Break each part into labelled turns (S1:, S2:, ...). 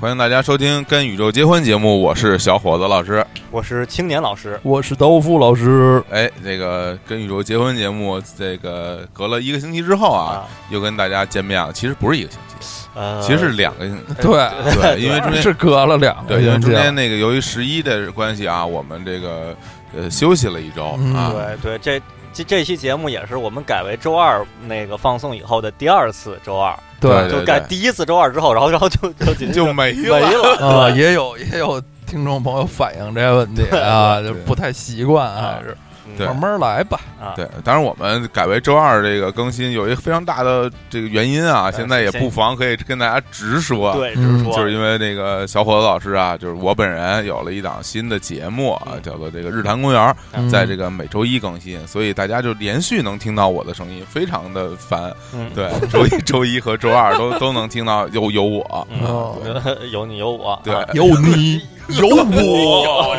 S1: 欢迎大家收听《跟宇宙结婚》节目，我是小伙子老师。
S2: 我是青年老师，
S3: 我是刀夫老师，
S1: 哎，这个《跟宇宙结婚》节目，这个隔了一个星期之后啊，
S2: 啊
S1: 又跟大家见面了。其实不是一个星期，
S2: 呃，
S1: 其实是两个星 期，
S3: 对，
S1: 对，因为中间
S3: 是隔了两个
S1: 对，因为
S3: 星
S1: 中
S3: 期，啊
S1: 间那个由于十一的关系啊，我们这个呃休息了一周
S3: 嗯
S1: 啊，
S2: 对对，这这这期节目也是我们改为周二那个放送以后的第二次周二，
S1: 对
S2: 就改第一次周二之后，然后然后就 就就
S1: 就没
S2: 没
S1: 了。
S2: 了，
S3: 啊，也有 也有听众朋友反映这个问题啊，就不太习惯，啊还是
S1: 啊对
S3: 慢慢来吧。
S2: 啊，
S1: 对，当然我们改为周二这个更新有一个非常大的这个原因啊，现在也
S2: 先
S1: 不妨可以跟大家直说，啊
S2: 对，
S3: 嗯
S2: 直说，
S1: 就是因为那个小伙子老师啊，就是我本人有了一档新的节目啊，
S2: 嗯
S1: 叫做这个日坛公园，
S3: 嗯
S1: 哎在这个每周一更新，所以大家就连续能听到我的声音，非常的烦。
S2: 嗯，
S1: 对，周一、 周一和周二都都能听到有有我，
S3: 哦
S2: 嗯， 有你有我，
S1: 对
S2: 啊
S3: 有 你有我，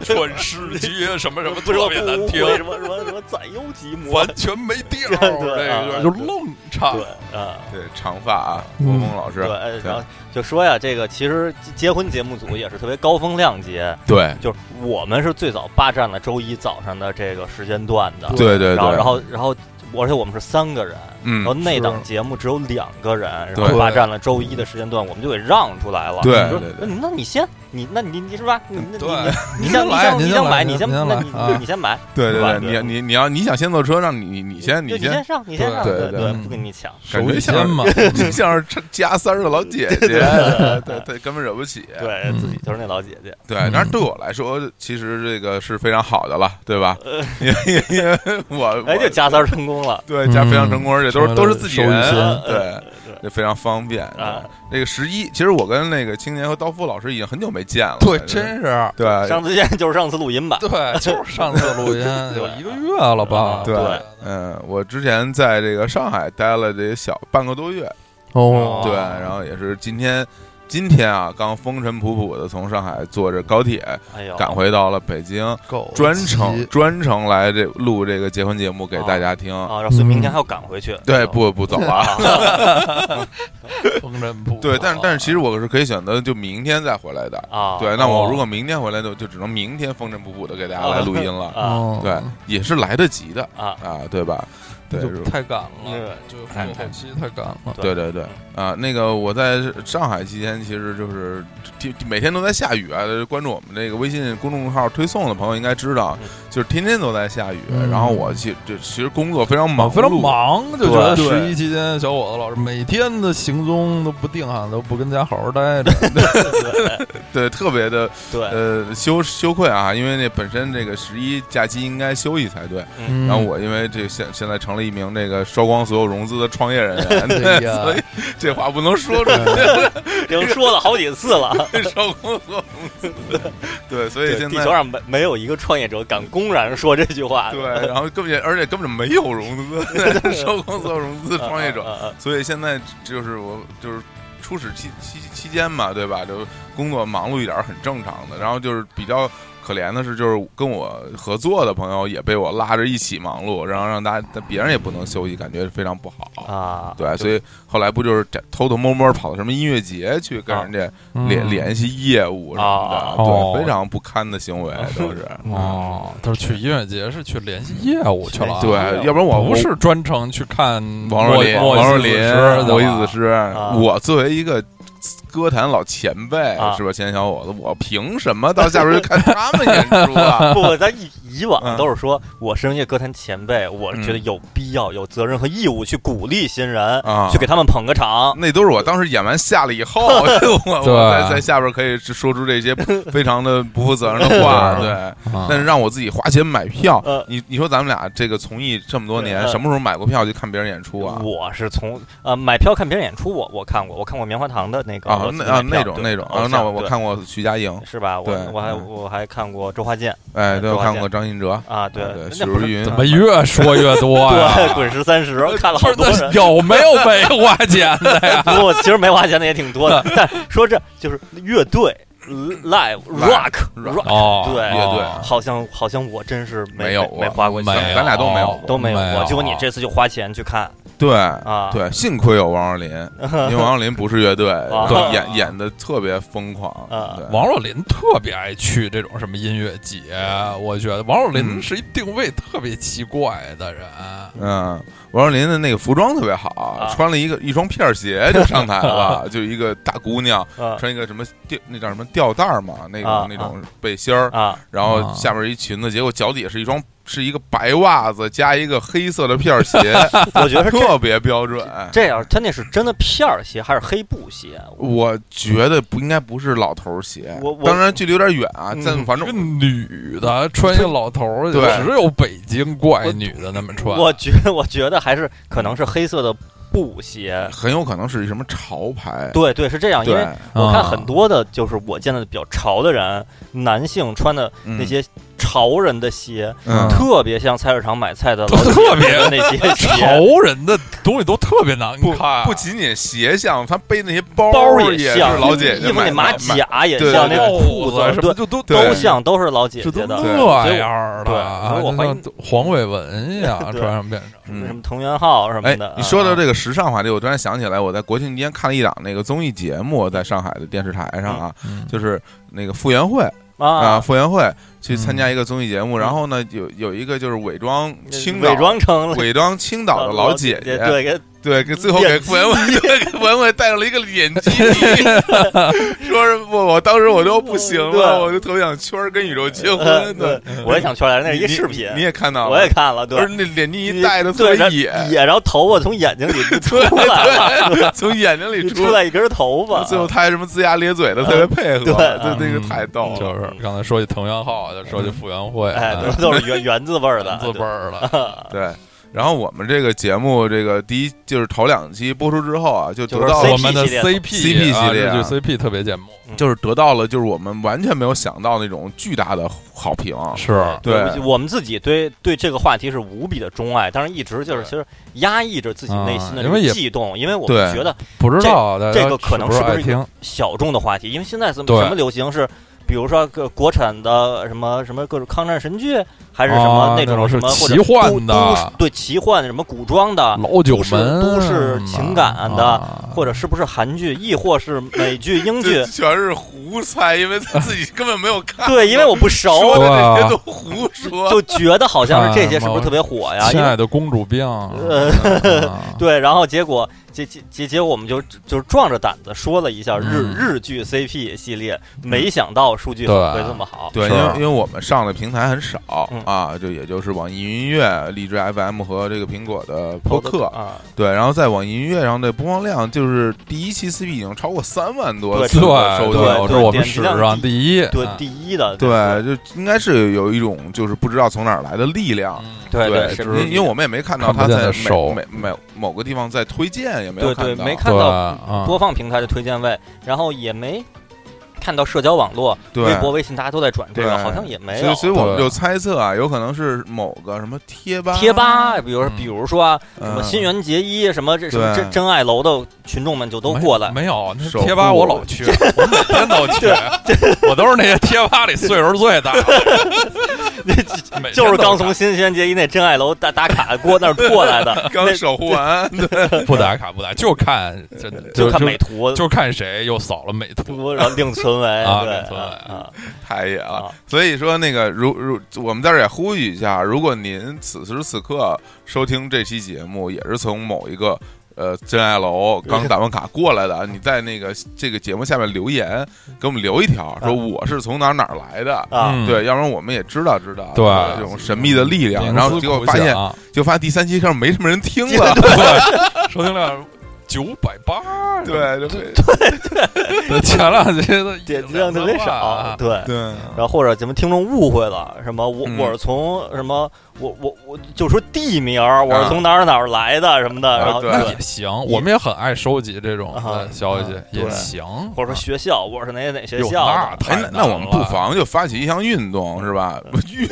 S2: 这
S3: 歌全世界什么什么
S2: 不是 说不 误会什么什么什么攒优寂寞，
S3: 完全没调
S2: 对对啊
S3: 就愣唱
S2: 对。啊。
S1: 对长发啊，
S3: 嗯
S1: 郭峰老师
S2: 对，，哎然后就说呀，这个其实结婚节目组也是特别高风亮节，
S1: 对
S2: 就是我们是最早霸占了周一早上的这个时间段的，
S1: 对对对，
S2: 然后然后然后，而且我们是三个人，然后
S1: 嗯，
S2: 那档
S3: 是
S2: 节目只有两个人，然
S1: 对
S2: 后霸占了周一的时间段，我们就给让出来了。
S1: 对
S2: 你说
S1: 对对
S2: 那你那你先，你那你你是吧？你那你
S3: 对
S2: 你你
S3: 您
S2: 先
S3: 先
S2: 你
S3: 来
S2: 先
S3: 您
S2: 你
S3: 先
S2: 先
S3: 来
S2: 买，你先
S3: 您先
S2: 那
S3: 来
S2: 你
S3: 啊
S2: 你先买，
S1: 对对
S2: 吧
S1: 对，你你你要你想先坐车，让你你你先
S2: 对你
S1: 先
S2: 先。上，你先上，
S1: 对
S2: 对
S1: 对
S3: 嗯
S2: 不跟你抢。
S1: 感
S3: 手
S1: 觉
S3: 艺
S1: 像
S3: 先嘛，
S1: 是像是加三儿的老姐姐，对对嗯对，根本惹不起。
S2: 对自己就是那老姐姐，
S1: 哎对，
S3: 嗯
S1: 但是对我来说，其实这个是非常好的了，对吧？因为因为 我
S2: 哎，
S1: 我
S2: 就加三成功了。
S1: 对加非常成功，而且都是
S3: 成为了
S1: 都是自己人
S3: 受益
S2: 先，
S1: 嗯对，
S2: 对
S1: 这非常方便
S2: 啊。
S1: 那个十一，其实我跟那个青年和刀夫老师已经很久没见了，
S3: 对，
S1: 就是
S3: 真是
S1: 对
S2: 上次见就是上次录音吧，
S3: 对，就是上次录音 有一个月了吧？
S1: 对
S2: 对
S1: 嗯，我之前在这个上海待了这小半个多月，
S3: 哦，
S1: 对，
S2: 哦
S1: 然后也是今天。今天啊，刚风尘仆仆的从上海坐着高铁
S2: 哎呦，
S1: 赶回到了北京，
S3: 够
S1: 专程
S3: 急
S1: 专程来这录这个结婚节目给大家听。
S2: 啊，然后所以明天还要赶回去。
S1: 嗯
S3: 哎
S2: 哎
S1: 对，不不走了，
S3: 风尘仆仆啊
S1: 对，但但是其实我是可以选择就明天再回来的。
S2: 啊，
S1: 对，那我
S3: 哦
S1: 如果明天回来就就只能明天风尘仆仆的给大家来录音 了。
S2: 啊
S3: 哦
S1: 对，也是来得及的
S2: 啊，
S1: 啊，对吧？对，
S3: 就
S1: 如
S3: 太赶了
S2: 对，
S3: 就
S1: 太
S3: 后
S1: 赶
S3: 期太赶了。
S1: 对对对啊，那个我在上海期间，其实就是天每天都在下雨啊。关注我们这个微信公众号推送的朋友应该知道
S2: 嗯，
S1: 就是天天都在下雨。
S3: 嗯
S1: 然后我其就其实工作非常忙
S3: 忙
S1: 碌，
S3: 非常忙，就觉得
S1: 对
S3: 十一期间，小伙子老师每天的行踪都不定啊，都不跟家好好待着。
S1: 对，特别的
S2: 对，
S1: 呃羞羞愧啊，因为那本身这个十一假期应该休息才对，
S3: 嗯
S1: 然 后我因为这现现在成了一名这个烧光所有融资的创业 人员，
S3: 哎
S1: 对，
S3: 呀
S1: 所以这话不能说出
S2: 已经说了好几次了。
S1: 来，烧光所有融资， 对，所以
S2: 对，
S1: 现
S2: 地球
S1: 在。
S2: 上没没有一个创业者敢公然说这句话的。嗯
S1: 对，然后根本而且根本没有融 资，烧光所有融资
S2: 嗯
S1: 创业者，
S2: 嗯嗯
S1: 所以现在就是我就是初始期期期间嘛，对吧？就工作忙碌一点儿很正常的。然后就是比较可怜的是，就是跟我合作的朋友也被我拉着一起忙碌，然后让大家别人也不能休息，感觉非常不好。
S2: 嗯啊，
S1: 对，所以后来不就是偷偷摸摸跑到什么音乐节去跟人家
S3: 嗯
S1: 联、联系业务什么的，
S2: 嗯啊
S3: 哦
S1: 对，非常不堪的行为都是。
S3: 哦，他是去音乐节，是去联系业务去了。啊
S1: 对
S2: 哎，呦
S1: 要不然我
S3: 不是专程去看
S1: 王若琳，王若琳，
S3: 我
S1: 我意思是，
S2: 啊
S1: 我作为一个歌坛老前辈，
S2: 啊
S1: 是吧，前小伙子，我凭什么到下边去看他们演出 啊？
S2: 不不，咱以以
S1: 嗯
S2: 往都是说，我身为歌坛前辈，我觉得
S1: 嗯
S2: 有必要、有责任和义务去鼓励新人，
S1: 啊
S2: 去给他们捧个场。
S1: 那都是我当时演完下了以后，我我在在下边可以说出这些非常的不负责任的话，
S3: 对
S1: 对。
S3: 啊
S1: 但是让我自己花钱买票
S2: 呃，
S1: 你你说咱们俩这个从艺这么多年，
S2: 对嗯
S1: 什么时候买过票去看别人演出啊？
S2: 我是从呃买票看别人演出，我我看过，我看过棉花糖的那个
S1: 啊
S2: 我，自
S1: 那
S2: 己
S1: 啊
S2: 买
S1: 那
S2: 票
S1: 种
S2: 对
S1: 那种
S2: 偶
S1: 啊，
S2: 像
S1: 那我我
S2: 对
S1: 看过徐佳莹，
S2: 是吧？我
S1: 对
S2: 我还
S1: 嗯
S2: 我还看过周华健
S1: 哎，对，
S2: 周
S1: 我
S2: 华
S1: 看
S2: 健
S1: 过张信哲，
S2: 啊，对
S1: 对，，许
S2: 那不
S1: 茹
S2: 是
S1: 芸
S3: 怎，么越说越多哎呀？呃
S2: 对，滚石三十看了好多人
S3: 那。有没有没花钱的哎 呀？
S2: 不过其实没花钱的也挺 多的。但说这就是乐队呃 live rock rock，
S3: 哦，
S2: 对
S1: 乐队
S2: 好像好像我真是
S1: 没
S2: 没
S1: 有
S2: 没花过
S3: 没
S2: 钱，
S3: 有
S1: 咱俩都没有
S2: 都没有啊
S3: 没有啊
S2: 过。结果你这次就花钱去看，
S1: 对
S2: 啊
S1: 对，幸亏有王若 琳，因为王若琳不是乐队，
S2: 对
S1: 演演的特别疯狂。
S2: 啊
S1: 对
S3: 王若琳特别爱去这种什么音乐节，啊我觉得王若琳
S1: 嗯
S3: 是一定位特别奇怪的人。啊
S1: 嗯，王若琳的那个服装特别好，
S2: 啊
S1: 穿了一个一双片儿鞋就上台 了，就一个大姑娘
S2: 啊
S1: 穿一个什么吊那叫什么吊带儿嘛，那
S2: 啊
S1: 种那种背心儿，
S2: 啊
S1: 然后下面一裙子，结果脚底下是一双是一个白袜子加一个黑色的片儿 鞋，
S2: 我觉得这
S1: 特别标准。
S2: 这样，他那是真的片儿鞋还是黑布鞋？
S1: 我觉得不应该不是老头儿鞋
S2: 我，我
S1: 当然距离有点远啊，
S2: 嗯
S1: 但反
S3: 一个
S1: 正
S3: 女的穿一个老头儿，
S1: 对
S3: 只有北京怪女的那么穿。
S2: 我觉我觉得还是可能是黑色的布鞋。
S1: 很有可能是一什么潮牌。
S2: 对对，是这样，因
S1: 对
S2: 为，我看
S3: 啊
S2: 很多的，就是我见的比较潮的人，男性穿的
S1: 嗯
S2: 那些潮人的鞋，
S1: 嗯
S2: 特别像菜市场买菜的老
S3: 特
S2: 姐
S3: 别
S2: 们的那些鞋。
S3: 潮人的东西都特别难
S1: 不
S3: 看，
S1: 不仅仅鞋像，她背那些包
S2: 包
S1: 儿也
S2: 也
S1: 是
S2: 像，
S1: 老姐姐
S2: 衣服
S1: 买
S2: 那马
S1: 买买
S2: 甲也
S1: 对
S2: 像，
S1: 对
S2: 那个
S1: 对
S2: 裤
S3: 子
S2: 子
S3: 什
S2: 对
S3: 么就都
S1: 对
S2: 都像，都是老姐
S3: 这
S2: 姐
S3: 都
S2: 的。
S3: 那样儿
S2: 对
S3: 的啊，
S2: 所以我怀疑
S3: 那黄伟文呀，穿
S2: 对
S3: 上变成
S1: 嗯
S2: 什么藤原浩什么
S1: 哎
S2: 的。，
S1: 你说到
S2: 啊
S1: 这个时尚话题，我突然想起来，我在国庆期间看了一档那个综艺节目，在上海的电视台上啊，
S3: 嗯
S1: 就是那个傅园慧啊，
S2: 啊，嗯
S1: 傅园慧去参加一个综艺节目，然后呢，有有一个就是伪装青岛
S2: 伪装成了
S1: 伪装青岛的
S2: 老
S1: 姐
S2: 姐，对，给
S1: 对，给最后给
S2: 眼
S1: 傅园慧对给傅园慧戴上了一个眼基 尼，说是我我当时我都不行了，
S2: 对
S1: 我就特别想圈儿跟宇宙结
S2: 呃
S1: 婚的，
S2: 对我也想出来，那是一视频
S1: 你，你也看到了，
S2: 我也看了，对
S1: 而，那眼镜
S2: 你
S1: 一戴的特
S2: 对
S1: 别
S2: 然
S1: 野，
S2: 野，然后头发从眼睛 里就出来了，
S1: 对，从眼睛 里
S2: 就
S1: 出
S2: 出。来一根头发，
S1: 最后他还什么龇牙咧嘴的，特别配合，嗯
S2: 对
S1: 就那
S3: 对
S1: 个太逗
S3: 嗯就
S1: 了。
S3: 是刚才说起藤原浩，就说起傅园慧，
S2: 哎，
S3: 啊
S2: 都都是原原字辈儿的，
S3: 文字辈儿了。
S2: 对
S1: 对，然后我们这个节目，这个第一就是头两期播出之后啊，就得到
S2: 就是
S1: 了
S3: 我们的
S2: CP
S3: CP
S1: CP 系列啊
S3: 就 CP 特别节目
S1: 就是得到了，就是我们完全没有想到那种巨大的好评。啊
S3: 是
S1: 对
S2: 我我们自己对对这个话题是无比的钟爱，但是一直就是其实压抑着自己内心的这
S3: 啊因
S2: 种
S3: 为也
S2: 悸动，因为我们
S1: 对
S2: 觉得
S3: 不知道大家
S2: 这个可能
S3: 是
S2: 是
S3: 不
S2: 不
S3: 是
S2: 是
S3: 爱听？
S2: 小众的话题，因为现在什么
S3: 对
S2: 什么流行是，比如说个国产的什么什么各种抗战神剧，还是什
S3: 啊
S2: 么那
S3: 那种
S2: 种
S3: 是
S2: 什么或者
S3: 奇幻
S2: 都
S3: 的嗯
S2: 都市对奇幻的什么古装的，
S3: 老九
S2: 都市
S3: 门
S2: 啊都市情感的
S3: 啊
S2: 或者是不是韩剧，亦或是美剧、英剧
S1: 这？全是胡猜，因为他自己根本没有看，
S2: 对，因为我不熟
S1: 说，的
S3: 哇
S1: 那些都胡说。
S2: 就觉得好像是这些
S3: 哎
S2: 是不
S3: 毛
S2: 是特别火呀？
S3: 亲
S2: 啊因为
S3: 爱的公主病，
S2: 呃
S3: 啊
S2: 对，然后结果结结结结果我们就就是壮着胆子说了一下日、
S3: 嗯
S2: 日剧 CP 系列，没想到数据
S3: 对
S2: 反馈这么好。
S1: 对，
S3: 是
S1: 因为因为我们上的平台很少
S2: 嗯
S1: 啊，就也就是网易云音乐、荔枝 FM 和这个苹果的播客，
S2: 啊，
S1: 对，然后在网易音乐上的播放量，就是第一期 CP 已经超过三万多
S2: 对
S1: 次
S3: 对
S1: 的收
S2: 对
S1: 听，
S3: 对，
S2: 对
S3: 这是我们
S2: 点击
S3: 史
S2: 量
S3: 上
S2: 第
S3: 第一，
S2: 嗯对
S3: 啊，
S2: 第一的，
S1: 对，就应该是有一种就是不知道从哪儿来的力量。
S3: 嗯
S2: 对
S1: 对，
S2: 是
S1: 因为因为我们也没看到
S3: 看不
S1: 他
S3: 见
S1: 在
S3: 的手
S1: 每每每某个地方在推荐，也没有
S2: 对
S1: 看
S2: 对，
S1: 到。
S2: 没看
S3: 对
S2: 到
S3: 啊
S2: 播放平台的推荐位，然后也没看到社交网络、
S1: 对
S2: 微博、微信，大家都在转这个，
S1: 对
S2: 好像也没
S1: 所以，
S2: 有。
S1: 所以我们
S3: 对
S1: 就猜测啊，有可能是某个什么贴吧、
S2: 贴吧，比如说
S3: 嗯
S2: 比如说啊，
S1: 嗯
S2: 什么新垣结衣，什么这什么
S1: 对
S2: 真真爱楼的群众们就都
S3: 没
S2: 过来，
S3: 没有，那
S1: 守护，
S3: 贴吧我 老去，我每天都去，我都是那些贴吧里岁数最 大的，
S2: 就是刚从新垣结衣那真爱楼打打卡过那儿过来的
S1: 刚守护 完，对，
S3: 不打卡不打，就看真的
S2: 啊就
S3: 就
S2: 看美图，
S3: 就看谁又扫了美图，
S2: 图然后另存为
S3: 啊
S2: 对
S3: 另存为
S1: 嗯
S2: 啊
S1: 太野了
S2: 啊。
S1: 所以说，那个如如我们在这儿也呼吁一下，如果您此时此刻收听这期节目，也是从某一个。呃，真爱楼刚打完卡过来的，啊你在那个这个节目下面留言，给我们留一条，说我是从哪儿哪儿来的，
S2: 啊啊
S3: 嗯
S1: 对，要不然我们也知道知道，啊
S3: 对
S1: 这种神秘的力量，
S3: 冥
S1: 然后
S3: 思
S1: 结果
S3: 苦
S1: 发现
S3: 想， 啊
S1: 就发现第三期上没什么人听了，
S3: 对，收听量九百八，
S1: 对对对
S3: 对，前两期的
S2: 点击量特别
S1: 嗯
S2: 少，对。
S1: 对，
S2: 然后或者咱们听众误会了，什么我
S1: 嗯
S2: 我是从什么我我我就说地名儿，我
S1: 啊
S2: 是从哪儿哪儿来的什么的，然后
S1: 对
S3: 那也行，我们也很爱收集这种的消息
S2: 啊，对
S3: 也行，
S2: 或者说学校，我是哪哪学
S3: 哟
S2: 校
S3: 那
S2: 的，
S3: 太
S1: 哎，那
S3: 难
S1: 那我们
S3: 了
S1: 不妨就发起一项运动，是吧？ 运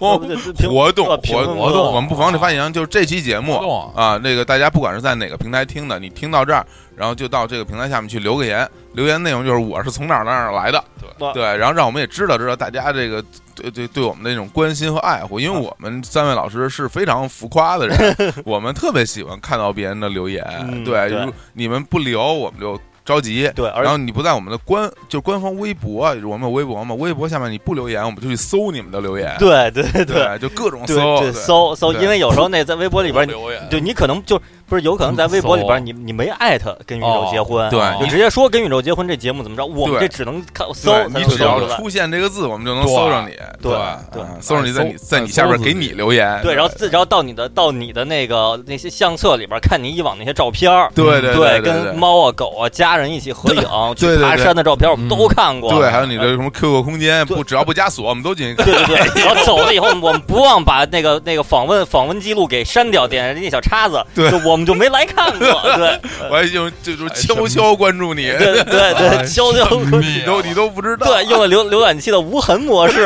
S2: 我
S1: 动
S2: 们就评
S1: 活动
S2: 呃
S1: 活
S2: 评论啊
S1: 活
S2: 过
S1: 我们不妨就发起一项，就是这期节
S3: 活
S1: 目啊
S3: 动
S1: 啊，那个大家不管是在哪个平台听的，你听到这儿，然后就到这个平台下面去留个言，留言内容就是我是从哪儿哪儿哪儿来的，
S2: 哇
S1: 对，然后让我们也知道知道大家这个对对对我们的那种关心和爱护，因为我们三位老师是非常浮夸的人， 我们特别喜欢看到别人的留言，
S2: 嗯
S1: 对，
S2: 对
S1: 如果你们不留我们就着急，
S2: 对，而
S1: 然
S2: 且
S1: 后你不在我们的官，就是官方微博，啊我们有微博嘛，微博下面你不留言，我们就去搜你们的留言，
S2: 对对对
S1: 对，就各种
S2: 对
S1: 搜，
S2: 对
S1: 对
S2: 搜搜，
S1: 对
S2: 因为有时候那在微博里边你，
S3: 留言，
S2: 就你可能就不是有可能在微博里
S3: 搜啊
S2: 边你你没艾特跟宇宙结婚，
S1: 哦对
S3: 啊
S2: 就直接说跟宇宙结婚这节目怎么着，我们
S1: 啊对
S2: 这只能靠搜
S1: 对
S2: 才
S1: 你
S2: 能
S1: 只
S2: 搜出
S1: 要
S2: 来。
S1: 出现这个字，我们就能搜上你，
S2: 对对
S1: 对，啊搜上你在你
S3: 搜
S1: 在你下边
S3: 搜
S1: 给
S3: 自己
S1: 你留言，
S2: 对，嗯然后自然后到你的到你的那个那些相册里边看你以往那些照片儿，
S1: 对 对对
S2: 跟猫啊狗啊家人一起合影，
S1: 对对
S2: 去爬
S1: 对嗯
S2: 山的照片我们都看过。
S1: 对，还有你的什么 QQ 空间，
S2: 啊哎对
S1: 不只要不加锁，我们都进行看。
S2: 对对对，然后走了以后，我们不忘把那个那个访问访问记录给删掉，点那小叉子，
S1: 对
S2: 就我们就没来看 过，对
S1: 我还用就就是
S3: 哎什
S1: 悄
S3: 么
S1: 悄关注你，
S2: 对对对，
S3: 哎
S2: 悄悄
S1: 你都你都不知道。
S2: 对，用了浏浏览器的无痕模 式，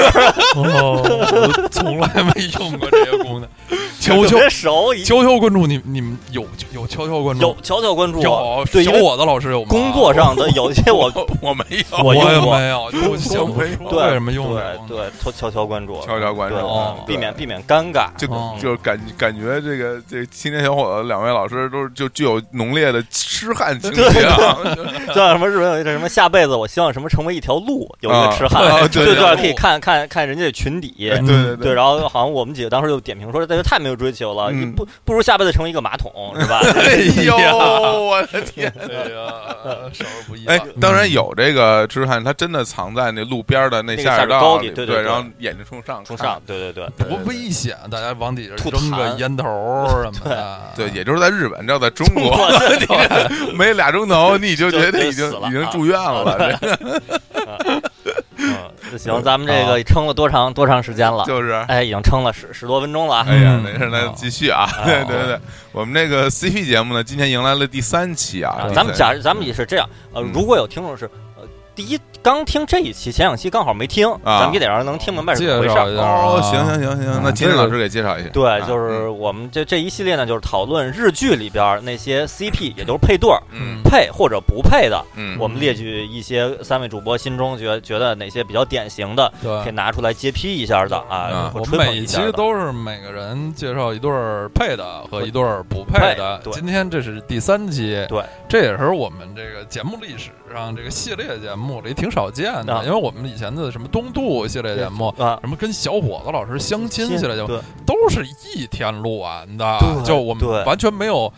S3: 哦，我从来没用过这个功能。悄
S2: 特
S3: 悄
S2: 别熟，一
S3: 悄悄关注你，你们有有悄悄关注
S2: 有
S3: 吗？
S2: 悄悄关注我，
S3: 有
S2: 对，因
S3: 小
S2: 为
S3: 我的老师有 吗？
S2: 工作上的有些我
S1: 我 我没有，
S2: 我
S3: 我
S2: 用
S3: 也
S2: 过
S3: 没有，就想不
S1: 我没
S3: 出
S1: 有
S3: 为什么用这个
S2: 对
S3: 功能
S2: 对悄悄悄关注，
S1: 悄悄关注哦
S2: 对嗯
S1: 我，
S2: 避免避免 尴尬。
S1: 就
S3: 哦
S1: 就是感感觉这个这青年小伙子两位老师都是就具有浓烈的痴汉情节啊，
S2: 叫什么日本有一个什么下辈子我希望什么成为一条鹿，有一
S1: 啊
S2: 个 痴汉，
S1: 啊对
S2: 对
S1: 对
S2: 可以看看看人家的群底。
S1: 对对
S2: 对，然嗯后好像我们几个当时就点评说，这就太没有追求了，
S1: 嗯
S2: 你不不如下辈子成为一个马桶，是 吧？
S1: 哎呦，
S3: 哎呀
S1: 我的天！
S3: 对哎 呀，少儿不宜啊。
S1: 哎，当
S2: 嗯
S1: 然有这个痴汉，他真的藏在那路边的那
S2: 那个
S1: 下
S2: 下
S1: 水
S2: 水沟
S1: 里，
S2: 里对
S1: 对，
S2: 对
S1: 然后眼睛冲上，
S2: 冲上，对 对对，
S3: 多危险！啊大家往底下
S2: 吐
S3: 扔个
S2: 痰
S3: 烟头儿什 么的，
S1: 对，也就是在日本，你知道，在中国
S2: 我这
S1: 没俩钟头，你就
S2: 就
S1: 觉得
S2: 就
S1: 已经
S2: 死了
S1: 已经
S2: 啊
S1: 住院了，这
S2: 嗯，那行，咱们这个撑了多长多长时间了？
S1: 啊就是。
S2: 哎，已经撑了十十多分钟了啊。
S1: 哎呀，
S3: 嗯
S1: 没事，那继续啊！ 对对对，我们这个 CP 节目呢，今天迎来了第三期啊
S2: 啊。
S1: 第
S2: 咱们
S1: 三
S2: 假如咱们也是这样，呃，
S1: 嗯
S2: 如果有听众是呃第一刚听这一期，前两期刚好没听，咱们也得让人能听明白是怎么
S3: 啊
S2: 回
S3: 介
S2: 事
S3: 绍
S2: 儿。
S3: 一下
S1: 哦
S3: 啊。，
S1: 行行行行，那
S3: 嗯
S1: 金晨
S3: 这个
S1: 老师给介绍一下。
S2: 对，
S1: 啊
S2: 就是
S3: 嗯
S2: 我们这这一系列呢，就是讨论日剧里边儿那些 CP，也就是配对儿。
S1: 嗯
S2: 配或者不配的，
S1: 嗯，
S2: 我们列举一些三位主播心中觉觉得哪些比较典型的，可以
S3: 对，
S2: 拿出来揭批一下的
S1: 嗯，
S2: 啊或
S3: 啊我
S2: 吹
S3: 们
S2: 捧
S3: 每
S2: 一
S3: 一
S2: 下
S3: 期
S2: 的。
S3: 都是每个人介绍一对儿配的和一对儿不配的
S2: 配。对
S3: 今天这是第三期，
S2: 对，
S3: 这也是我们这个节目历史上这个系列节目里挺少见
S2: 啊
S3: 的，因为我们以前的什么东渡系列节目。
S2: 啊，
S3: 什么跟小伙子老师相亲系列节目
S2: 对
S3: 都是一天录完的，
S2: 对
S3: 就我们
S2: 对
S3: 完全没有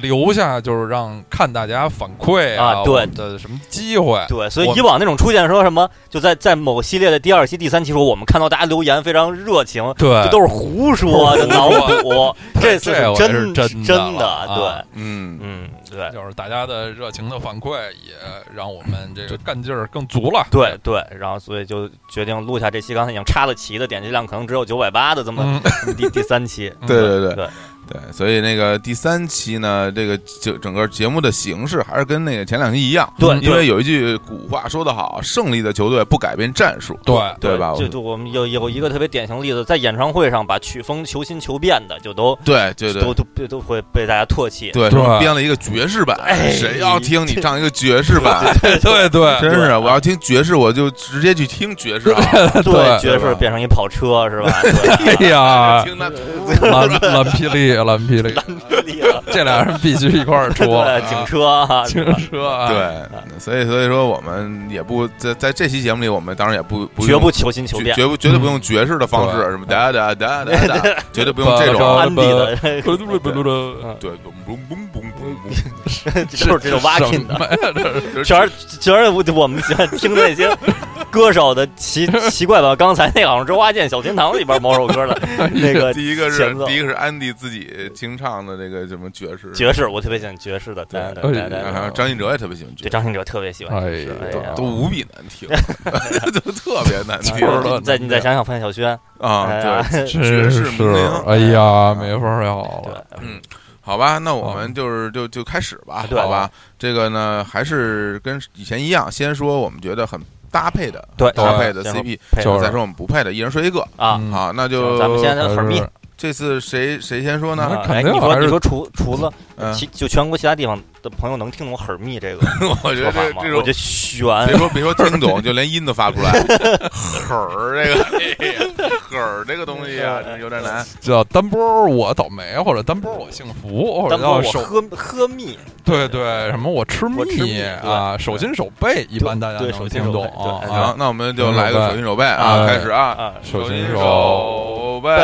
S3: 留下，就是让看大家反馈
S2: 啊
S3: 我
S2: 对
S3: 们的什么机会，
S2: 对，所以
S3: 我
S2: 以往那种出现说什么，就在在某系列的第二期、第三期时候，我们看到大家留言非常热情，
S3: 对
S2: 这都是胡说，这脑 补，这次
S3: 哎这我
S2: 真
S3: 是真的
S2: 真
S3: 了啊
S2: 的，对，
S1: 嗯，
S2: 嗯，对。
S3: 就是大家的热情的反馈，也让我们这个干劲儿更足了。
S2: 对对，然后所以就决定录下这期，刚才已经插了旗的点击量可能只有九百八的这么
S3: 嗯，
S2: 第第三期，
S3: 嗯
S1: 对对对
S2: 对
S1: 对，所以那个第三期呢，这个就整个节目的形式还是跟那个前两期一样，
S2: 对，
S1: 因为有一句古话说得好，胜利的球队不改变战术，
S3: 对
S1: 对吧？
S2: 就就我们有有一个特别典型例子，在演唱会上把曲风求新求变的，就都
S1: 对对对
S2: 都都都都会被大家唾弃。
S1: 对，
S3: 对
S1: 什么编了一个爵士版，
S2: 哎
S1: 谁要听你唱一个爵士版？
S3: 对对
S1: 真是啊，
S2: 对
S1: 我要听爵士，我就直接去听爵士啊！
S2: 对
S3: 对
S2: 爵士变成一跑车 是吧？
S3: 哎
S2: 对
S3: 呀，
S1: 听那
S3: 蓝蓝霹雳，蓝 霹雳，
S2: 厉害了
S3: 这俩人必须一块儿出。啊
S2: 对，警 车啊，
S3: 警车啊，
S1: 对，所以所以说我们也不在在这期节目里，我们当然也不不
S2: 绝
S1: 用
S2: 不求新求
S1: 绝
S2: 变，
S1: 绝不绝对不
S3: 嗯
S1: 用爵士的方式，
S3: 对
S1: 什么哒哒哒哒 哒， 绝对不用这
S3: 不
S1: 种。啊
S2: 安迪的，
S3: 咕噜咕噜咕噜
S1: 对，嘣嘣嘣嘣嘣
S2: 就是这种 walking 的，
S1: 嘣，就是
S2: 全是全是我我们喜欢听的那些歌手的 奇奇怪的。刚才那好像是周华健《小天堂》里边某首歌 的那个
S1: 第一个是
S2: 前奏
S1: 第一个是安迪自己清唱的这个什么爵士，
S2: 爵士，我特别喜欢爵士的，对对对对对
S1: 然后张信哲也特别喜欢爵
S2: 对
S1: 士，
S2: 张信哲特别喜欢爵士，
S3: 哎
S2: 哎
S3: 呀
S2: 呀
S1: 都无比难 听， 都特别难听
S3: 就是了
S2: 哎再你再想想范晓萱，哎
S1: 啊！
S2: 呀
S1: 对，
S3: 真
S1: 爵士
S3: 是
S1: 名伶，
S3: 哎呀，没法儿要
S2: 啊对
S3: 了。，
S1: 嗯好吧，那我
S3: 哦
S1: 们就是就就开始吧，
S2: 嗯对啊
S1: 好吧？这个呢，还是跟以前一样，先说我们觉得很搭配的
S2: 对啊
S1: 搭配的
S2: 先说
S1: CP，
S2: 配
S1: 然
S3: 就
S1: 后
S3: 是
S1: 再说我们不配的，一人说一个。
S2: 啊，
S3: 嗯
S1: 好，那就
S2: 咱们先粉蜜，
S1: 这次谁谁先说
S3: 那
S1: 呢？
S2: 啊
S3: 肯
S2: 哎
S3: 定
S2: 你
S3: 还
S2: 说
S3: 是
S2: 你说除除了
S1: 嗯，
S2: 其就全国其他地方的朋友能听懂“很密”这个
S1: 我觉得
S2: 说法
S1: 这
S2: 吗？
S1: 这种
S2: 我觉得
S1: 别
S2: 悬，
S1: 说别说听懂，就连音都发不出来。 狠儿这个， 哎呀狠儿这个东西啊，真有点难。
S3: 叫单波我倒霉，或者单波我幸福，或者
S2: 但不过
S3: 叫
S2: 我
S3: 手
S2: 喝喝蜜，
S3: 对对什么我吃
S2: 我吃
S3: 蜜
S2: 蜜
S3: 啊，手心手背一般大家
S2: 对
S3: 能
S2: 手心
S3: 听
S2: 手
S3: 懂
S2: 背对
S3: 啊
S1: 行，。那我们就来个手心手背啊，
S3: 哎
S1: 开始啊，
S2: 啊，
S3: 手
S1: 心
S3: 心
S1: 手背
S2: 背。，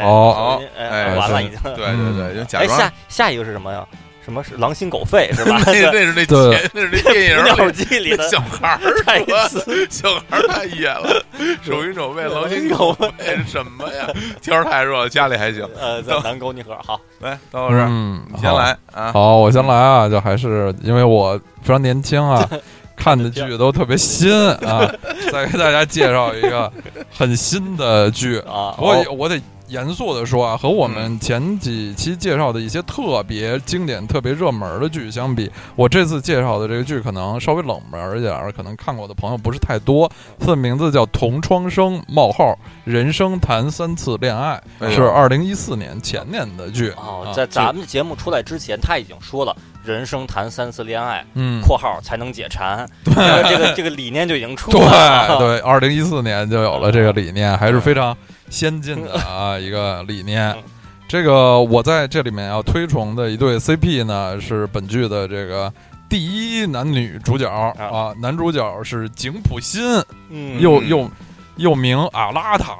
S2: 哎
S3: 哦
S2: 手心
S1: 哎
S2: 哎，完了
S3: 是
S2: 已经。
S1: 对对对，就假
S2: 哎，
S1: 装
S2: 下下一个是什么呀？什么是狼心狗肺是吧
S1: ？那那是那
S3: 对
S1: 前那是那电影
S2: 鸟
S1: 里
S2: 记 里的
S1: 小孩儿
S2: 台
S1: 说
S2: 词。
S1: 小孩儿太野了，手心手背狼心狗肺是什么呀？天儿太热，家里还行。
S2: 呃，在南沟泥河，好，
S1: 来，刀老师，
S3: 嗯，
S1: 你先
S3: 好
S1: 来啊。
S3: 好，我先来啊，就还是因为我非常年轻啊，看的剧都特别新啊，再给大家介绍一个很新的剧。
S2: 啊，
S3: 不过我得严肃的说啊，和我们前几期介绍的一些特别经典、特别热门的剧相比，我这次介绍的这个剧可能稍微冷门一点儿，可能看过的朋友不是太多。它的名字叫《同窗生：冒号人生谈三次恋爱
S1: 哎》，呦
S3: 是二零一四年前年的剧。
S2: 哦
S3: 啊，
S2: 在
S3: 这
S2: 咱们节目出来之前，他已经说了，人生谈三次恋爱
S3: 嗯
S2: （括号才能解馋），这个这个这个理念就已经出来
S3: 对
S2: 了。
S3: 对，二零一四年就有了这个理念，还是非常先进的啊一个理念
S2: 嗯。
S3: 这个我在这里面要推崇的一对 CP 呢，是本剧的这个第一男女主角啊，男主角是景普新，
S2: 嗯，
S3: 又又又名阿拉塔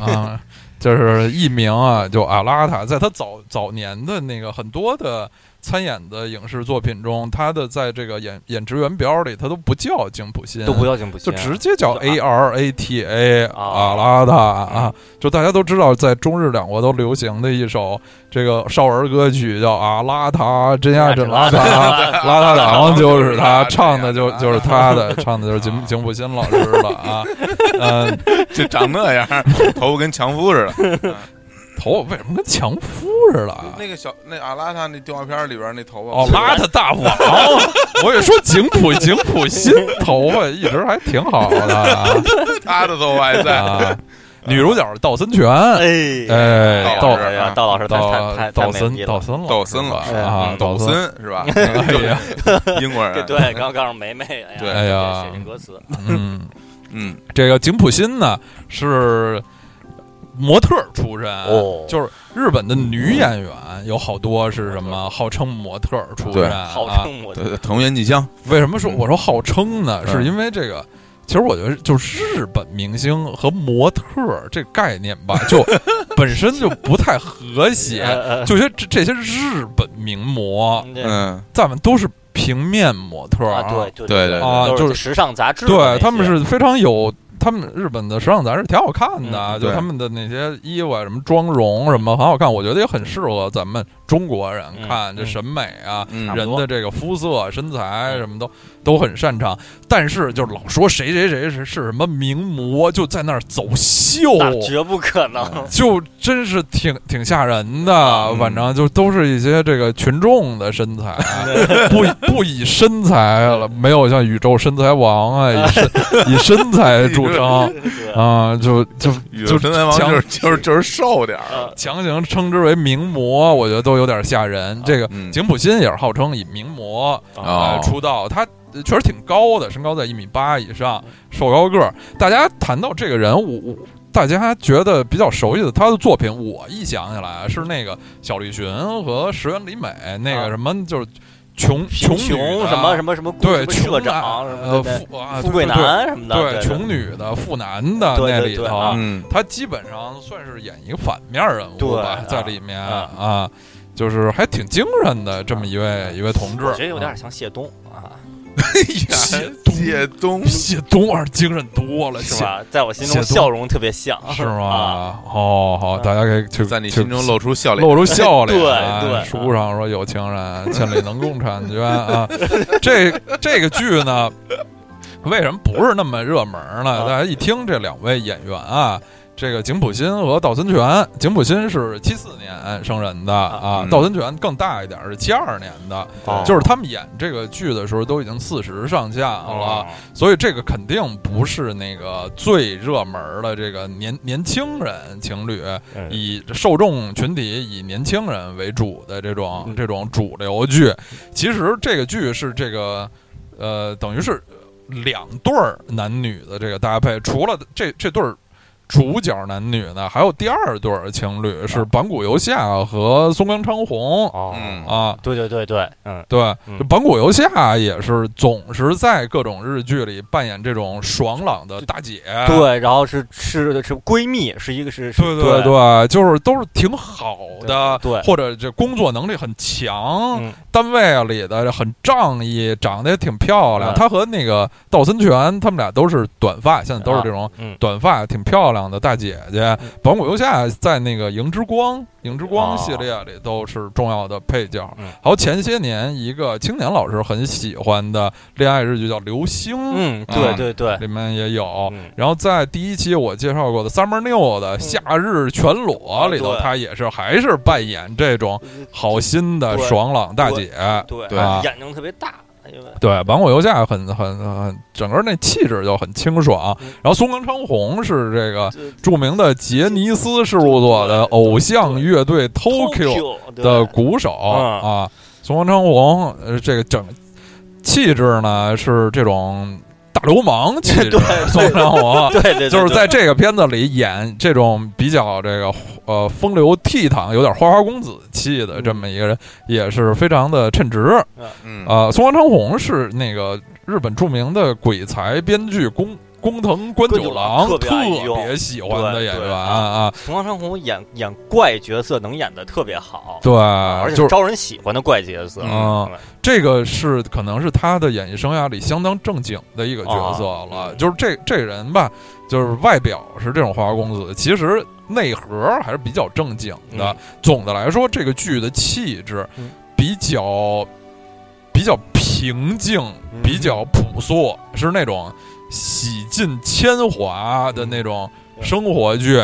S3: 啊，就是艺名啊，就阿拉塔。在他早早年的那个很多的参演的影视作品中，他的在这个演演职员表里，他都不叫景普新，
S2: 都不要紧，不行，
S3: 就直接叫
S2: 就
S3: A R A T A
S2: 啊嗯
S3: 阿拉达啊，就大家都知道，在中日两国都流行的一首这个少儿歌曲叫《阿拉塔真亚真啊拉塔 拉塔党》，就是他唱的，就就是他的，唱的就是
S1: 啊
S3: 井井普新老师了啊。嗯，
S1: 就长那样， 头发跟强夫 似的。
S3: 头发为什么跟强夫似的啊？
S1: 那个小那阿拉塔那动画片里边那头发，
S3: 哦，邋遢大王，我也说井普井普新头发一直还挺好的啊
S1: 他的头发还 在。
S3: 啊。女主角是道森泉，
S2: 哎
S3: 哎
S1: 道
S2: 道
S1: 老师啊
S2: 道老师太
S3: 道
S2: 太太太
S3: 道
S2: 美
S3: 森
S2: 逼
S3: 道
S2: 了。
S3: 森
S1: 道森老
S3: 老
S1: 师
S3: 师啊，
S1: 抖
S3: 道
S1: 森是吧？ 英国
S2: 对
S1: 人。
S2: 对，刚刚是梅梅，哎呀
S1: 对
S3: 哎呀
S2: 写这歌词，
S3: 嗯，
S1: 嗯，
S3: 这个井普新呢是模特儿出
S1: 啊
S3: 身，
S2: 哦
S3: 就是日本的女演员有好多是什
S1: 嗯
S3: 么号称模特儿出身，
S2: 好
S3: 啊
S2: 称我
S1: 对对，藤原纪香，
S3: 为什么说
S1: 嗯
S3: 我说号称呢？
S1: 嗯
S3: 是因为这个，其实我觉得就是日本明星和模特儿这概念吧， 就本身就不太和谐。
S2: 呃呃
S3: 就些这这些日本名模，
S2: 嗯对
S1: 嗯，
S3: 咱们都是平面模特儿
S2: 啊，对对
S1: 对对
S3: 啊
S2: 都
S3: 就是
S2: 是时尚杂志的那些，
S3: 对他们是非常有，他们日本的时尚杂志挺好看的啊，
S1: 嗯
S3: 就
S1: 对
S3: 他们的那些衣服啊，什么妆容什么很好看，我觉得也很适合咱们中国人看，
S2: 嗯
S3: 这审美啊。
S1: 嗯
S3: 人的这个肤色、身材什么都都很擅长，但是就是老说谁谁谁是是什么名模，就在那儿走秀，
S2: 那绝不可能。
S3: 就真是挺挺吓人的。
S1: 嗯
S3: 反正就都是一些这个群众的身材，啊不以不以身材了，没有像宇宙身材王啊，以身以身材著 称
S2: 对
S3: 啊，就就
S1: 宇宙
S3: 就
S1: 神王
S3: 强
S1: 就是 就是就是瘦点儿，
S2: 呃
S3: 强行称之为名模，我觉得都有点吓人。这个
S1: 嗯
S3: 井普新也是号称以名模
S1: 哦
S3: 呃出道，他呃确实挺高的，身高在一米八以上，瘦高个儿。大家谈到这个人，我我大家觉得比较熟悉的他的作品，我一想起来啊是那个小栗旬和石原里美那个
S2: 啊
S3: 什么，就是穷
S2: 贫
S3: 穷女
S2: 穷
S3: 的
S2: 什么什么什么什么
S3: 对穷
S2: 社
S3: 男
S2: 长什
S3: 呃
S2: 么的，
S3: 富啊
S2: 富贵
S3: 对对对
S2: 男什么的，对
S3: 对穷女的富男的
S2: 对
S3: 那
S2: 对
S3: 里
S2: 对
S3: 头
S2: 啊，
S1: 嗯，
S3: 他基本上算是演一个反面人物
S2: 对
S3: 吧
S2: 啊，
S3: 在里面
S2: 啊
S3: 啊，就是还挺精神的这么一位一位同志，
S2: 我觉得有点像谢东啊，
S1: 谢谢东
S3: 啊谢东二精神多了，
S2: 是
S3: 谢？
S2: 吧？在我心中
S3: 谢东
S2: 笑容特别像，
S3: 是
S2: 啊？
S3: 吗？好好，
S2: 嗯
S3: 大家可以去
S1: 在你
S3: 去
S1: 心中露出笑脸，
S3: 露出笑脸 啊。
S2: 对对
S3: 书上说有情人千里能共婵娟啊。这这个剧呢，为什么不是那么热门呢？
S2: 啊
S3: 大家一听这两位演员啊，这个井浦新和道森泉，井浦新是七四年生人的啊，
S1: 嗯
S3: 道森泉更大一点儿是七二年的，
S2: 哦
S3: 就是他们演这个剧的时候都已经四十上下了，
S2: 哦
S3: 所以这个肯定不是那个最热门儿的这个年年轻人情侣，
S2: 嗯
S3: 以受众群体以年轻人为主的这种
S2: 嗯
S3: 这种主流剧。其实这个剧是这个呃，等于是两对儿男女的这个搭配，除了这这对儿。主角男女呢，还有第二对儿情侣
S2: 啊
S3: 是板谷由夏和松冈昌宏
S2: 哦，
S1: 嗯
S3: 啊，
S2: 对对对对，嗯
S3: 对，
S2: 嗯
S3: 这板谷由夏也是总是在各种日剧里扮演这种爽朗的大姐。
S2: 对，然后是是是闺蜜，是一个是是
S3: 对对对，就是都是挺好的，
S2: 对对
S3: 或者这工作能力很强，
S2: 哎嗯
S3: 单位里的很仗义，长得也挺漂亮。
S2: 嗯
S3: 她和那个道森泉，他们俩都是短发，现在都是
S2: 啊
S3: 这种
S2: 嗯
S3: 短发挺漂亮的大姐姐。板谷由夏在那个《萤之光》《萤之光》系列里都是重要的配角
S2: 啊嗯。
S3: 还有前些年一个青年老师很喜欢的恋爱日剧叫《流星》，
S2: 嗯，
S3: 啊
S2: 对对对，
S3: 里面也有。
S2: 嗯
S3: 然后在第一期我介绍过的《Summer New》的《夏日全裸》里头，
S2: 啊对
S3: 她也是还是扮演这种好心的
S2: 对
S3: 爽朗大姐。
S2: 对
S1: 对
S3: 啊
S2: 眼睛特别大，哎因为
S3: 对，坂口由夏很很很，整个那气质就很清爽
S2: 嗯。
S3: 然后松冈昌宏是这个
S2: 这
S3: 著名的杰尼斯事务所的偶像乐队 Tokyo
S2: Tokyo 对嗯
S3: 的鼓手啊，松冈昌宏，呃，这个整气质呢是这种大流氓气 质
S2: 对对，
S3: 松冈昌宏。
S2: 对对，对
S3: 就是
S2: 对
S3: 在这个片子里演这种比较这个呃风流倜傥、有点花花公子气的这么一个人，也是非常的称职。
S1: 嗯
S3: 啊，松冈昌宏是那个日本著名的鬼才编剧宫宫藤官九郎
S2: 官九郎特别爱
S3: 特
S2: 用
S3: 别喜欢的演
S2: 对
S3: 员
S2: 对
S3: 啊，
S2: 冯光山红演演怪角色能演的特别好，
S3: 对，
S2: 而
S3: 啊就
S2: 且
S3: 是
S2: 招人喜欢的怪角色，
S3: 嗯这个是可能是他的演艺生涯里相当正经的一个角色了。
S2: 啊
S3: 就是这这人吧，就是外表是这种花花公子，其实内核还是比较正经的。
S2: 嗯
S3: 总的来说，这个剧的气质
S2: 嗯
S3: 比较比较平静，
S2: 嗯
S3: 比较朴素，是那种洗尽铅华的那种
S2: 嗯
S3: 生活剧。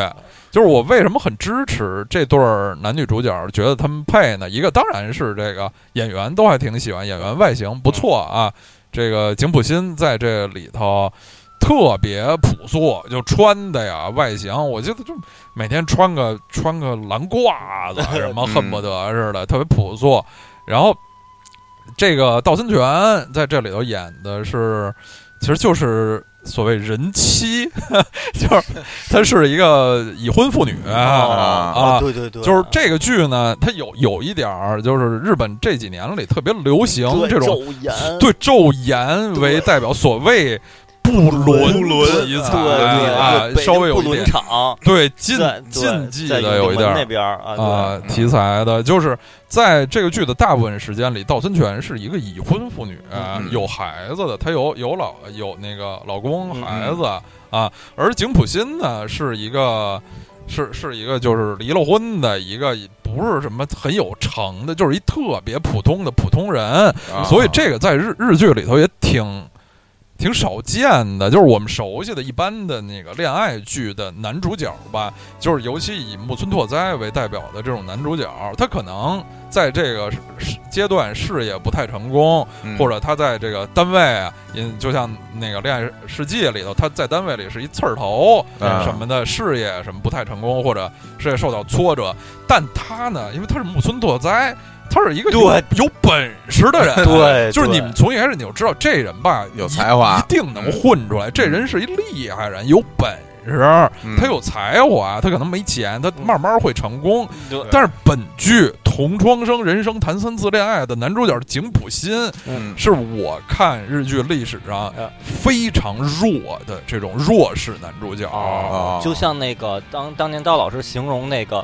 S3: 就是我为什么很支持这对儿男女主角，觉得他们配呢？一个当然是这个演员都还挺喜欢，演员外形不错啊。这个井浦新在这里头特别朴素，就穿的呀外形，我觉得就每天穿个穿个蓝褂子啊
S2: 哎
S3: 什么，
S1: 嗯
S3: 恨不得似的，特别朴素。然后这个道森泉在这里头演的是，其实就是所谓人妻， 就是她是一个已婚妇女
S2: 哦
S3: 啊。
S2: 对对对，
S3: 就是这个剧呢，它有有一点儿，就是日本这几年里特别流行
S2: 对
S3: 这种
S2: 肉眼
S3: 对昼颜为代表，所谓不伦
S1: 不伦
S3: 题
S2: 对
S3: 材
S2: 对
S3: 啊，
S2: 对
S3: 稍微有
S2: 不
S3: 一点
S2: 伦场
S3: 对禁
S2: 在
S3: 禁忌
S2: 在
S3: 的有一
S2: 在永
S3: 点
S2: 定门
S3: 儿
S2: 那边儿啊
S3: 啊
S1: 对
S3: 题材的，就是在这个剧的大部分时间里，道森泉是一个已婚妇女，啊
S1: 嗯
S3: 有孩子的，她有有老有那个老公
S2: 嗯
S3: 孩子啊，而井浦新呢是一个。是是一个就是离了婚的一个不是什么很有成的，就是一特别普通的普通人，
S1: 啊
S3: 所以这个在日日剧里头也挺挺少见的，就是我们熟悉的一般的那个恋爱剧的男主角吧，就是尤其以木村拓哉为代表的这种男主角，他可能在这个是是阶段事业不太成功，
S1: 嗯
S3: 或者他在这个单位啊，因就像那个《恋爱世界》里头，他在单位里是一刺儿头，
S1: 嗯
S3: 什么的事业什么不太成功，或者事业受到挫折，但他呢，因为他是木村拓哉，他是一个有
S2: 对
S3: 有本事的人，啊
S2: 对
S3: 就是
S2: 对
S3: 你们从一开始你就知道这人吧
S1: 有
S3: 一
S1: 才华
S3: 一定能混出来，这人是一厉害人，有本事，
S1: 嗯
S3: 他有才华，他可能没钱，他慢慢会成功，
S2: 对
S3: 但是本剧《同窗生人生谈三次恋爱》的男主角井浦新，
S1: 嗯
S3: 是我看日剧历史上
S2: 呃
S3: 非常弱的这种弱势男主角。
S1: 哦
S2: 就像那个当当年刀老师形容那个。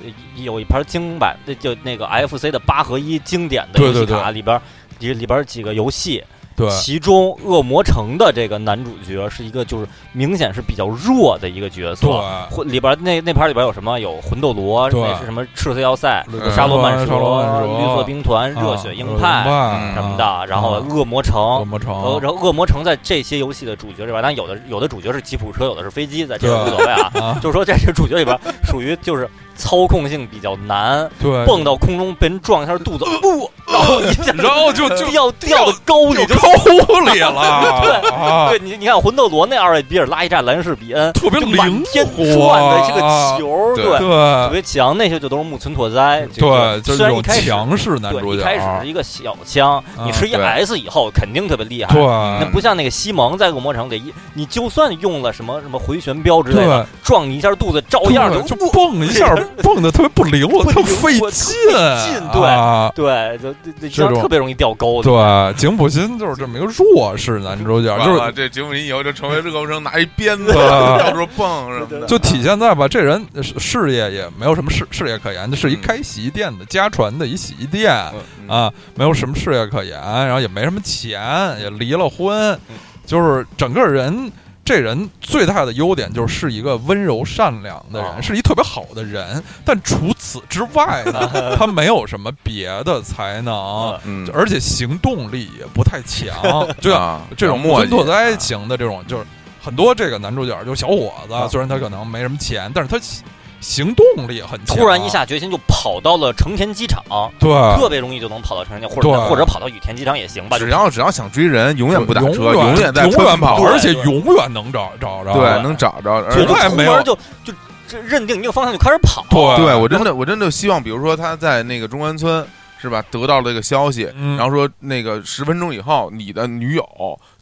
S2: 呃有一盘经版，那就那个 FC 的八合一经典的
S3: 对
S2: 游戏
S3: 对对
S2: 卡里边儿，里里边儿几个游戏，
S3: 对
S2: 其中恶魔城的这个男主角是一个就是明显是比较弱的一个角
S3: 对
S2: 色。混里边那那盘里边有什么？有魂斗罗，
S3: 对
S2: 那是什么赤色要塞、
S1: 嗯
S2: 沙罗曼
S3: 蛇、
S2: 蛇、
S3: 沙罗曼蛇
S2: 绿色兵团、
S3: 啊
S2: 热血鹰
S3: 热
S2: 派
S1: 嗯
S2: 什么的，然后
S3: 嗯
S2: 恶魔
S3: 恶
S2: 城。
S3: 魔
S2: 呃，
S3: 城
S2: 然后恶魔城在这些游戏的主角里边，当然有的有的主角是吉普车，有的是飞机，在这个无
S3: 对
S2: 所谓啊。
S3: 啊，
S2: 就是说在这主角里边，属于就是操控性比较难，
S3: 对，
S2: 蹦到空中被人撞一下 肚子，不，然后一下
S3: 然后就就
S2: 掉掉到沟里
S3: 就
S2: 就
S3: 高屋里了 啊
S2: 对，你你看魂斗罗那二位比尔拉一炸兰士比恩，
S3: 特别
S2: 就
S3: 灵
S2: 满天
S3: 活啊
S2: 转啊的这个球儿，
S1: 对
S2: 对，特
S3: 对
S2: 别强。那些就都是木村拓哉，这
S3: 对，
S2: 个
S3: 就
S2: 虽
S3: 是
S2: 然
S3: 有
S2: 一开始
S3: 强势男主
S2: 对一
S3: 角
S2: 开始
S3: 啊
S2: 是，一个小枪，你吃一
S1: 对
S2: S 以后肯定特别厉害。那
S3: 对
S2: 不像那个西蒙在恶魔城给一，你就算用了什么什么回旋镖之类的，
S3: 对，
S2: 撞你哦一下肚子，照样
S3: 对
S2: 就
S3: 就蹦 一下，蹦的特别不灵活，
S2: 不
S3: 特
S2: 灵活
S3: 费
S2: 特
S3: 劲
S2: 费劲对
S3: 啊
S2: 对，就就就
S3: 这种
S2: 特别容易掉沟的。
S3: 对，井普新就是这么一个弱势男主角，就
S1: 完了，
S3: 是
S1: 这节目以后就成为热狗生拿一鞭 子
S3: 对
S1: 到处蹦什么的，
S3: 就体现在吧，这人事事业也没有什么事事业可言，就是一
S1: 嗯
S3: 开洗衣店的，家传的一洗衣店
S1: 嗯，
S3: 啊，没有什么事业可言，然后也没什么钱，也离了婚
S1: 嗯，
S3: 就是整个人。这人最大的优点就是是一个温柔善良的人，
S1: 哦
S2: 啊
S3: 是一特别好的人。但除此之外
S2: 啊
S3: 呢，他没有什么别的才能，
S1: 嗯，
S3: 而且行动力也不太强，就像
S1: 啊
S3: 这种
S1: 比较磨
S3: 木村拓
S1: 叽
S3: 哉
S1: 啊
S3: 型的这种，就是很多这个男主角就是小伙
S1: 啊
S3: 子，虽然他可能没什么钱，但是他行行动力很强，啊
S2: 突然一下决心就跑到了成田机场，
S3: 对，
S2: 特别容易就能跑到成田，或者
S3: 啊对
S2: 或者跑到羽田机场也行吧。就
S1: 只要只要想追人，永远不打车，
S3: 永
S1: 永远在
S3: 永
S1: 车
S3: 远
S1: 上跑，
S2: 对
S3: 而且啊永远能找找着，
S1: 对，能找着，而
S2: 就
S3: 从
S2: 就
S3: 来
S2: 出
S3: 没
S2: 门
S3: 有
S2: 儿就就就认定一个方向就开始跑。
S3: 对
S1: 对我真的我真的希望，比如说他在那个中关村是吧，得到了这个消息，
S3: 嗯
S1: 然后说那个十分钟以后，你的女友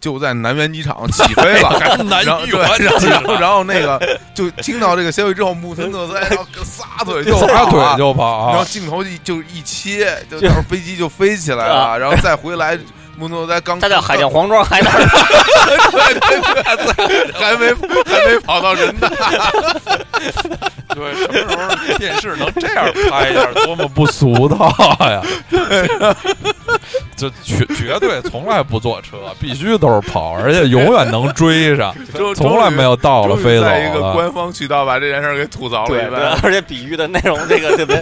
S1: 就在南园机场 起飞了。然后
S3: 男啊
S1: 然后
S3: 女
S1: 对，然后然后然后那个就听到这个消息之后，木村拓哉然后撒腿就
S3: 撒
S1: 跑啊
S3: 腿就跑
S1: 然后
S3: 啊，
S1: 镜头一就一切，就
S2: 就
S1: 到时候飞机就飞起来
S3: 啊
S1: 了，然后再回来，木头在刚
S2: 他在海淀黄庄还在那儿
S1: 还没还没跑到人大，
S3: 对，什么时候电视能这样拍一下，多么不俗套呀！ 这绝绝对从来不坐车，必须都是跑，而且永远能追上，
S1: 就
S3: 从来没。有到
S1: 终于
S3: 了
S1: 终于
S3: 飞走
S1: 在一个
S3: 了。
S1: 官方渠道把这件事儿给吐槽了一
S2: 对对
S1: 番，，
S2: 而且比喻的内容这个特 别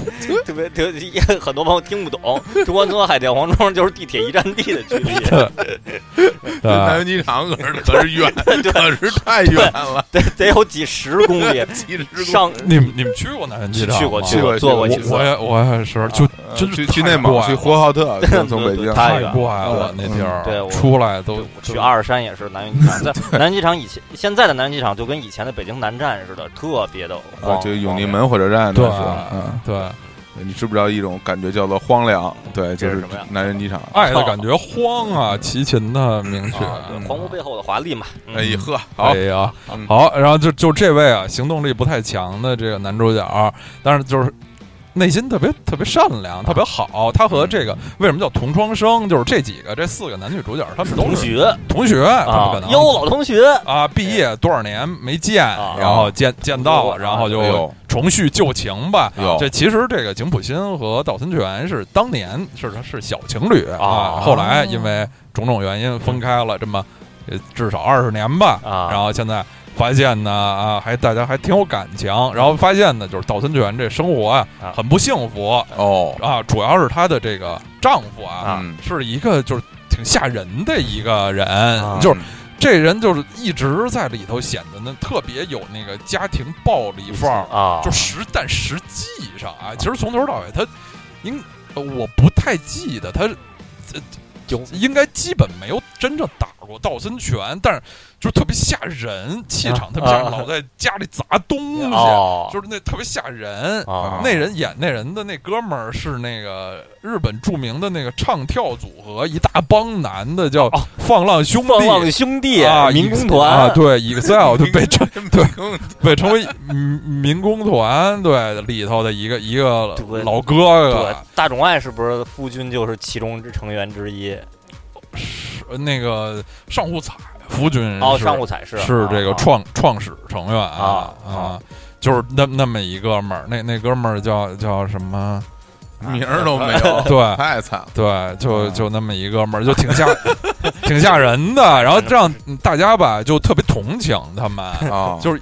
S2: 特别特别，很多朋友听不懂。中关村和海淀黄庄就是地铁一站地的距 离，
S1: 跟南
S3: 对
S1: 园机场可是可是远，
S2: 对
S1: 可是太远了，
S2: 得得有几十公里
S1: 几十公里
S2: 上。
S3: 你们你们去过南啊园机场吗？
S2: 去过
S1: 去过
S2: 过坐过
S1: 去过
S2: 几次
S3: 我，我也我也是，就
S1: 呃
S3: 真是
S1: 去去
S3: 太
S1: 内蒙，
S3: 怪
S1: 去
S3: 了
S1: 呼和浩 特，从从北京
S2: 太
S3: 太
S2: 远
S3: 怪了
S1: 嗯
S3: 那地儿，
S2: 对我
S3: 出来都
S2: 我去阿尔山也是南园机场，在 南园机场以前现在的南园机场就跟以前的北京南站似的，特别的
S1: 啊
S2: 荒。，
S1: 这个永定门火车站
S3: 对啊
S1: 那是，嗯，
S3: 对
S1: 你知不知道一种感觉叫做荒凉？对，就
S2: 这是
S1: 是
S2: 什么呀
S1: 南园机场。
S3: 爱的感觉慌啊，齐秦的名曲。
S2: 啊，对，黄埔背后的华丽嘛。嗯
S1: 哎呀呵，好
S3: 哎，呀
S1: 嗯，
S3: 好，然后就就这位啊，行动力不太强的这个男主角啊，但是就是内心特别特别善良，特别好。他和这
S2: 嗯
S3: 个为什么叫同窗生？就是这几个这四个男女主角，他们都
S2: 同
S3: 是
S2: 学
S3: 同学，他们
S2: 啊
S3: 可，能
S2: 哟，老同学，
S3: 啊，毕业多少年没见，
S2: 啊
S3: 然后见见到，然后
S1: 哎
S3: 就
S1: 呦
S3: 重叙旧情吧。
S1: 哟
S3: 这其实这个井浦新和岛村泉是当年是是小情侣啊，
S2: 啊
S3: 后来因为种种原因分开了，这么呃至少二十年吧。
S2: 啊
S3: 然后现在发现呢啊，还大家还挺有感情，然后发现呢就是岛村泉这生活啊
S2: 啊
S3: 很不幸福
S1: 哦，
S3: 啊，主要是她的这个丈夫啊
S2: 啊
S1: 嗯，
S3: 是一个就是挺吓人的一个人，
S2: 啊
S3: 就是。
S1: 嗯
S3: 这人就是一直在里头显得那特别有那个家庭暴力范儿，
S2: 啊，
S3: 就实但实际上啊，其实从头到尾他应呃我不太记得他这
S2: 有
S3: 应该基本没有真正打过道森拳，但是就是特别吓人，气场特别吓人，
S2: 啊
S3: 老在家里砸东西，
S2: 哦，
S3: 就是那特别吓人。
S2: 啊，
S3: 那人演那人的那哥们儿是那个日本著名的那个唱跳组合一大帮男的，叫
S2: 哦
S3: 放浪兄弟。
S2: 放浪兄弟
S3: 啊，
S2: 民工团
S3: 啊，对，Excel 就 被称 对
S1: 更
S3: 被称为嗯民工团，对里头的一个一个
S2: 对
S3: 老哥哥
S2: 对，大冢爱是不是夫君就是其中之成员之一？
S3: 是那个上户彩夫君
S2: 哦，
S3: 嗯是
S2: 上户彩是
S3: 是这个
S2: 啊
S3: 创创始成员
S2: 啊
S3: 啊，就是那那么一哥们儿，那那哥们儿叫叫什么？
S1: 名儿都没有，
S3: 对
S1: 太惨了。
S3: 对，就
S1: 嗯
S3: 就那么一哥们儿，就挺吓 挺吓人的。然后让大家吧就特别同情他们，
S2: 哦
S1: 啊，
S3: 就是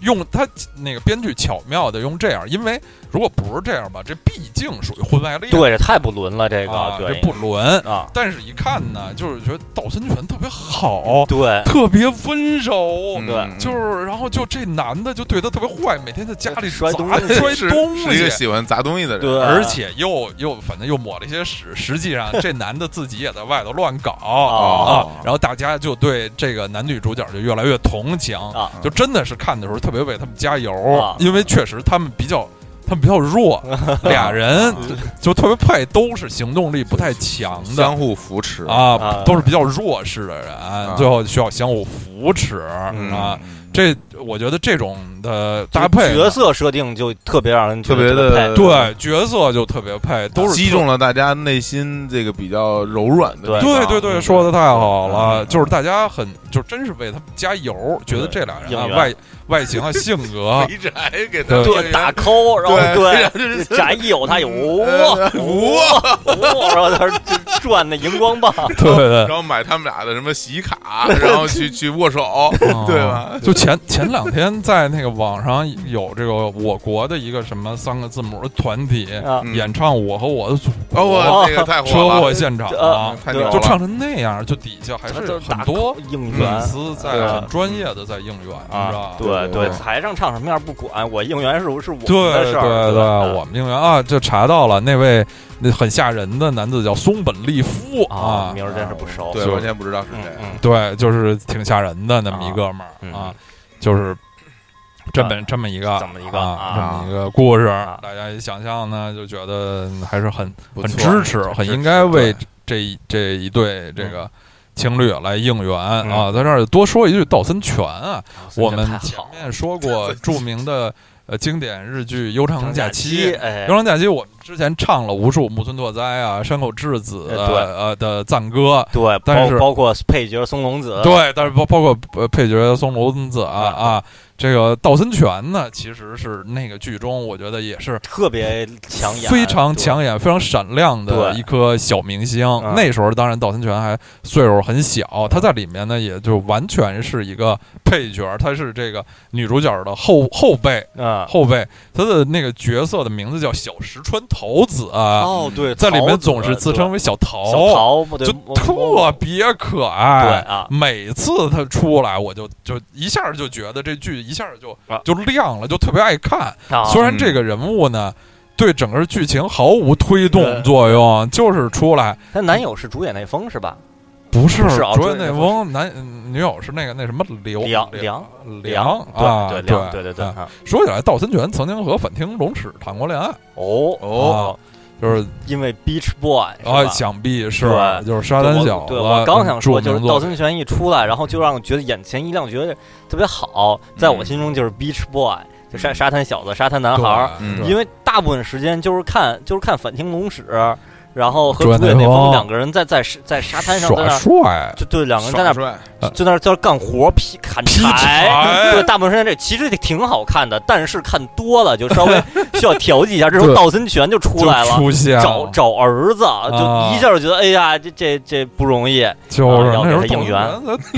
S3: 用他那个编剧巧妙的用这样，因为如果不是这样吧，这毕竟属于婚外恋，
S2: 对，这太不伦了，这个
S3: 啊，
S2: 对
S3: 这不伦。
S2: 啊，
S3: 但是，一看呢，就是觉得道森泉特别好，
S2: 对
S3: 特别温柔，
S1: 嗯
S2: 对
S3: 就是，然后就这男的就对他特别坏，每天在家里
S2: 摔
S3: 砸
S2: 东西
S3: 摔
S1: 是
S3: 东
S1: 是一个
S3: 西，
S1: 喜欢砸东西的人，
S2: 对，
S3: 而且又又反正又抹了一 些屎。实际上，这男的自己也在外头乱搞啊
S1: 哦，
S3: 然后大家就对这个男女主角就越来越同情，
S2: 啊
S3: 就真的是看的时候特别为他们加油
S2: 啊，
S3: 因为确实他们比较。他们比较 弱，俩
S1: 嗯
S3: 人就特别配，都是行动嗯力不太强的，
S1: 相互扶持，
S3: 啊
S2: 啊，
S3: 都是比较弱势的人，最后需要相互扶持
S1: 啊嗯
S3: 啊。，这我觉得这种的搭
S2: 就
S3: 配
S2: 角色设定就特别让人觉得
S1: 特别的
S2: 配
S3: 对角色就特别配，都是
S1: 击中了大家内心这个比较柔软的地方，啊
S3: 对对对，说的太好了，
S1: 嗯
S3: 就是大家很就真是为他们加油，觉得这俩人啊
S2: 应援
S3: 外外形啊性 格
S1: 肥宅给
S3: 对
S2: 对打 call，然后
S1: 对
S2: 对 假一有他有
S3: 啊嗯
S1: 呃
S3: 哦
S2: 哇哇，然后他就转那荧光棒，
S3: 对对
S1: 然后买他们俩的什么洗衣卡，然后去去握手， 对吧？
S3: 嗯就前前两天在那个网上有这个我国的一个什么三个字母团体
S2: 啊
S1: 嗯
S3: 演唱《我和我的祖
S1: 哦，
S3: 国》
S1: 我那个太
S3: 车
S1: 火
S3: 祸
S1: 了，
S3: 现场
S2: 这
S3: 啊
S2: 呃，
S1: 太
S2: 对
S1: 牛了，
S3: 就唱成那样，就底下还
S2: 他
S3: 是
S2: 就
S3: 很
S2: 打嗯
S3: 多
S2: call 应
S3: 粉
S2: 援。
S3: 丝
S1: 对
S2: 啊
S3: 在很专业的在应援，是吧？
S2: 对
S1: 对
S2: 对，台上唱什么样不管，我应援是我是我
S3: 对
S2: 的
S3: 对
S2: 事儿。
S3: 对，
S2: 吧
S3: 我们应援啊，就查到了那位那很吓人的男子叫松本利夫
S2: 啊
S3: 啊，
S2: 名儿真是不熟。
S1: 对，
S3: 就
S1: 完全不知道是
S2: 嗯
S1: 谁。
S2: 嗯，
S3: 对，就是挺吓人的那么一哥们儿
S2: 嗯啊
S3: 啊，就是。这么这么一个
S2: 这么一个
S3: 啊，
S2: 啊
S3: 这么一个故事
S2: 啊，
S3: 大家一想象呢，就觉得还是很
S1: 不
S3: 很
S1: 错
S3: 支持，很应该为
S1: 对
S3: 这一这一对这个情侣来应援啊！
S2: 嗯
S3: 在这儿多说一句，道森泉啊，
S2: 所以
S3: 我
S2: 这
S3: 们
S2: 太
S3: 前
S2: 好了
S3: 面说过著名的呃经典日剧《悠长假期
S2: 期》。哎
S3: 《悠，长假期》，我们之前唱了无数木村拓哉啊、山口智子
S2: 哎对
S3: 呃的赞歌，
S2: 对，
S3: 但是
S2: 包包括配角松隆子，
S3: 对，但是包包括呃配角松隆子啊
S2: 啊
S3: 啊，这个道森泉呢，其实是那个剧中我觉得也是
S2: 特别抢眼，
S3: 非常
S2: 对
S3: 抢眼、非常闪亮的
S2: 对
S3: 一颗小明星
S2: 嗯。
S3: 那时候当然道森泉还岁数很小，他在里面呢也就完全是一个配角，他是这个女主角的后后辈
S2: 嗯，
S3: 后辈，他的那个角色的名字叫小石川桃子啊，
S2: 哦，对，
S3: 在里
S2: 桃
S3: 面
S2: 子
S3: 总是自
S2: 对
S3: 称为小
S2: 小
S3: 桃，
S2: 桃，不对
S3: 就
S2: 摸
S3: 特别可
S2: 对
S3: 爱。
S2: 啊，
S3: 每次他出来，我就就一下就觉得这剧一下就
S2: 啊
S3: 就亮了，就特别爱看。
S2: 啊
S3: 虽然这个人物呢，对整个剧情毫无推动作用，就是出来
S2: 她男友是主演那风是吧？
S3: 不是
S2: 不是啊
S3: 卓越
S2: 对
S3: 内翁男嗯女友是那个那什么刘
S2: 梁
S3: 梁
S2: 梁
S3: 梁啊，
S2: 对
S3: 对
S2: 对对对对
S3: 啊
S2: 啊
S1: 嗯
S3: 说起来，道森泉曾经和反町隆史谈过恋爱，
S2: 哦
S1: 哦，
S3: 就是
S2: 因为 Beach Boy 是
S3: 啊，
S2: 吧
S3: 想必是
S2: 对
S3: 就是沙滩小子
S2: 对我对我刚想说，
S3: 嗯
S2: 就
S3: 著
S2: 是
S3: 名
S2: 道
S3: 作
S2: 森泉一出来，然后就让我觉得眼前一亮，觉得特别好。在我心中就是 Beach Boy，就沙沙滩小子、沙滩男孩儿，
S3: 对
S1: 嗯
S3: 嗯对
S2: 因为大部分时间就是看就是看反町隆史，然后和
S3: 卓
S2: 竹
S3: 内
S2: 野内
S3: 丰
S2: 丰两个人在在在沙滩上在
S3: 耍
S2: 那儿
S3: 帅，
S2: 就对两个人在那
S1: 耍
S2: 儿
S1: 帅，
S2: 就在那儿在那儿干活劈砍
S3: 劈柴哎
S2: 对，大部分时间这其实挺好看的，但是看多了就稍微需要调剂一下。这时候
S3: 对
S2: 道森泉就出来
S3: 就
S2: 了。
S3: 出现
S2: 找
S3: 了
S2: 找儿子，
S3: 啊
S2: 就一下就觉得，哎呀，这这这不容易。
S3: 就是
S2: 啊要
S3: 那时候
S2: 给他应援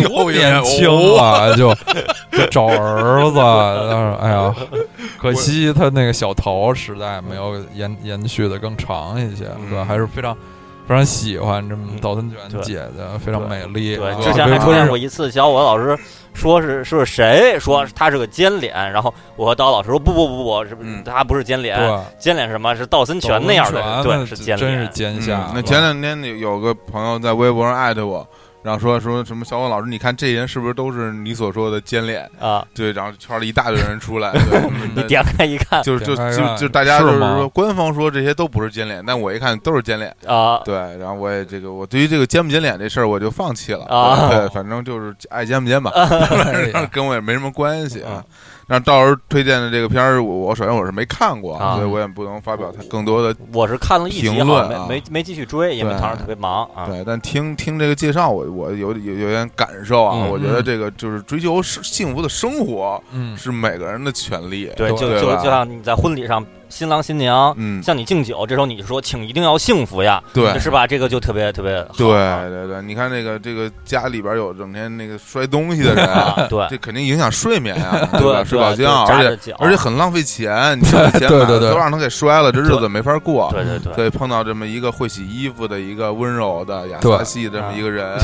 S3: 董永元多年轻 啊，就就找儿子，呃哎呀，可惜他那个小桃时代没有延延续的更长一些，
S1: 嗯
S3: 对吧，还是非常非常喜欢这么
S2: 嗯
S3: 道森卷
S2: 对
S3: 姐姐，非常美丽。
S2: 对
S3: 啊，
S2: 之前还出现过
S3: 非
S2: 一次，小我老师说是是谁说他是个尖脸，然后我和刀老师说不不不不，是
S1: 嗯
S2: 他不是尖脸，
S3: 常
S2: 尖脸是什么是道森
S3: 对，
S2: 泉那样的
S3: 道
S2: 人，
S3: 森
S2: 对，是
S3: 卷那
S2: 尖
S3: 真是
S2: 脸。
S3: 尖
S1: 嗯
S3: 下。
S1: 那前两天有有个朋友在微博上艾特我，然后说说什么小伙老师，你看这人是不是都是你所说的尖脸？
S2: 啊！
S1: 对，然后圈里一大堆人出来， 对我们
S2: 你
S1: 的
S2: 点开一看
S1: 就就
S3: 点开
S1: 就
S3: 看
S1: 就大家就是
S3: 是吗
S1: 说，官方说这些都不是尖脸，但我一看都是尖脸。
S2: 啊，
S1: 对，然后我也这个，我对于这个尖不尖脸这事儿，我就放弃了
S2: 啊
S1: 对，反正就是爱尖不尖吧，
S3: 哎
S1: 跟我也没什么关系啊
S2: 啊。
S1: 那到时候推荐的这个片儿，我我首先我是没看过，
S2: 啊
S1: 所以我也不能发表太更多的
S2: 我是看了一集，
S1: 评论
S2: 好像
S1: 啊
S2: 没没没继续追，因为
S1: 对
S2: 当时特别忙啊。
S1: 对，但听听这个介绍，我我有有有点感受啊，
S2: 嗯
S1: 我觉得这个就是追求是幸福的生活
S3: 嗯，
S1: 是每个人的权利，
S2: 对，就
S3: 对
S2: 就
S1: 吧
S2: 就像你在婚礼上新郎新娘
S1: 嗯，
S2: 向你敬酒，这时候你就说请一定要幸福呀，
S1: 对
S2: 是吧？这个就特别特别好
S1: 对
S2: 啊
S1: 对对，你看那个这个家里边有整天那个摔东西的人啊，
S2: 啊，对
S1: 这肯定影响睡眠 啊，
S2: 对
S1: 吧？
S2: 对
S1: 睡不好
S2: 对
S1: 觉，
S2: 扎
S1: 而
S2: 着
S1: 且
S2: 脚
S1: 而且很浪费钱，你把 钱
S3: 对
S1: 买了
S3: 对对
S1: 都让他给摔了，这日子没法过。
S2: 对对对。
S1: 对，碰到这么一个会洗衣服的、一个温柔的、雅
S3: 对
S1: 萨系的这么一个 人，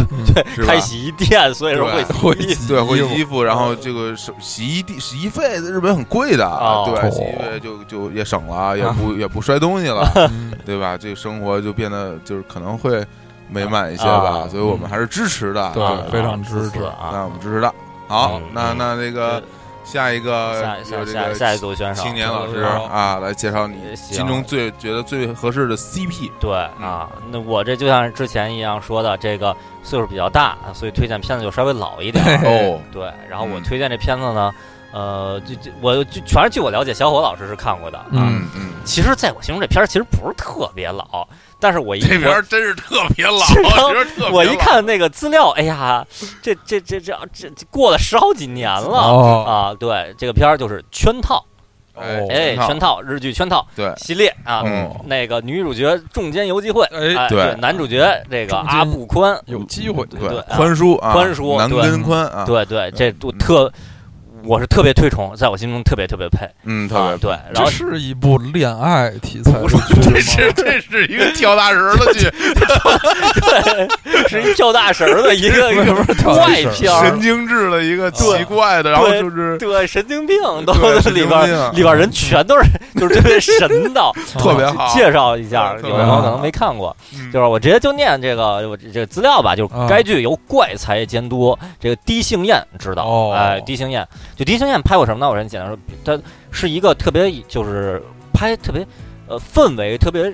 S1: 是吧
S2: 开？洗衣店，所以说 会
S3: 会
S2: 洗衣
S1: 对，会
S3: 衣
S1: 洗
S3: 服
S1: 衣服，然后这个手洗衣地洗衣费在日本很贵的，
S2: 哦啊
S1: 对，
S3: 哦
S1: 洗衣费就就也省了，也不也不摔东西 了，
S3: 嗯
S1: 对吧？这个生活就变得就是可能会美满一些吧，
S2: 啊
S1: 所以我们还是支持的，
S3: 对
S1: 啊
S2: 啊
S3: 非常支持
S1: 那我
S2: 啊。
S1: 们支持他。好
S2: 嗯，
S1: 那
S2: 嗯
S1: 那那个下一个
S2: 下下
S1: 呃有这
S2: 下
S1: 个
S2: 下一组选手，
S1: 青年老师
S3: 好
S1: 啊，来介绍你
S2: 也行
S1: 心中最觉得最合适的 CP。
S2: 对啊，那我这就像之前一样说的，这个岁数比较大，所以推荐片子就稍微老一点。
S1: 哦，
S2: 对，然后我
S1: 嗯
S2: 推荐这片子呢，呃，就就我就全是据我了解，小伙老师是看过的啊。
S3: 嗯
S1: 嗯嗯，
S2: 其实，在我心中这片儿其实不是特别老，但是我一
S1: 这边儿真是特别老，
S2: 这边儿
S1: 这边儿特别老
S2: 我我一，看那个资料，哎呀，这这这这这这过了十好几年了
S3: 哦，
S2: 啊！对，这个片儿就是《圈套》，
S1: 哎
S3: 哦
S2: 哎，《
S1: 全
S2: 圈套》日剧《圈套
S1: 对》
S2: 系列啊，
S1: 嗯
S2: 那个女主角中间游击会，
S3: 哎
S1: 对
S2: 男主角这个
S3: 中间
S2: 阿布宽，
S3: 有机会
S2: 对
S1: 对
S2: 啊
S1: 宽叔啊，
S2: 宽叔
S1: 南
S2: 对
S1: 根宽啊，
S2: 对对，这我特我是特别推崇，在我心中特别特别配
S1: 嗯，特
S2: 啊
S1: 别，
S2: 对，然
S3: 这
S2: 后
S3: 是一部恋爱题材的
S2: 不
S3: 剧
S2: 是
S3: 吗，
S1: 这是这是一个跳大神儿的 剧，
S2: 是一跳大神儿的一个一
S3: 为什
S2: 个
S3: 么是挑这事
S2: 外
S3: 儿
S2: 片
S1: 神
S2: 儿，
S1: 经质的一个
S3: 对
S1: 奇怪的，然后
S2: 对
S1: 就是
S2: 对，神经病都
S1: 对神
S2: 里
S1: 经
S2: 边
S1: 病啊
S2: 儿里边儿人全都是 就是特别神 道，
S3: 啊
S1: 特别好，
S2: 介绍一下，
S1: 啊特
S2: 有
S1: 别
S2: 的朋友
S3: 好
S2: 可能没看过，
S1: 嗯
S2: 就是我直接就念这个我这这资料吧，就是
S3: 啊
S2: 该剧由怪才监督，这个低幸彦指导。
S3: 哦
S2: 哎，低幸彦，就低幸彦拍过什么呢？我先简单说，他是一个特别就是拍特别呃氛围特别呃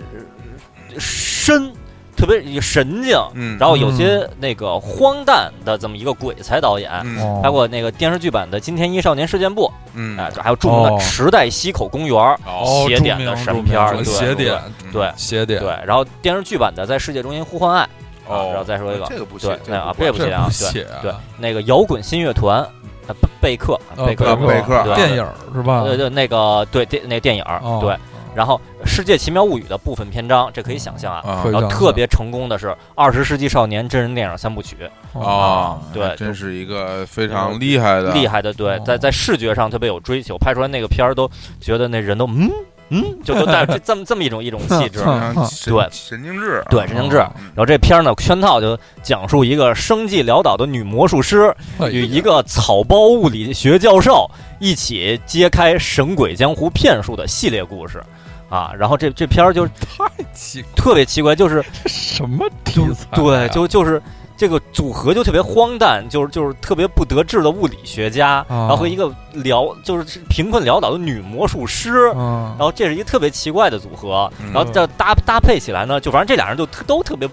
S2: 深，特别神经，
S1: 嗯，
S2: 然后有些那个荒诞的这么一个鬼才导演。
S1: 嗯
S3: 哦
S2: 包括那个电视剧版的《金田一少年事件簿》
S1: 嗯
S2: 啊、还有著名的
S3: 哦
S2: 《池袋西口公园》
S3: 哦
S2: 邪
S3: 著
S2: 典
S3: 名
S2: 的
S3: 著
S2: 神
S3: 名
S2: 片儿
S3: 著
S2: 对
S3: 邪典
S1: 嗯
S2: 对
S3: 邪典
S2: 对，然后电视剧版的在世界中心呼唤爱，啊
S1: 哦，
S2: 然后再说一个，
S1: 这个不行
S2: 对，，那啊，
S1: 这个
S2: 这不
S1: 不
S2: 行
S3: 这
S2: 啊
S3: 不，
S2: 对
S3: 写
S2: 对，那个摇滚新乐团，啊，贝贝克，
S3: 哦
S2: 贝克
S1: 啊，贝克
S2: 对
S3: 电影儿是吧？
S2: 对对，那个对电那电影儿
S3: 哦，
S2: 对，然后《世界奇妙物语》的部分篇章，这可以想象啊。
S1: 啊
S3: 会
S2: 然后
S3: 想
S2: 特
S3: 象
S2: 别成功的是《二十世纪少年》真人电影三部曲，
S1: 啊，
S2: 对
S1: 还真
S2: 就是
S1: 一个非常厉害的，
S2: 厉害的，对
S3: 哦，
S2: 在在视觉上特别有追求，拍出来那个片儿都觉得那人都嗯嗯，就都 带着这这么这么一种一种气质。
S3: 嗯
S2: 然
S1: 然后神
S2: 对
S1: 神经质啊，
S2: 对神经质
S1: 嗯
S2: 后这片儿呢，圈套就讲述一个生计潦倒的女魔术师，
S3: 哎
S2: 与一个草包物理学教授一起揭开神鬼江湖骗术的系列故事，啊，然后这这片儿就
S3: 太奇怪
S2: 特别奇怪， 就是
S3: 这什么题材啊？
S2: 对，就就是这个组合就特别荒诞，就是就是特别不得志的物理学家，
S3: 哦
S2: 然后和一个潦就是贫困潦倒的女魔术师。
S3: 嗯
S2: 然后这是一个特别奇怪的组合，
S1: 嗯
S2: 然后再搭搭配起来呢，就反正这俩人就特都特别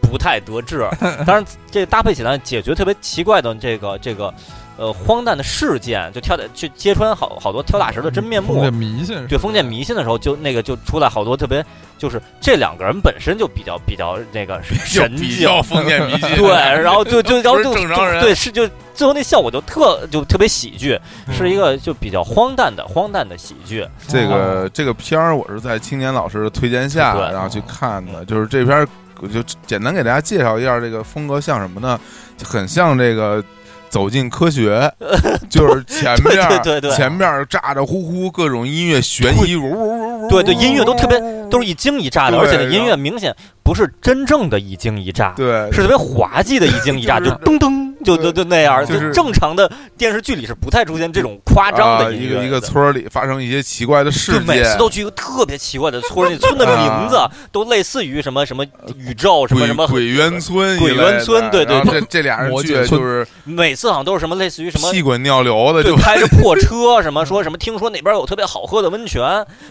S2: 不太得 志。当然，这搭配起来解决特别奇怪的这个这个呃荒诞的事件，就挑的去揭穿好好多挑大神的真面
S3: 封
S1: 嗯
S2: 目
S3: 建。迷信是吧，
S2: 对封建迷信的时候，就那个就出来好多特别，就是这两个人本身就比较比较那个
S1: 就
S2: 神
S1: 比
S2: 经，
S1: 较封建迷信，
S2: 对，然后就就然后就
S1: 不是正常人
S2: 对是就最后那效果就特就特别喜剧，是
S3: 嗯
S1: 嗯
S2: 一个就比较荒诞的荒诞的喜剧。
S1: 这个这个片儿，我是在青年老师的推荐下，
S2: 哦对
S1: 然后去看的。就是这片儿，我就简单给大家介绍一下，这个风格像什么呢？就很像这个。走进科 学，就是前面儿
S2: 对对对对
S1: 前面儿咋咋呼呼各种音乐悬疑，呜呜呜呜
S2: 对对音乐都特别都是一惊一乍的，
S1: 对
S2: 而且那音
S1: 然
S2: 乐明显不是真正的一惊一乍，
S1: 对
S2: 是特别滑稽的一惊一乍，
S1: 就是
S2: 就噔噔，就就就那样，
S1: 就
S2: 就是正常的电视剧里是不太出现这种夸张
S1: 啊
S2: 的
S1: 一
S2: 音乐
S1: 个
S2: 的。
S1: 一个村儿里发生一些奇怪的事
S2: 就每次
S1: 件，
S2: 都去一个特别奇怪的村儿，那村的名字都类似于什么什么宇宙什么
S1: 啊鬼
S2: 什么，
S1: 鬼渊村一
S2: 鬼
S1: 类的，
S2: 渊村对对
S1: 然后这这俩人
S3: 魔
S1: 去
S3: 界村
S1: 就是
S2: 每次好像都是什么类似于什么。
S1: 屁滚尿流的，
S2: 对，
S1: 就
S2: 开着破车，什么说什么？听说那边有特别好喝的温泉，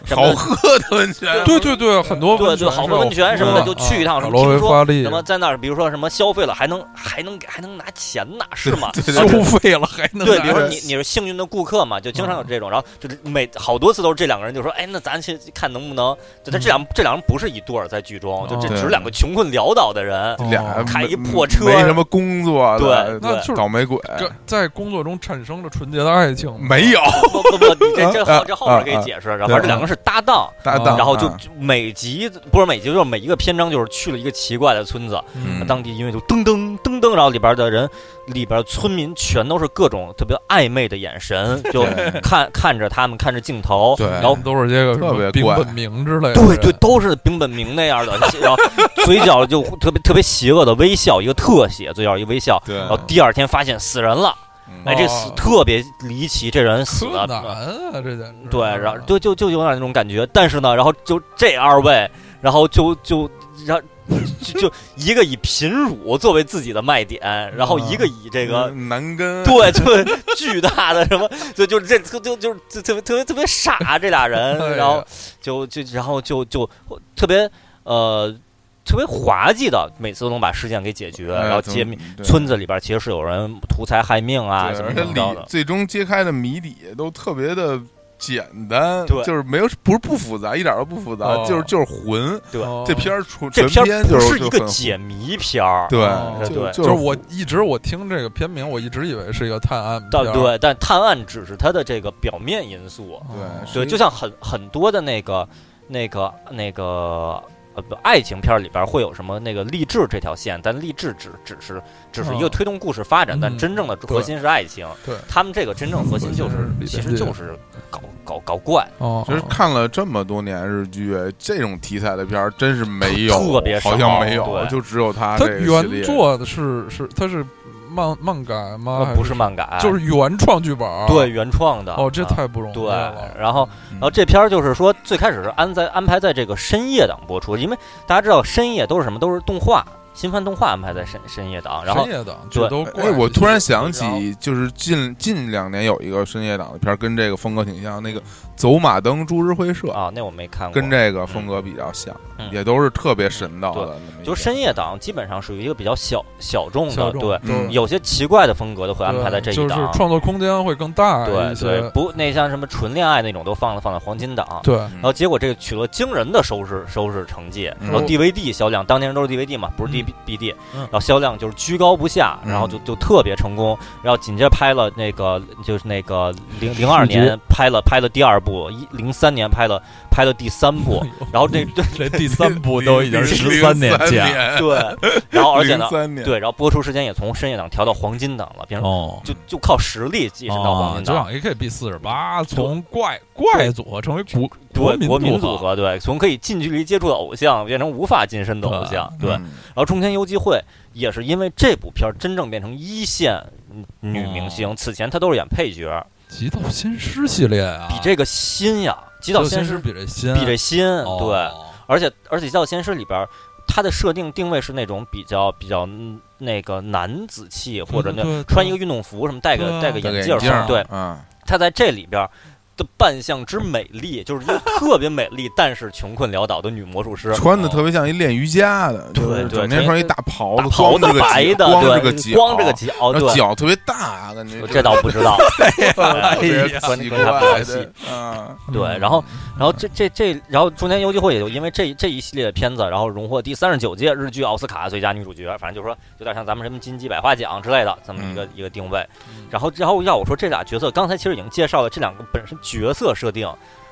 S2: 什么
S1: 好喝的温泉，
S3: 嗯对对对，很多
S2: 对
S3: 温
S2: 对，
S3: 泉
S2: 好多温泉什么的
S1: 嗯
S2: 就去一趟，什么
S3: 罗
S2: 听
S3: 维
S2: 说
S3: 发力
S2: 什么在那儿，比如说什么消费了还能还能还能拿钱 呢，是吗？
S1: 对
S3: 收费了还能
S2: 对，
S3: 拿
S2: 比如说
S3: 着
S2: 你你是幸运的顾客嘛，就经常有
S1: 嗯
S2: 这种，然后就每好多次都是这两个人就说，哎，那咱去看能不能，就他这
S1: 嗯
S2: 两这两人不是一对儿，在剧中，就这
S1: 对
S2: 只是两个穷困潦倒的人，
S3: 哦
S1: 俩
S2: 开一
S1: 没
S2: 破车
S1: 没什么工作的，
S2: 对
S3: 那就是
S1: 倒霉鬼，
S3: 跟在工作中产生了纯洁的爱情吗，
S1: 没有
S2: 不不不，你这这
S1: 啊
S2: 后这后面可以解释，然后反正这两个是搭档，
S1: 搭档，
S2: 然后就
S1: 啊
S2: 就每集不是每集，就是每一个篇章就是去了一个奇怪的村子，
S1: 嗯
S2: 当地音乐就噔噔噔噔，然后里边的人，里边村民全都是各种特别暧昧的眼神，就
S1: 对
S2: 看看着他们，看着镜头，
S1: 对
S2: 然后
S3: 都是这个
S1: 特别
S3: 丙
S1: 怪
S3: 本明之类的人，
S2: 对对，都是丙本明那样的，然后嘴角就特别特别邪恶的微笑，一个特写，嘴角一微笑，
S1: 对，
S2: 然后第二天发现死人了，
S1: 嗯
S2: 哎，这死
S3: 哦
S2: 特别离奇，这人死
S3: 柯
S2: 了。
S3: 南啊，这简直
S2: 对，
S1: 嗯
S2: 然后就就就有点那种感觉，但是呢，然后就这二位，然后就就然后就就一个以贫乳作为自己的卖点，然后一个以这个
S1: 嗯男根，
S2: 对，就巨大的什么，就就这特就就是特特别特别特别傻这俩
S3: 哎呀
S2: 人，然后就就然后就就特别呃特别滑稽的，每次都能把事件给解决，
S1: 哎
S2: 然后
S1: 怎
S2: 揭
S1: 么
S2: 秘。
S1: 对
S2: 村子里边其实是有人图财害命啊，
S1: 对
S2: 什么
S1: 而
S2: 怎
S1: 且
S2: 么着
S1: 里
S2: 的，
S1: 最终揭开的谜底都特别的简单，
S2: 对
S1: 就是没有不是不复杂，一点都不复杂，
S3: 哦
S1: 就是就是混。
S2: 对
S3: 哦
S1: 这片儿纯
S2: 这
S1: 全
S2: 片儿
S1: 就
S2: 不
S1: 是
S2: 一个，解谜片儿，嗯
S1: 就
S3: 哦
S1: 很对，
S2: 对
S1: 就
S3: 就是
S1: 是
S3: 我一直我听这个片名，我一直以为是一个探案片
S2: 但
S3: 儿，
S2: 对，但探案只是它的这个表面因素，
S3: 哦
S1: 对
S2: 对，就像很很多的那个那个那个呃不爱情片里边会有什么那个励志这条线，但励志只只是只是一
S3: 哦
S2: 个推动故事发展，但
S3: 嗯
S2: 真正的
S3: 对
S2: 核心是爱情。
S3: 对
S2: 他们这个真正核心就
S3: 核
S2: 是
S3: 心是
S2: 其
S3: 理
S2: 实
S3: 解
S2: 就是搞搞搞怪，
S3: 哦，
S1: 就是看了这么多年日剧，这种题材的片儿真是没有，
S2: 特别少
S1: 好像没有，
S2: 对
S1: 就只有他
S3: 它
S1: 这个系
S3: 原
S1: 列。
S3: 作的是是它是漫漫改吗？还
S2: 呃不是漫改，
S3: 啊就是原创剧本儿，
S2: 对原创的。
S3: 哦，这
S2: 啊
S3: 太不容易
S2: 对
S3: 了。，
S2: 然后
S1: 嗯
S2: 然后这片儿就是说，最开始是安在安排在这个深夜档播出，因为大家知道深夜都是什么，都是动画新番动画安排在深深夜档，然后
S3: 深夜档
S2: 对
S3: 这都
S1: 哎，
S3: 怪。
S1: 我突然想
S2: 然后
S1: 起，就是近近两年有一个深夜档的片儿，跟这个风格挺像，那个《走马灯株式会社》
S2: 啊，那我没看过。
S1: 跟这个风格比较像，
S2: 嗯
S1: 也都是特别神道的。那么一
S2: 就
S1: 个
S2: 是深夜档基本上属于一个比较小小众
S3: 小
S2: 的，
S3: 众
S2: 对，
S1: 嗯
S2: 有些奇怪的风格都会安排在这
S3: 就
S2: 一
S3: 是
S2: 档。
S3: 创作空间会更大
S2: 对
S3: 一些
S2: 对，。不，那像什么纯恋爱那种都放了放在黄金档。
S3: 对，
S2: 然后结果这个取得惊人的收视收视成绩，
S1: 嗯
S2: 然后 DVD 销量，当年人都是 DVD 嘛，
S4: 嗯
S2: 不是 D B D，然后销量就是居高不下，
S1: 嗯
S2: 然后就就特别成功，然后紧接着拍了那个就是那个零零二
S3: 续集
S2: 年拍了拍了第二部，一零三年拍了拍了第三部， 然后这这
S4: 这第三部都已经
S1: 零
S4: 十三年 前，
S2: 对，然后而且呢
S1: 零，三年，
S2: 对，然后播出时间也从深夜档调到黄金档了，变成、
S4: 哦，
S2: 就就靠实力跻身到黄
S4: 哦，
S2: 金
S4: 就
S2: 档。
S4: 让 AKB 四十八
S2: 嗯
S4: 从怪怪组合成为国
S2: 对国民组
S4: 合，
S2: 合，对，从可以近距离接触的偶像变成无法近身的偶像，对。
S1: 嗯
S2: 然后中间游击会也是因为这部片儿真正变成一线女明星，此前她都是演配角，
S3: 极道先师系列啊，
S2: 比这个新呀，《极
S3: 极
S2: 道
S3: 道
S2: 先
S3: 师
S2: 师》
S3: 比这新，
S2: 比这新，对。
S3: 哦
S2: 而且而且《极道先师》里边儿，它的设定定位是那种比较比较嗯那个男子气，或者那
S3: 对嗯
S1: 嗯
S3: 对对
S2: 穿一个运动服什么，戴
S3: 对
S2: 个
S3: 啊
S2: 戴个
S1: 戴个
S2: 眼镜儿
S1: 镜儿，
S2: 对，
S1: 啊，
S2: 她在这里边儿的扮相之美丽，就是一个特别美丽但是穷困潦倒的女魔术师。
S1: 穿的特别像一练瑜伽的，
S2: 哦对
S1: 就是
S2: 对
S1: 整天
S2: 对
S1: 穿一大袍
S2: 大
S1: 子，
S2: 袍子
S1: 光着个脚
S2: 白的，
S1: 光着个啊
S2: 对，光这个
S1: 脚，
S2: 脚，
S1: 然后
S2: 对，哎
S1: 脚特别大，感 觉
S2: 这倒不知道。
S1: 特别
S2: 呀
S1: 奇
S2: 观察不
S1: 怪
S2: 了
S1: 的
S2: 戏，
S1: 嗯，
S2: 对，然后，然后这这这，然后中间游击会也就因为这这一系列的片子，然后荣获第三十九届日剧奥斯卡最佳女主角，反正就是说有点像咱们什么金鸡百花奖之类的这么一
S1: 嗯
S2: 个、一个定位。
S3: 嗯
S2: 然后，然后要我说这俩角色，刚才其实已经介绍了这两个本身角色设定，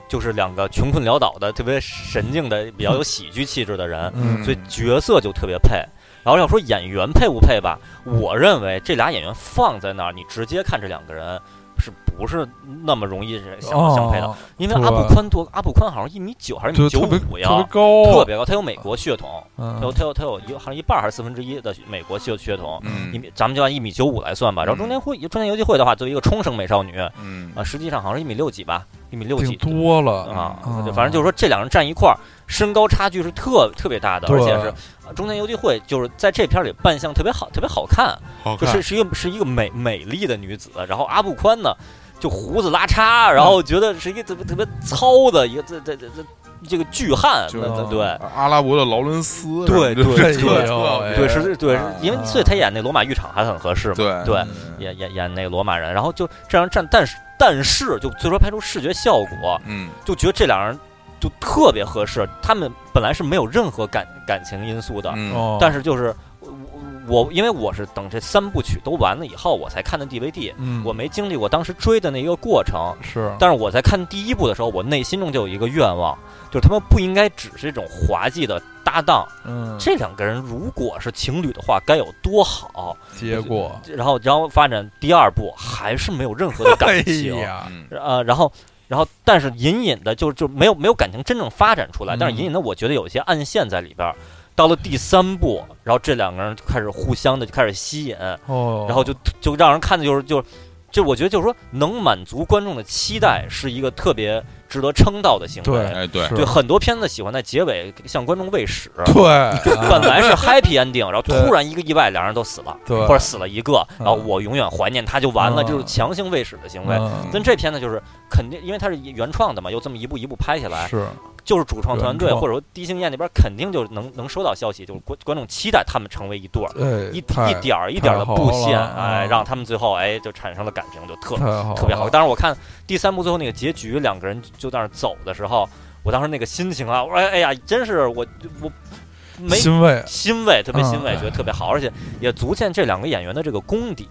S2: 就是两个穷困潦倒的、特别神经的、比较有喜剧气质的人，
S1: 嗯
S2: 所以角色就特别配。然后要说演员配不配吧，我认为这俩演员放在那儿，你直接看这两个人是不是那么容易相、相配的？
S3: 哦
S2: 因为阿布宽多，阿布宽好像一米九还是一
S3: 对
S2: 米九
S3: 特别
S2: 五
S3: 特
S2: 呀
S3: 别，高，啊
S2: 特别高。他有美国血统，他有
S3: 嗯
S2: 他有他有一好像一半还是四分之一的美国血血统。一
S1: 嗯
S2: 米，咱们就按一米九五来算
S3: 嗯
S2: 吧。然后中间会中间游击会的话，作为一个冲绳美少女啊，
S1: 嗯，
S2: 实际上好像是一米六几吧，一米六
S3: 挺
S2: 几
S3: 多了，
S2: 啊
S3: 嗯。
S2: 就反正就是说，这两人站一块儿，身高差距是特特别大的，
S3: 对
S2: 而且是呃中间游击会就是在这片儿里扮相特别好，特别好看，
S1: 好
S2: 就是是一个是一个美美丽的女子，然后阿布
S1: 嗯
S2: 宽呢，就胡子拉碴，然后觉得是一个特别特别糙的一个这这这这这个巨汉，
S1: 就
S2: 对
S1: 是嗯哎
S2: 对
S1: 阿拉伯的劳伦斯，
S2: 对
S1: 这
S2: 对
S1: 这
S3: 对
S1: 特
S3: 哎呦
S1: 特别
S2: 对是，对是
S1: 啊，
S2: 因为所以他演那罗马浴场还很合适嘛，
S1: 对
S2: 对
S3: 嗯
S2: 演演演那个罗马人，然后就这样站，但是但是就最终拍出视觉效果，
S1: 嗯
S2: 就觉得这两人就特别合适，他们本来是没有任何感感情因素的，
S1: 嗯
S3: 哦，
S2: 但是就是我我因为我是等这三部曲都完了以后我才看的 DVD，
S3: 嗯，
S2: 我没经历过当时追的那一个过程，
S3: 是
S2: 但是我在看第一部的时候，我内心中就有一个愿望，就是他们不应该只是一种滑稽的搭档，
S3: 嗯，
S2: 这两个人如果是情侣的话该有多好。
S3: 结果
S2: 然后然后发展第二部还是没有任何的
S3: 哎
S2: 感情，
S3: 呀，
S1: 嗯
S2: 呃，然后然后但是隐隐的就就没有没有感情真正发展出来，
S3: 嗯
S2: 但是隐隐的我觉得有一些暗线在里边儿。到了第三部，然后这两个人就开始互相的就开始吸引，然
S3: 哦，
S2: 后就就让人看的就是就是。就我觉得就是说，能满足观众的期待是一个特别值得称道的行为。
S1: 哎对
S3: 嗯是
S2: 对，很多片子喜欢在结尾向观众喂屎，
S3: 对哎
S2: 本来是 happy ending，然后
S3: 对
S2: 突然一个意外，两人都死了，
S3: 对，
S2: 或者死了一个，然后
S3: 嗯
S2: 我永远怀念他就完了，
S3: 嗯
S2: 就是强行喂屎的行为。
S3: 嗯
S2: 但这片呢，就是肯定，因为它是原创的嘛，又这么一步一步拍下来，
S3: 是
S2: 就是主创团队
S3: 原创
S2: 或者说低星宴那边肯定就是能能收到消息，就是观观众期待他们成为一对儿，
S3: 哎，
S2: 一
S3: 太
S2: 一点儿一点儿的布
S3: 太
S2: 线，
S3: 好了
S2: 哎，
S3: 嗯
S2: 让他们最后哎就产生了感情，就特
S3: 太好
S2: 特别好。
S3: 了，
S2: 当然，我看第三部最后那个结局，两个人就在那儿走的时候，我当时那个心情啊，我说哎哎呀，真是我我没
S3: 欣慰，啊
S2: 欣慰，特别欣慰，
S3: 嗯
S2: 觉得特别好，而且也足见这两个演员的这个功底。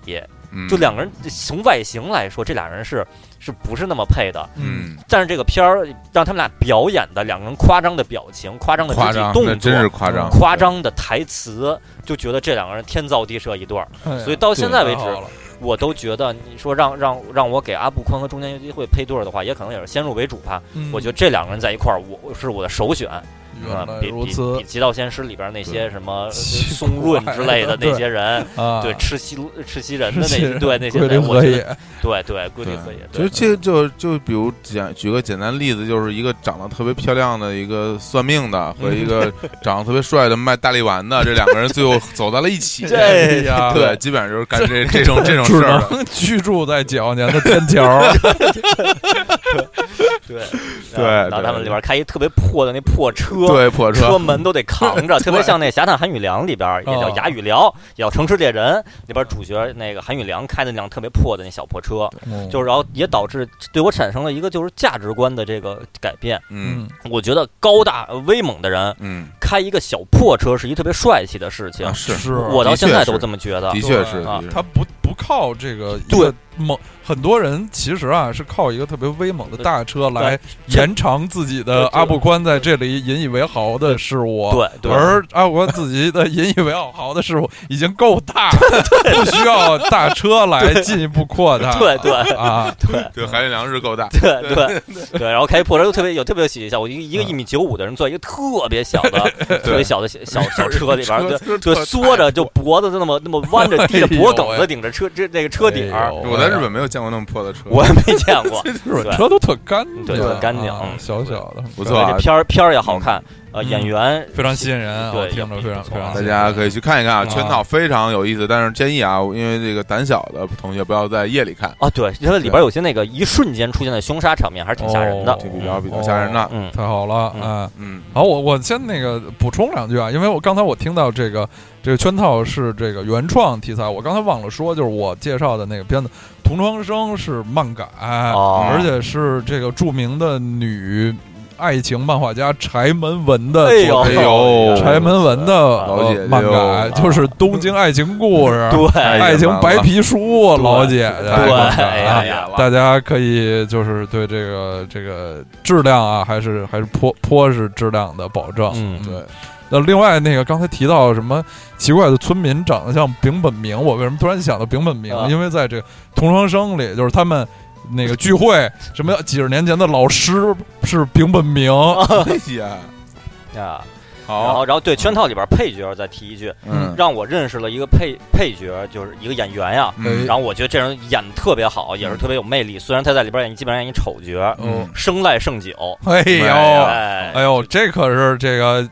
S1: 嗯
S2: 就两个人从外形来说，这俩人是是不是那么配的？
S1: 嗯
S2: 但是这个片儿让他们俩表演的两个人夸张的表情、夸张的肢
S1: 夸
S2: 体
S1: 张，那
S2: 嗯动
S1: 真是
S2: 作、嗯
S1: 夸
S3: 啊
S1: 张，
S2: 夸张的台词，就觉得这两个人天造地设一对儿。
S3: 哎呀
S2: 所以到现在为止
S3: 太好
S1: 啊
S3: 了
S2: 我都觉得，你说让让让我给阿布宽和中间游击会配对儿的话，也可能也是先入为主吧。我觉得这两个人在一块儿，我是我的首选。啊
S3: 嗯原来
S2: 比
S3: 如
S2: 比比
S3: 此
S2: 《极道鲜师》里边那些什么呃
S3: 奇怪
S2: 松润之类的 那些人，
S3: 啊，
S2: 对吃西吃西人的
S3: 是
S2: 那些，对那些
S3: 桂林
S2: 人，我
S3: 河
S2: 觉得
S3: 也
S2: 对对归
S1: 对
S2: 理可以。
S1: 其实这
S2: 对嗯
S1: 就就比如简举个简单例子，就是一个长得特别漂亮的一个算命
S2: 嗯
S1: 的和一个长得特别帅的卖大力丸的，这两个人最后走到了一起。
S2: 这
S3: 哎 呀
S1: 啊对，基本上就是干这这种这种
S3: 只
S1: 事儿的。
S3: 能 居住在解放前的天桥，
S2: 对
S1: 对
S2: 然后
S1: 对
S2: 然后他们里边开一特别破的那破车，
S1: 对，破
S2: 车
S1: 车，
S2: 门都得扛 着，特别像那《侠探韩雨良》里边也叫《
S3: 哦
S2: 哑雨辽》，也叫《城池猎人》里边主角那个韩雨良开的那辆特别破的那小破车，
S3: 嗯
S2: 就是是然后也导致对我产生了一个就是价值观的这个改变。
S1: 嗯
S2: 我觉得高大呃威猛的人
S1: 嗯，
S2: 开一个小破车是一特别帅气的事情
S1: 啊，是，
S3: 是
S2: 我到现在都
S1: 是
S2: 这么觉得
S1: 的。确是，
S2: 啊
S1: 的确是
S3: 他不不靠这个一
S2: 对
S3: 个猛，很多人其实啊是靠一个特别威猛的大车来
S2: 这
S3: 延长自己
S2: 对
S3: 的
S2: 这
S3: 阿布宽在这里引以为豪的事物，
S2: 对对，
S3: 而阿布宽自己的引以为豪的事物已经够大， 不需要大车来进一步扩大，
S2: 对对
S3: 啊，
S2: 对。
S1: 对含金量是够大。
S2: 对对对，然后开一破车就特别有特别有喜剧效果。一个
S1: 嗯
S2: 一个一米九五的人坐一个特别小的、 特别小的小小小车里边儿，
S1: 车
S2: 就
S1: 车
S2: 就缩着，就脖子就那么那么弯着，低着脖梗子顶着车这那个车顶
S3: 哎
S2: 儿
S3: 呦，
S1: 我在日本没有见过那么破的车，
S2: 我也没见过。
S3: 日本
S2: 对
S3: 车都特干净，
S2: 对特干净
S3: 啊
S2: 嗯
S3: 小小的，
S1: 不错啊
S2: 这，片儿片儿也好看，呃，演员
S3: 非常吸引人啊，
S2: 对
S3: 我听着非常
S2: 也不
S3: 非
S2: 错
S3: 常
S1: 大
S3: 吸引人，
S1: 家可以去看一看啊，
S3: 啊
S1: 全套非常有意思。但是建议啊，因为这个胆小的同学不要在夜里看，
S2: 啊，对，因为里边有些那个一瞬间出现的凶杀场面还是挺吓人的
S3: 哦。
S1: 这比较比较吓人的。
S2: 嗯，
S3: 太好了，
S2: 嗯
S3: 啊！
S1: 嗯，
S3: 好，我我先那个补充两句啊，因为我刚才我听到这个这个圈套是这个原创题材，我刚才忘了说，就是我介绍的那个片子《同窗生》是漫改，
S2: 哦
S3: 而且是这个著名的女爱情漫画家柴门文的
S2: 哎
S3: 作
S2: 呦，
S1: 哎
S3: 品。
S1: 呦
S3: 柴门文的
S2: 啊
S1: 老姐姐
S3: 呃漫改
S1: 哟
S3: 就是《东京爱情故 事》
S2: 对哎
S3: 爱情白皮书》啊老姐姐，
S2: 对
S3: 漫改
S2: 哎呀
S1: 太演了，啊
S3: 大家可以就是对这个这个质量啊，还是还是颇颇是质量的保证。
S2: 嗯
S3: 对。那另外那个刚才提到什么奇怪的村民长得像丙本明，我为什么突然想到丙本明？
S2: 啊
S3: 因为在这个同窗生里，就是他们那个聚会，什么几十年前的老师是丙本明，
S1: 哎呀，
S2: 啊。然
S1: 好，
S2: 后，然后对圈套里边配角再提一句，
S1: 嗯，
S2: 让我认识了一个配配角，就是一个演员呀。
S1: 嗯
S2: 然后我觉得这人演的特别好，也是特别有魅力。虽然他在里边演基本上演一丑角，
S1: 嗯
S2: 生来胜酒。
S3: 哎呦，
S2: 哎
S3: 哎呦，这可是这个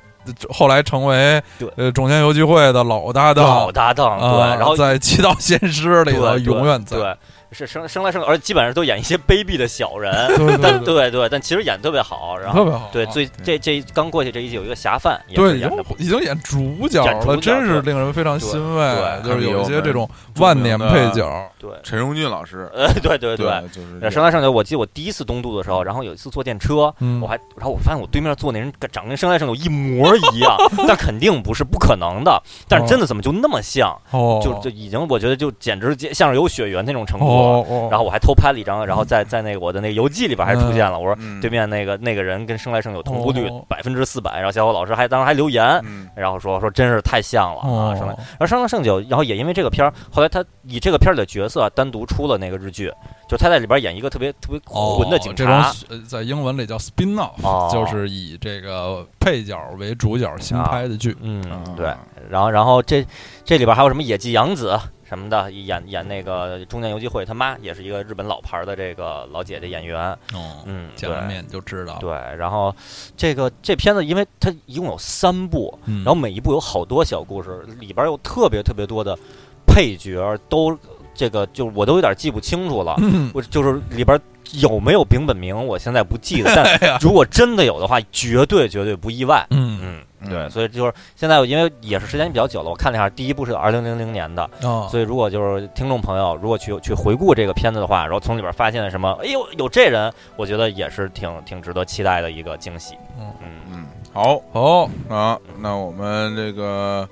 S3: 后来成为
S2: 对
S3: 呃中间游击会的老搭档
S2: 老搭档，对，
S3: 啊
S2: 然后
S3: 在《七道先师》里头
S2: 对对
S3: 永远在
S2: 对，是生生来生，而且基本上都演一些卑鄙的小人，
S3: 对
S2: 但
S3: 对对，
S2: 对对，但其实演得特别好，然
S3: 特
S2: 后
S3: 别好，啊
S2: 对最这这刚过去这一季有一个侠贩，也
S3: 对
S2: 是
S3: 已
S2: 演
S3: 经
S2: 的不
S3: 已经演主角
S2: 演主
S3: 了，
S2: 角
S3: 真是
S2: 对
S3: 令人非常欣慰，啊
S2: 对
S3: 就是有一些这种
S1: 著名的
S3: 万年配角，
S2: 对，
S1: 陈荣俊老师，
S2: 呃，对对对。
S1: 就是
S2: 呃生来生去，我记得我第一次东渡的时候，然后有一次坐电车，
S3: 嗯
S2: 我，还，然后我发现我对面坐那人长跟生来生有一模一 样，但肯定不是，不可能的。但是真的怎么就那么像？
S3: 哦，
S2: 就就已经我觉得就简直像是有血缘那种程度了。
S3: 哦哦，
S2: 然后我还偷拍了一张，然后在在那个我的那个游记里边还出现了，我说
S1: 嗯
S2: 对面那个那个人跟生来生有同步率
S3: 哦
S2: 百分之四百，然后小伙老师还当时还留言，
S1: 嗯
S2: 然后说说真是太像了啊，生来，
S3: 哦，
S2: 然后生来生九，然后也因为这个片儿，后来他以这个片儿的角色单独出了那个日剧，就他在里边演一个特别特别混的警
S3: 哦这种
S2: 察，
S3: 呃在英文里叫 spin off，、
S2: 哦啊
S3: 就是以这个配角为主角新拍的剧。
S2: 嗯
S1: 啊，
S2: 对，然后然后这这里边还有什么野纪洋子什么的，演演那个中年游击会他妈也是一个日本老牌儿的这个老姐姐演员，
S3: 哦，
S2: 嗯，
S3: 见
S2: 对。
S3: 了面就知道。
S2: 对，然后这个这片子，因为它一共有三部，
S3: 嗯，
S2: 然后每一部有好多小故事，里边有特别特别多的配角，都这个就我都有点记不清楚了。
S3: 嗯，
S2: 我就是里边有没有丙本明，我现在不记得，
S3: 哎
S2: 但如果真的有的话，绝对绝对不意外。
S3: 嗯
S2: 嗯，
S1: 嗯
S2: 对，所以就是现在，因为也是时间比较久了，我看了一下，第一部是二零零零年的，
S3: 哦，
S2: 所以如果就是听众朋友，如果去去回顾这个片子的话，然后从里边发现了什么，哎呦有这人，我觉得也是挺挺值得期待的一个惊喜。
S3: 嗯
S2: 嗯，
S1: 嗯，好
S3: 哦，
S1: 啊，那我们这个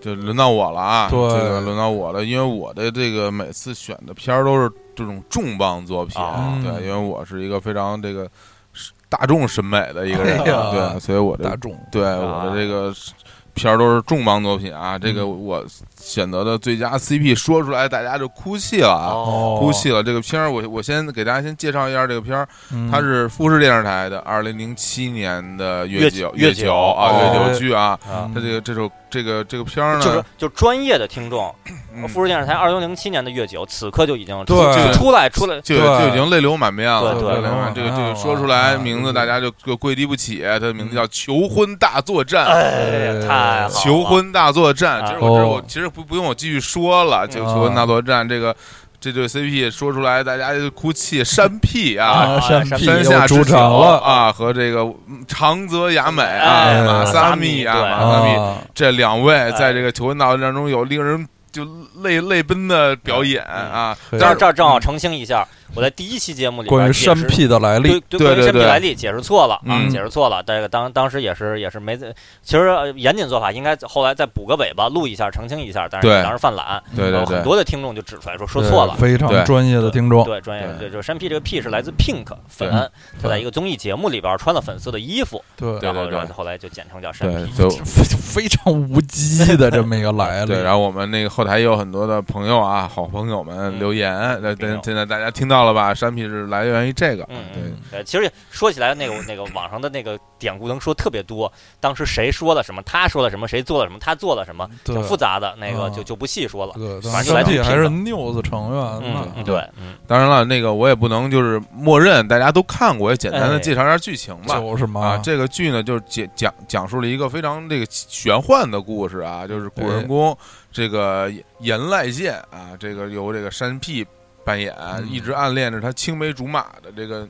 S1: 就轮到我了啊，
S3: 对
S1: 这个轮到我了，因为我的这个每次选的片儿都是这种重磅作品，
S2: 啊
S1: 对，
S3: 嗯
S1: 因为我是一个非常这个大众审美的一个人，
S3: 哎呀
S1: 对，所以我
S3: 大
S1: 的
S3: 众
S1: 对
S2: 啊
S1: 我的这个片儿都是重磅作品啊，这个
S3: 嗯
S1: 我选择的最佳 CP 说出来大家就哭泣了啊。
S2: 哦
S1: 哭泣了。这个片儿，我我先给大家先介绍一下这个片儿，
S3: 嗯
S1: 它是富士电视台的二零零七年的
S2: 月
S1: 九
S2: 月
S1: 月
S2: 九
S1: 啊
S3: 哦
S1: 月九剧啊。
S2: 啊，
S1: 它这个这首这个这个片
S3: 嗯
S1: 儿
S2: 就是
S1: 呢，
S2: 就专业的听众，
S1: 嗯
S2: 富士电视台二零零七年的月九，此刻就已经
S3: 对
S2: 就出来出来，
S1: 就
S3: 对
S1: 就已经泪流满面了。
S2: 对对
S1: 泪流满面这
S3: 对
S1: 个这
S3: 对
S1: 个
S3: 对
S1: 说出来
S3: 对
S1: 名
S3: 对
S1: 字，大家就就跪地不起。它的名字叫《求婚大作战》。
S3: 呃
S2: 哎，太好了，
S1: 求婚大作战，其实我
S3: 啊
S1: 这
S3: 哦
S1: 我其实不不用我继续说了，这个求婚大作战这个这对 CP 说出来大家就哭泣山屁啊，
S2: 啊
S3: 山
S2: 山
S3: 屁
S1: 山
S3: 又
S1: 下
S3: 出
S1: 之
S3: 场
S1: 久
S3: 了
S1: 啊，和这个嗯长泽雅美
S2: 哎
S1: 啊、马萨米啊、
S2: 马萨米对
S1: 马萨米
S3: 啊，
S1: 这两位在这个求婚大作战中有令人就泪泪奔的表演啊，
S2: 这
S3: 嗯
S1: 但
S2: 儿
S1: 是
S2: 这儿正好澄清一下，我在第一期节目里
S3: 关
S2: 边
S3: 于
S2: 解
S3: 山
S2: 释
S3: 屁的来历
S2: 对，对，关于
S1: 啊对
S2: 身体
S1: 对
S2: 来历解释错了啊，
S1: 嗯
S2: 解释错了。这个当当时也是也是没在，其实呃严谨做法应该后来再补个尾巴，录一下澄清一下，但是
S1: 对
S2: 当时犯懒，
S1: 对
S2: 然后
S1: 对
S2: 很
S1: 对。
S2: 多的听众就指出来说说错了
S3: 对。嗯非
S1: 对
S3: 常专业的听众，
S2: 对，专业
S1: 对
S2: 对，就是山 P 这个 P 是来自 Pink 粉，他在一个综艺节目里边穿了粉色的衣服，
S3: 对
S1: 对
S2: 然后
S1: 对对
S2: 然后后来就简称叫山
S1: 对
S2: P。，
S1: 就
S3: 非 非常无稽的这么一个来历。
S1: 对，然后我们那个后台也有很多的朋友啊，好朋友们留言，那
S2: 没有
S1: 现在大家听到了吧？山皮是来源于这个，
S2: 嗯
S1: 对
S2: 嗯，呃，其实说起来，那个那个网上的那个典故能说特别多，当时谁说了什么，他说了什么，谁做了什么，他做了什么，挺
S3: 对
S2: 复杂的，那个
S3: 嗯
S2: 就就不细说了。
S3: 对，
S2: 反
S3: 但
S2: 正来
S3: 山
S2: 自
S3: 屁还是
S2: 苹
S3: News 成员呢
S1: 啊
S2: 嗯，嗯，对，嗯。
S1: 当然了，那个我也不能就是默认大家都看过，也简单的介绍一下剧情吧。
S3: 就是嘛，
S1: 啊，这个剧呢，就是讲讲讲述了一个非常这个玄幻的故事
S2: 嗯
S1: 啊，就是主人公这个岩濑健啊，这个由这个山屁扮演，
S3: 嗯
S1: 一直暗恋着他青梅竹马的这个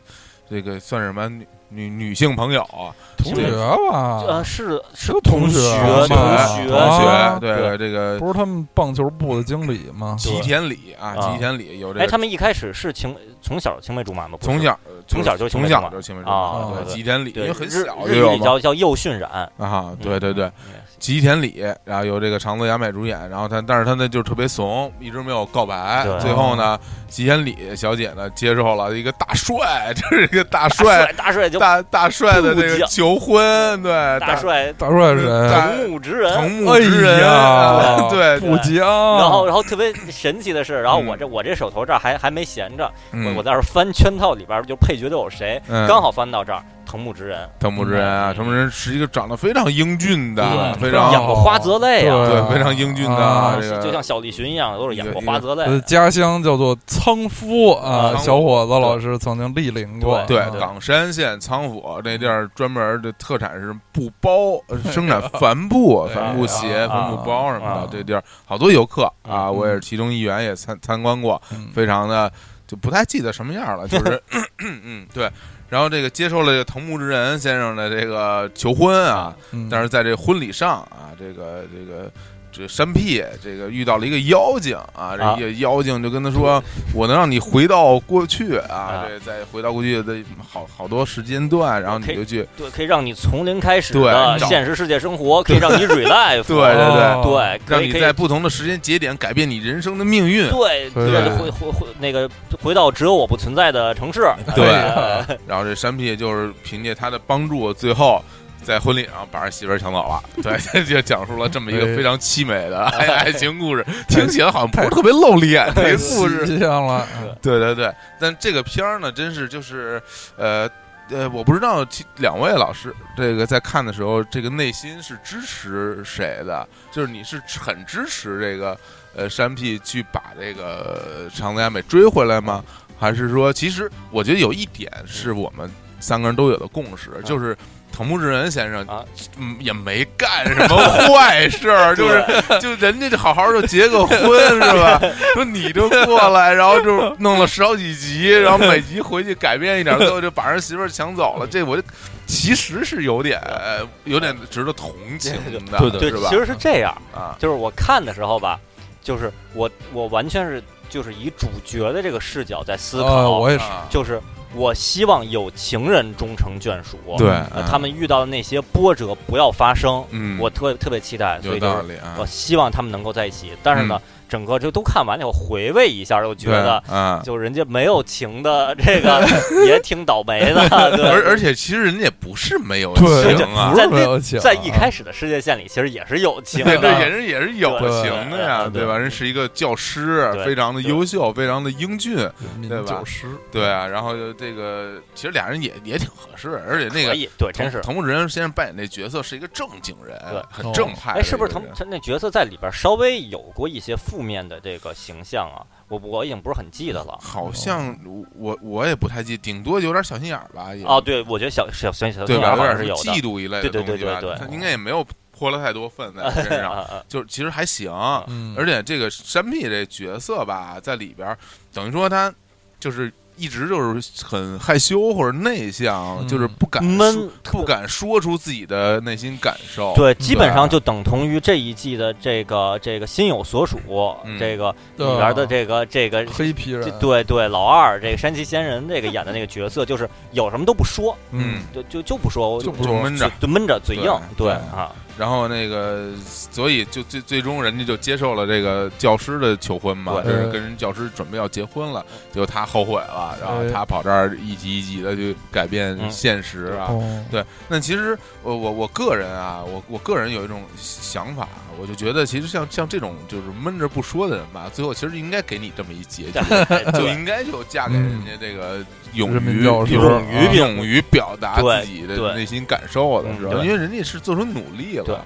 S1: 这个算是什么女女女性朋友啊，
S3: 同学吧
S2: 呃，，是是
S3: 这个
S2: 同
S3: 同学
S2: 同
S3: 啊
S1: 同
S2: 学
S1: 学，
S3: 啊
S1: 对这个
S3: 不是他们棒球部的经理吗？
S1: 吉田里啊，
S2: 啊
S1: 吉田里有这
S2: 哎，
S1: 个
S2: 他们一开始是情从小青梅竹马吗？不是
S1: 从小
S2: 从小就
S1: 就
S2: 青
S1: 从
S2: 梅竹马
S1: 小就青梅竹
S2: 啊
S1: 马，
S3: 对
S1: 对
S2: 对
S1: 吉田里，因
S2: 对，
S1: 为很
S2: 日
S1: 小就
S2: 日语
S1: 有
S2: 里
S1: 嘛
S2: 叫叫右训染。
S1: 啊，对对对，
S2: 嗯，
S1: 吉田里，然后由这个长泽雅美主演，然后他但是他呢就是特别怂，一直没有告白
S2: 对，
S1: 最后呢，吉田里小姐呢接受了一个大帅，这是一个大
S2: 大帅
S1: 帅
S2: 大帅就
S1: 大大帅的这
S2: 不
S1: 个
S2: 讲
S1: 求婚，对
S2: 大帅
S3: 大帅是谁？
S1: 大
S2: 同木直人。
S1: 藤木之人，
S3: 哎 呀
S1: 对，
S3: 不吉啊，
S2: 然后，然后特别神奇的是，然后我
S1: 嗯
S2: 这我这手头这儿还还没闲着，
S1: 嗯
S2: 我
S1: 嗯
S2: 我在这儿翻圈套里边儿，就配角都有谁，
S1: 嗯
S2: 刚好翻到这儿，藤木直人，
S1: 藤木之人啊，
S2: 嗯
S1: 藤木之人是一个长得非常英俊的，
S2: 对
S1: 非
S3: 哦
S2: 养
S1: 常
S2: 过花泽类啊，
S1: 对非常英俊的
S3: 啊
S1: 这个
S2: 就像小栗旬一样，都是演过
S1: 一个
S2: 花泽类
S3: 呃，
S2: 的。
S3: 家乡叫做仓敷啊，
S1: 啊
S3: 小伙子老师曾经莅临过。
S1: 对
S3: 啊
S1: 冈山县仓府那地儿专门的特产是布包，呃生产帆布、
S3: 对
S1: 帆布鞋、
S2: 啊
S1: 帆布包什么
S2: 啊
S1: 的。这地儿好多游客啊，
S3: 嗯
S1: 我也是其中一员，也参参观过，
S3: 嗯
S1: 非常的就不太记得什么样了，就是嗯对。然后这个接受了这个藤木之人先生的这个求婚啊，
S3: 嗯
S1: 但是在这婚礼上啊，这个这个这山屁这个遇到了一个妖精啊，
S2: 啊
S1: 这一妖精就跟他说：“我能让你回到过去啊
S2: 啊，
S1: 这再回到过去的好好多时间段，然后你
S2: 可以
S1: 就去
S2: 对，可以让你从零开始
S1: 对
S2: 的
S1: 找
S2: 现实世界生活，可以让你 relive，
S1: 对对
S3: 哦
S1: 对，
S2: 对，可
S1: 让
S2: 以
S1: 你
S2: 可
S1: 在
S2: 以，
S1: 不同的时间节点改变你人生的命运。”
S2: 对，
S3: 对
S2: 就是回回回那个回到只有我不存在的城市，
S1: 对
S2: 呃
S1: 然后这山屁就是凭借他的帮助，最后。在婚礼上把人媳妇儿抢走了，对， 就讲述了这么
S2: 哎
S1: 一个
S3: 对
S1: 非常凄美的爱爱情故事，听起来好像不是特别露脸
S2: 哎
S1: 的一个故事，
S3: 西乡了，
S1: 对对对，但这个片儿呢，真是就是，呃呃，我不知道其两位老师这个在看的时候，这个内心是支持谁的？就是你是很支持这个呃山屁去把这个呃长泽雅美追回来吗？还是说，其实我觉得有一点是我们三个人都有的共识，就是。藤木智人先生，
S2: 啊
S1: 嗯，也没干什么坏事儿， 就是就人家就好好就结个婚是吧？ 说你就过来，然后就弄了十好几集，然后每集回去改变一点，最后就把人媳妇儿抢走了。这我就其实是有点呃有点值得同情的，
S3: 对的
S2: 对
S1: 是，吧？
S2: 其实是这样，
S1: 啊，
S2: 就是我看的时候吧，就是我我完全是就是以主角的这个视角在思
S3: 呃，
S2: 考，
S3: 我也是，
S1: 啊
S2: 就是我希望有情人终成眷属，
S1: 对
S2: 呃，
S1: 嗯
S2: 他们遇到的那些波折不要发生，
S1: 嗯，
S2: 我特特别期待，所
S1: 有
S2: 以就
S1: 道
S2: 是
S1: 理啊嗯
S2: 我，希望他们能够在一起。但是呢，整个就都看完了以后回味一下，又觉
S1: 对
S2: 得
S1: 啊。
S2: 就人家没有情的这 个也挺倒霉的，对。
S1: 而而且其实人家也不是没有
S3: 对
S1: 情啊
S3: 不，
S2: 在
S3: 是
S2: 那
S3: 没有情啊，
S2: 在一开始的世界线里，其实也是有情
S1: 对，
S2: 的，
S1: 这也是也是有
S2: 对
S1: 情的呀，
S2: 对对
S1: 对吧？人是一个教师，
S2: 对
S1: 非常的
S2: 对
S1: 优秀，非常的英俊，
S3: 民
S1: 对吧
S3: 酒师，
S1: 对啊。然后就这个其实俩人也也挺合适，而且那
S2: 可
S1: 个
S2: 以，对，真是。
S1: 藤木直人先生扮演那角色是一个正经人，
S2: 对
S1: 很正派的一个人。
S2: 哎，是不是藤他那角色在里边稍微有过一些负面的这个形象啊？我我已经不是很记得了。
S1: 好像我我也不太记，顶多有点小心眼儿吧，也
S2: 哦，对，我觉得小小小小
S1: 嗯对
S2: 小
S1: 吧？
S2: 男
S1: 有
S2: 孩
S1: 点
S2: 是有的。
S1: 嫉妒一类的
S2: 对对
S1: 东西吧。
S2: 对对对
S1: 他应该也没有泼了太多粪在他身 上，
S2: 啊啊
S1: 就是其实还行。
S3: 嗯，
S1: 而且这个山屁这角色吧，在里边儿等于说他就是一直就是很害羞或者内向，
S3: 嗯
S1: 就是不敢
S2: 闷
S1: 说，不敢说出自己的内心感受。
S2: 对，基本
S1: 啊
S2: 上就等同于这一季的这个这个心有所属，
S1: 嗯
S2: 这个里
S3: 对
S2: 边的这个这个，
S3: 黑皮人
S2: 这，对对，老二这个山崎贤人这个演的那个角色，就是有什么都不说，
S1: 嗯，
S2: 就就就不说，我
S1: 就
S2: 就
S1: 就闷着
S2: 就。就闷着嘴
S1: 对
S2: 硬，
S1: 对
S2: 对啊，
S1: 然后那个，所以就最最终人家就接受了这个教师的求婚嘛，
S2: 对
S1: 就是跟人教师准备要结婚了，结果他后悔了，然后
S3: 哎
S1: 他跑这儿一级一级的去改变
S2: 嗯
S1: 现实啊。
S3: 哦
S1: 对，那其实我我我个人啊，我我个人有一种想法，啊我就觉得其实像像这种就是闷着不说的人吧，最后其实应该给你这么一结 局， 就
S2: 对
S1: 应该就嫁给人家这个勇
S3: 人
S1: 于
S3: 民教师
S1: 勇
S3: 啊
S1: 于勇于表达
S2: 对
S1: 自己
S2: 对
S1: 的内心感受的，
S2: 嗯
S1: 是吧？
S2: 对
S1: 因为人家是做出努力了，对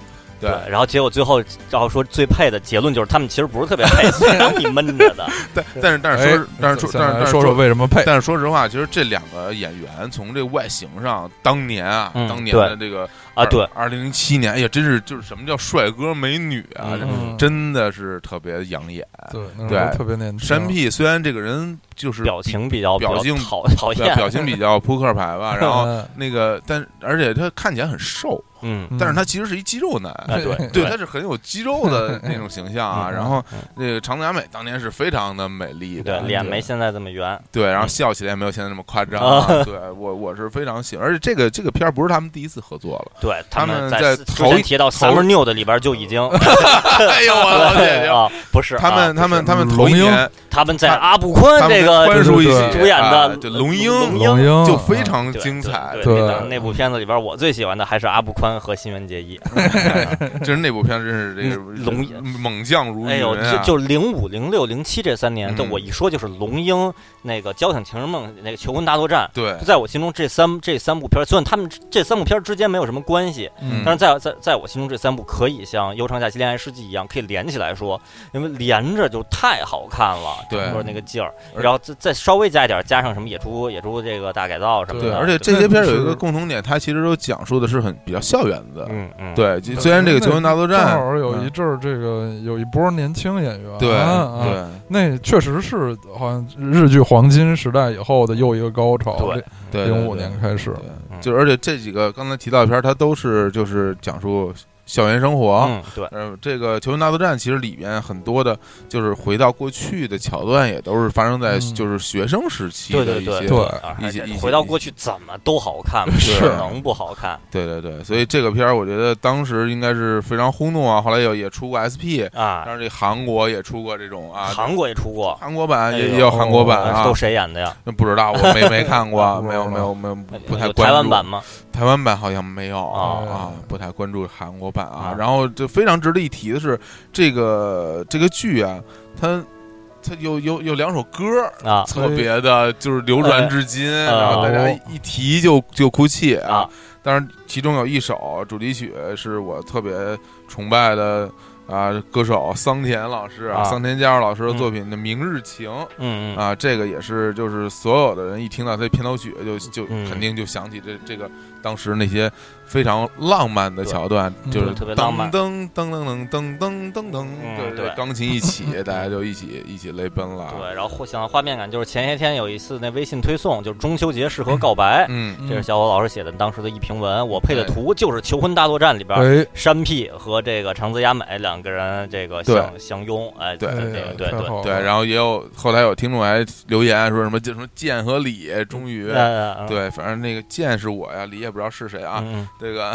S2: 对，然后结果最后然后说最配的结论就是他们其实不是特别配，是让你闷着 的，
S1: 但但是但是说，但是说但是但
S3: 哎说
S1: 是
S3: 说为什么配，
S1: 但是说实话，其实这两个演员从这外形上，当年啊，
S2: 嗯
S1: 当年的这个
S2: 啊，对，，
S1: 二零零七年，哎呀，真是就是什么叫帅哥美女啊，
S2: 嗯
S1: 这
S3: 嗯
S1: 真的是特别养眼。
S3: 对那时
S1: 对
S3: 候特别年轻，
S2: 啊
S1: 山屁虽然这个人就是
S2: 表情比较
S1: 表情
S2: 比较讨讨
S1: 对
S2: 厌，
S1: 表情比较扑克牌 吧，啊然后
S3: 嗯，
S1: 那个，但而且他看起来很瘦，
S2: 嗯，
S3: 嗯
S1: 但是他其实是一肌肉男。
S2: 啊对
S1: 对，他是很有肌肉 的那种形象啊。
S2: 嗯
S1: 然后，那个长泽雅美当年是非常的美丽的
S2: 对，，脸没现在这么圆，
S1: 对，然后
S2: 嗯
S1: 笑起来也没有现在那么夸张
S2: 啊
S1: 啊。对我我是非常喜欢，而且这个这个片儿不是他们第一次合作了，
S2: 对对，他
S1: 们
S2: 在
S1: 在
S2: 之
S1: 头
S2: 前
S1: 一
S2: 提到
S1: 头
S2: Summer New 的里边就已 经
S1: 哎呦我老姐姐，
S2: 啊，不是
S1: 他
S2: 啊
S1: 们他们他们头一
S3: 龙鹰
S1: 年
S2: 他们在
S1: 他
S2: 阿部
S1: 他
S2: 宽
S1: 们
S2: 这
S1: 的
S2: 个
S1: 宽
S2: 主
S1: 叔一
S3: 对
S1: 起啊
S2: 主演的
S1: 对龙
S2: 鹰
S1: 鹰
S3: 嗯龙
S2: 鹰
S3: 鹰
S1: 就非常
S2: 对
S1: 精彩，
S2: 对
S3: 对
S2: 那档那部片子里边，我最喜欢的还是阿部宽和新垣结衣。
S1: 就是那部片真是这个
S2: 嗯龙
S1: 嗯猛将如
S2: 哎
S1: 云
S2: 呦，
S1: 啊！
S2: 就就零五、零六、零七这三年，
S1: 嗯
S2: 这我一说就是龙鹰、那个《交响情人梦》、那个《求婚大作战》。
S1: 对
S2: 就在我心中，这三这三部片儿，虽然他们这这三部片儿之间没有什么关系，
S1: 嗯
S2: 但是在在在我心中，这三部可以像《悠长假期恋爱世纪》一样，可以连起来说，因为连着就太好看了，
S1: 对
S2: 整个那个劲儿。
S1: 而
S2: 然后再再稍微加一点，加上什么野猪、野猪这个大改造什么的。
S1: 对，而且这些片儿有一个共同点，它其实都讲述的是很比较校园的。
S2: 嗯嗯，
S1: 对，就虽然这个《球员大作
S3: 正
S1: 战》
S3: 好有一
S1: 嗯
S3: 阵儿这个有一波年轻演员，
S1: 对
S3: 啊
S1: 对，
S3: 那确实是好像日剧黄金时代以后的又一个高潮，
S2: 对
S1: 对
S3: 零五年开始
S1: 对，
S2: 嗯
S1: 就是而且这几个刚才提到的片儿，它都是就是讲述校园生活。
S2: 嗯对。
S1: 呃，这个《球员大作战》其实里面很多的，就是回到过去的桥段，也都是发生在
S3: 嗯
S1: 就是学生时期
S2: 对
S1: 的
S2: 对
S1: 一
S2: 对
S1: 些。
S3: 对
S2: 啊而
S1: 一些
S2: 且
S1: 一些
S2: 回到过去怎么都好看，
S1: 是
S2: 不可能不好看
S1: 对对对，所以这个片儿我觉得当时应该是非常轰动啊。后来也也出过 SP，
S2: 啊！
S1: 当时这韩国也出过这种啊，
S2: 韩国也出过，
S1: 韩国版
S2: 哎
S1: 也
S2: 呦
S1: 也有韩国版
S2: 呃
S1: 啊
S2: 都，谁演的呀？
S1: 不知道 我没没看过，
S3: 不
S1: 没
S3: 知道
S1: 有没有没有不太关
S2: 有哎台
S1: 注
S2: 湾版吗？
S1: 台湾版好像没有
S2: 啊
S1: 啊，不太关注韩国版啊
S2: 啊。
S1: 然后就非常值得一提的是，这个这个剧啊，它它有有有两首歌儿
S2: 啊哎
S1: 特别的，就是流传至今，然后大家一提就就哭泣
S2: 啊！
S1: 当然，其中有一首主题曲是我特别崇拜的啊，歌手桑田老师
S2: 啊
S1: 桑田佳二老师的作品《的明日情》
S2: 嗯嗯
S1: 啊，这个也是就是所有的人一听到这片头曲就就
S2: 嗯
S1: 肯定就想起这这个当时那些非常浪漫的桥段，
S3: 对
S1: 就是
S2: 嗯特别
S1: 噔
S2: 浪漫
S1: 噔噔噔噔噔噔噔噔，
S2: 嗯
S1: 就是
S2: 对
S1: 钢琴一起，大家就一起一起泪奔了。啊
S2: 对，然后或想画面感就是前些天有一次那微信推送，就是中秋节适合告白，
S1: 嗯，
S2: 这是小伙老师写的当时的一评文，我配的
S1: 对
S2: 图就是《求婚大作战》里边
S3: 哎，
S2: 山屁和这个长泽雅美两个人这个
S1: 对
S2: 相相拥，哎，
S1: 对
S2: 这
S3: 哎
S2: 个
S3: 呀
S2: 对
S3: 太
S2: 对，
S3: 好
S1: 对，
S3: 了
S1: 然后也有后来有听众还留言说什么就什么剑和李，终于。
S2: 嗯，
S1: 对，反正那个剑是我呀，李也不知道是谁啊。
S2: 嗯
S1: 这个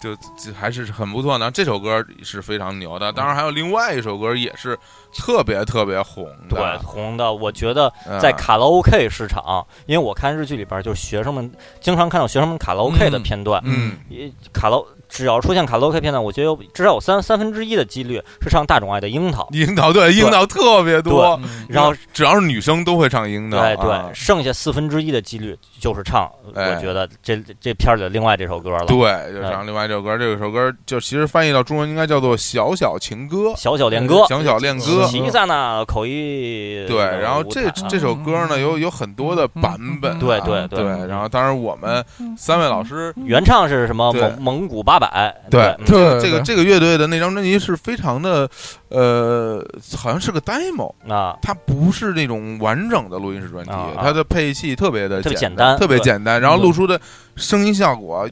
S1: 就就还是很不错呢。这首歌是非常牛的，当然还有另外一首歌也是特别特别红
S2: 对
S1: 的，
S2: 红的，我觉得
S1: 嗯
S2: 在卡拉 OK 市场，因为我看日剧里边儿，就是学生们经常看到学生们卡拉 OK 的
S1: 嗯
S2: 片段，
S1: 嗯
S2: 也卡拉只要出现卡拉 OK 片段，我觉得有至少有三三分之一的几率是唱大众爱的《樱桃》，
S1: 樱桃对樱桃特别多，
S2: 然后
S1: 只要是女生都会唱樱桃，啊
S2: 对哎对，剩下四分之一的几率就是唱，
S1: 哎
S2: 我觉得这这片儿里的另外这首歌了，
S1: 对，就唱另外这首歌，这首歌就其实翻译到中文应该叫做《小小情歌》，
S2: 小小恋歌，
S1: 哎
S2: 嗯
S1: 小小恋歌。嗯
S2: 西萨那口译
S1: 对，然后这
S2: 啊
S1: 这首歌
S3: 嗯
S1: 呢，有有很多的版本啊，
S2: 对对
S1: 对
S2: 对
S1: 然后当然我们
S3: 嗯
S1: 三位老师
S2: 原唱是什么
S1: 对
S2: 蒙蒙古八百，
S1: 对
S2: 嗯
S3: 对
S1: 这个这个乐队的那张专辑是非常的，呃，好像是个 demo，
S2: 啊，
S1: 它不是那种完整的录音室专辑，
S2: 啊啊
S1: 它的配器特别的
S2: 特别
S1: 简
S2: 简单
S1: 特别
S2: 对嗯
S1: 简单，然后录出的声音效果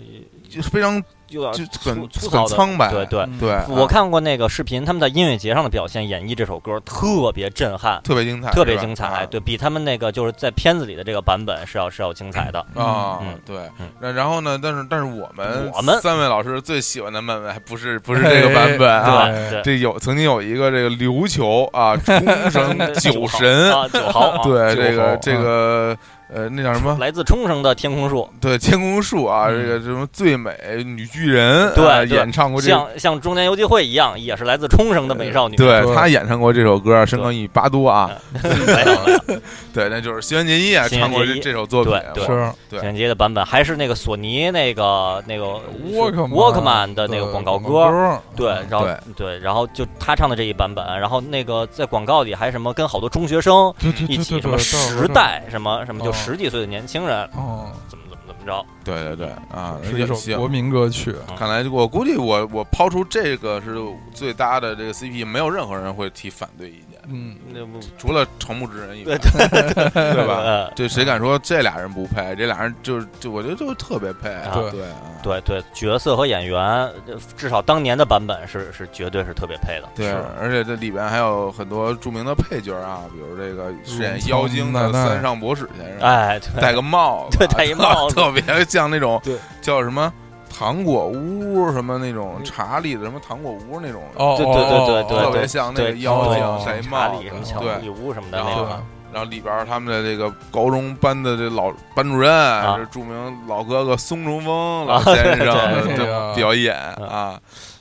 S1: 就非常
S2: 有点
S1: 呃就
S2: 啊粗
S1: 很
S2: 粗
S1: 很
S2: 糙的，
S1: 苍白，
S2: 对对。
S3: 嗯
S1: 对，
S2: 我
S1: 啊
S2: 看过那个视频，他们在音乐节上的表现，演绎这首歌特别震撼，
S1: 特别精彩，
S2: 特别
S1: 是吧
S2: 精
S1: 啊
S2: 彩，对比他们那个就是在片子里的这个版本是要是要精彩的。
S1: 啊
S2: 嗯，
S1: 对
S2: 嗯，
S1: 那然后呢？但是但是我们
S2: 我们
S1: 三位老师最喜欢的漫漫还不是不 是这个版本
S3: 哎
S1: 啊。
S2: 对 吧，对，
S1: 这有曾经有一个这个琉球 啊，冲绳酒神，
S2: 啊，九 豪，啊，
S1: 对
S3: 九
S1: 这
S3: 号
S1: 个这个呃那叫什么？
S2: 来自冲绳的天空树，
S1: 对天空树啊，
S3: 嗯
S1: 这个什么最美女巨人，
S2: 对
S1: 啊
S2: 对
S1: 演唱过这呃
S2: 像像中年游击会一样，也是来自冲绳的美少女。
S1: 对
S3: 对
S1: 他演唱过这首歌，身高一米八多啊，
S2: 没有了，
S1: 对，那就是新垣结衣啊，
S2: 新
S1: 唱
S2: 垣结
S1: 过这
S2: 衣
S1: 这首作品，
S2: 对
S1: 我
S3: 是
S1: 对
S2: 简洁的版本还是那个索尼那个那个
S3: Walkman
S2: Walkman 的那个广告歌，
S3: 歌，
S2: 对，然后对，然后就他唱的这一版本，然后那个在广告里还什么跟好多中学生
S3: 对
S1: 嗯
S3: 对对
S2: 一
S3: 对
S2: 起
S3: 对
S2: 什么时，代什么什么就
S3: 哦
S2: 十几岁的年轻人
S3: 对对哦，
S2: 怎么怎么怎么着，
S1: 对对对啊，
S3: 是一首国
S1: 行。
S3: 民歌曲，
S1: 看来我估计我我抛出这个是最搭的这个 CP，没有任何人会提反对意见，
S3: 嗯，
S2: 那不
S1: 除了长木之人以外，
S2: 对
S1: 对吧？
S2: 呃
S1: 这谁敢说这俩人不配？这俩人就是就我觉得就特别配，
S3: 对
S1: 对啊
S2: 对对，角色和演员，呃至少当年的版本是是绝对是特别配的。
S1: 对
S3: 是，
S1: 而且这里边还有很多著名的配角啊，比如这个饰演妖精的
S3: 嗯奶奶
S1: 三上博史先生，
S2: 哎，对
S1: 戴个帽子啊，
S2: 对戴一帽子
S1: 特别像那种
S3: 对
S1: 叫什么。糖果屋什么那种查理的什么糖果屋那种，
S3: 哦，
S2: 对
S3: 哦
S2: 对对
S3: 哦
S2: 对
S1: 特
S3: 哦
S1: 别像那个
S2: 对
S1: 妖
S3: 哦
S1: 精谁
S2: 查
S1: 帽
S2: 理什么
S1: 子
S2: 巧克
S1: 嗯对
S2: 力，屋什么的
S1: 然
S2: 那
S1: 后
S2: 种。
S1: 然后里边儿他们的这个高中班的这老班主任，是著名老哥哥松中峰老先生的
S2: 啊对
S1: 这
S3: 对对
S1: 表演啊，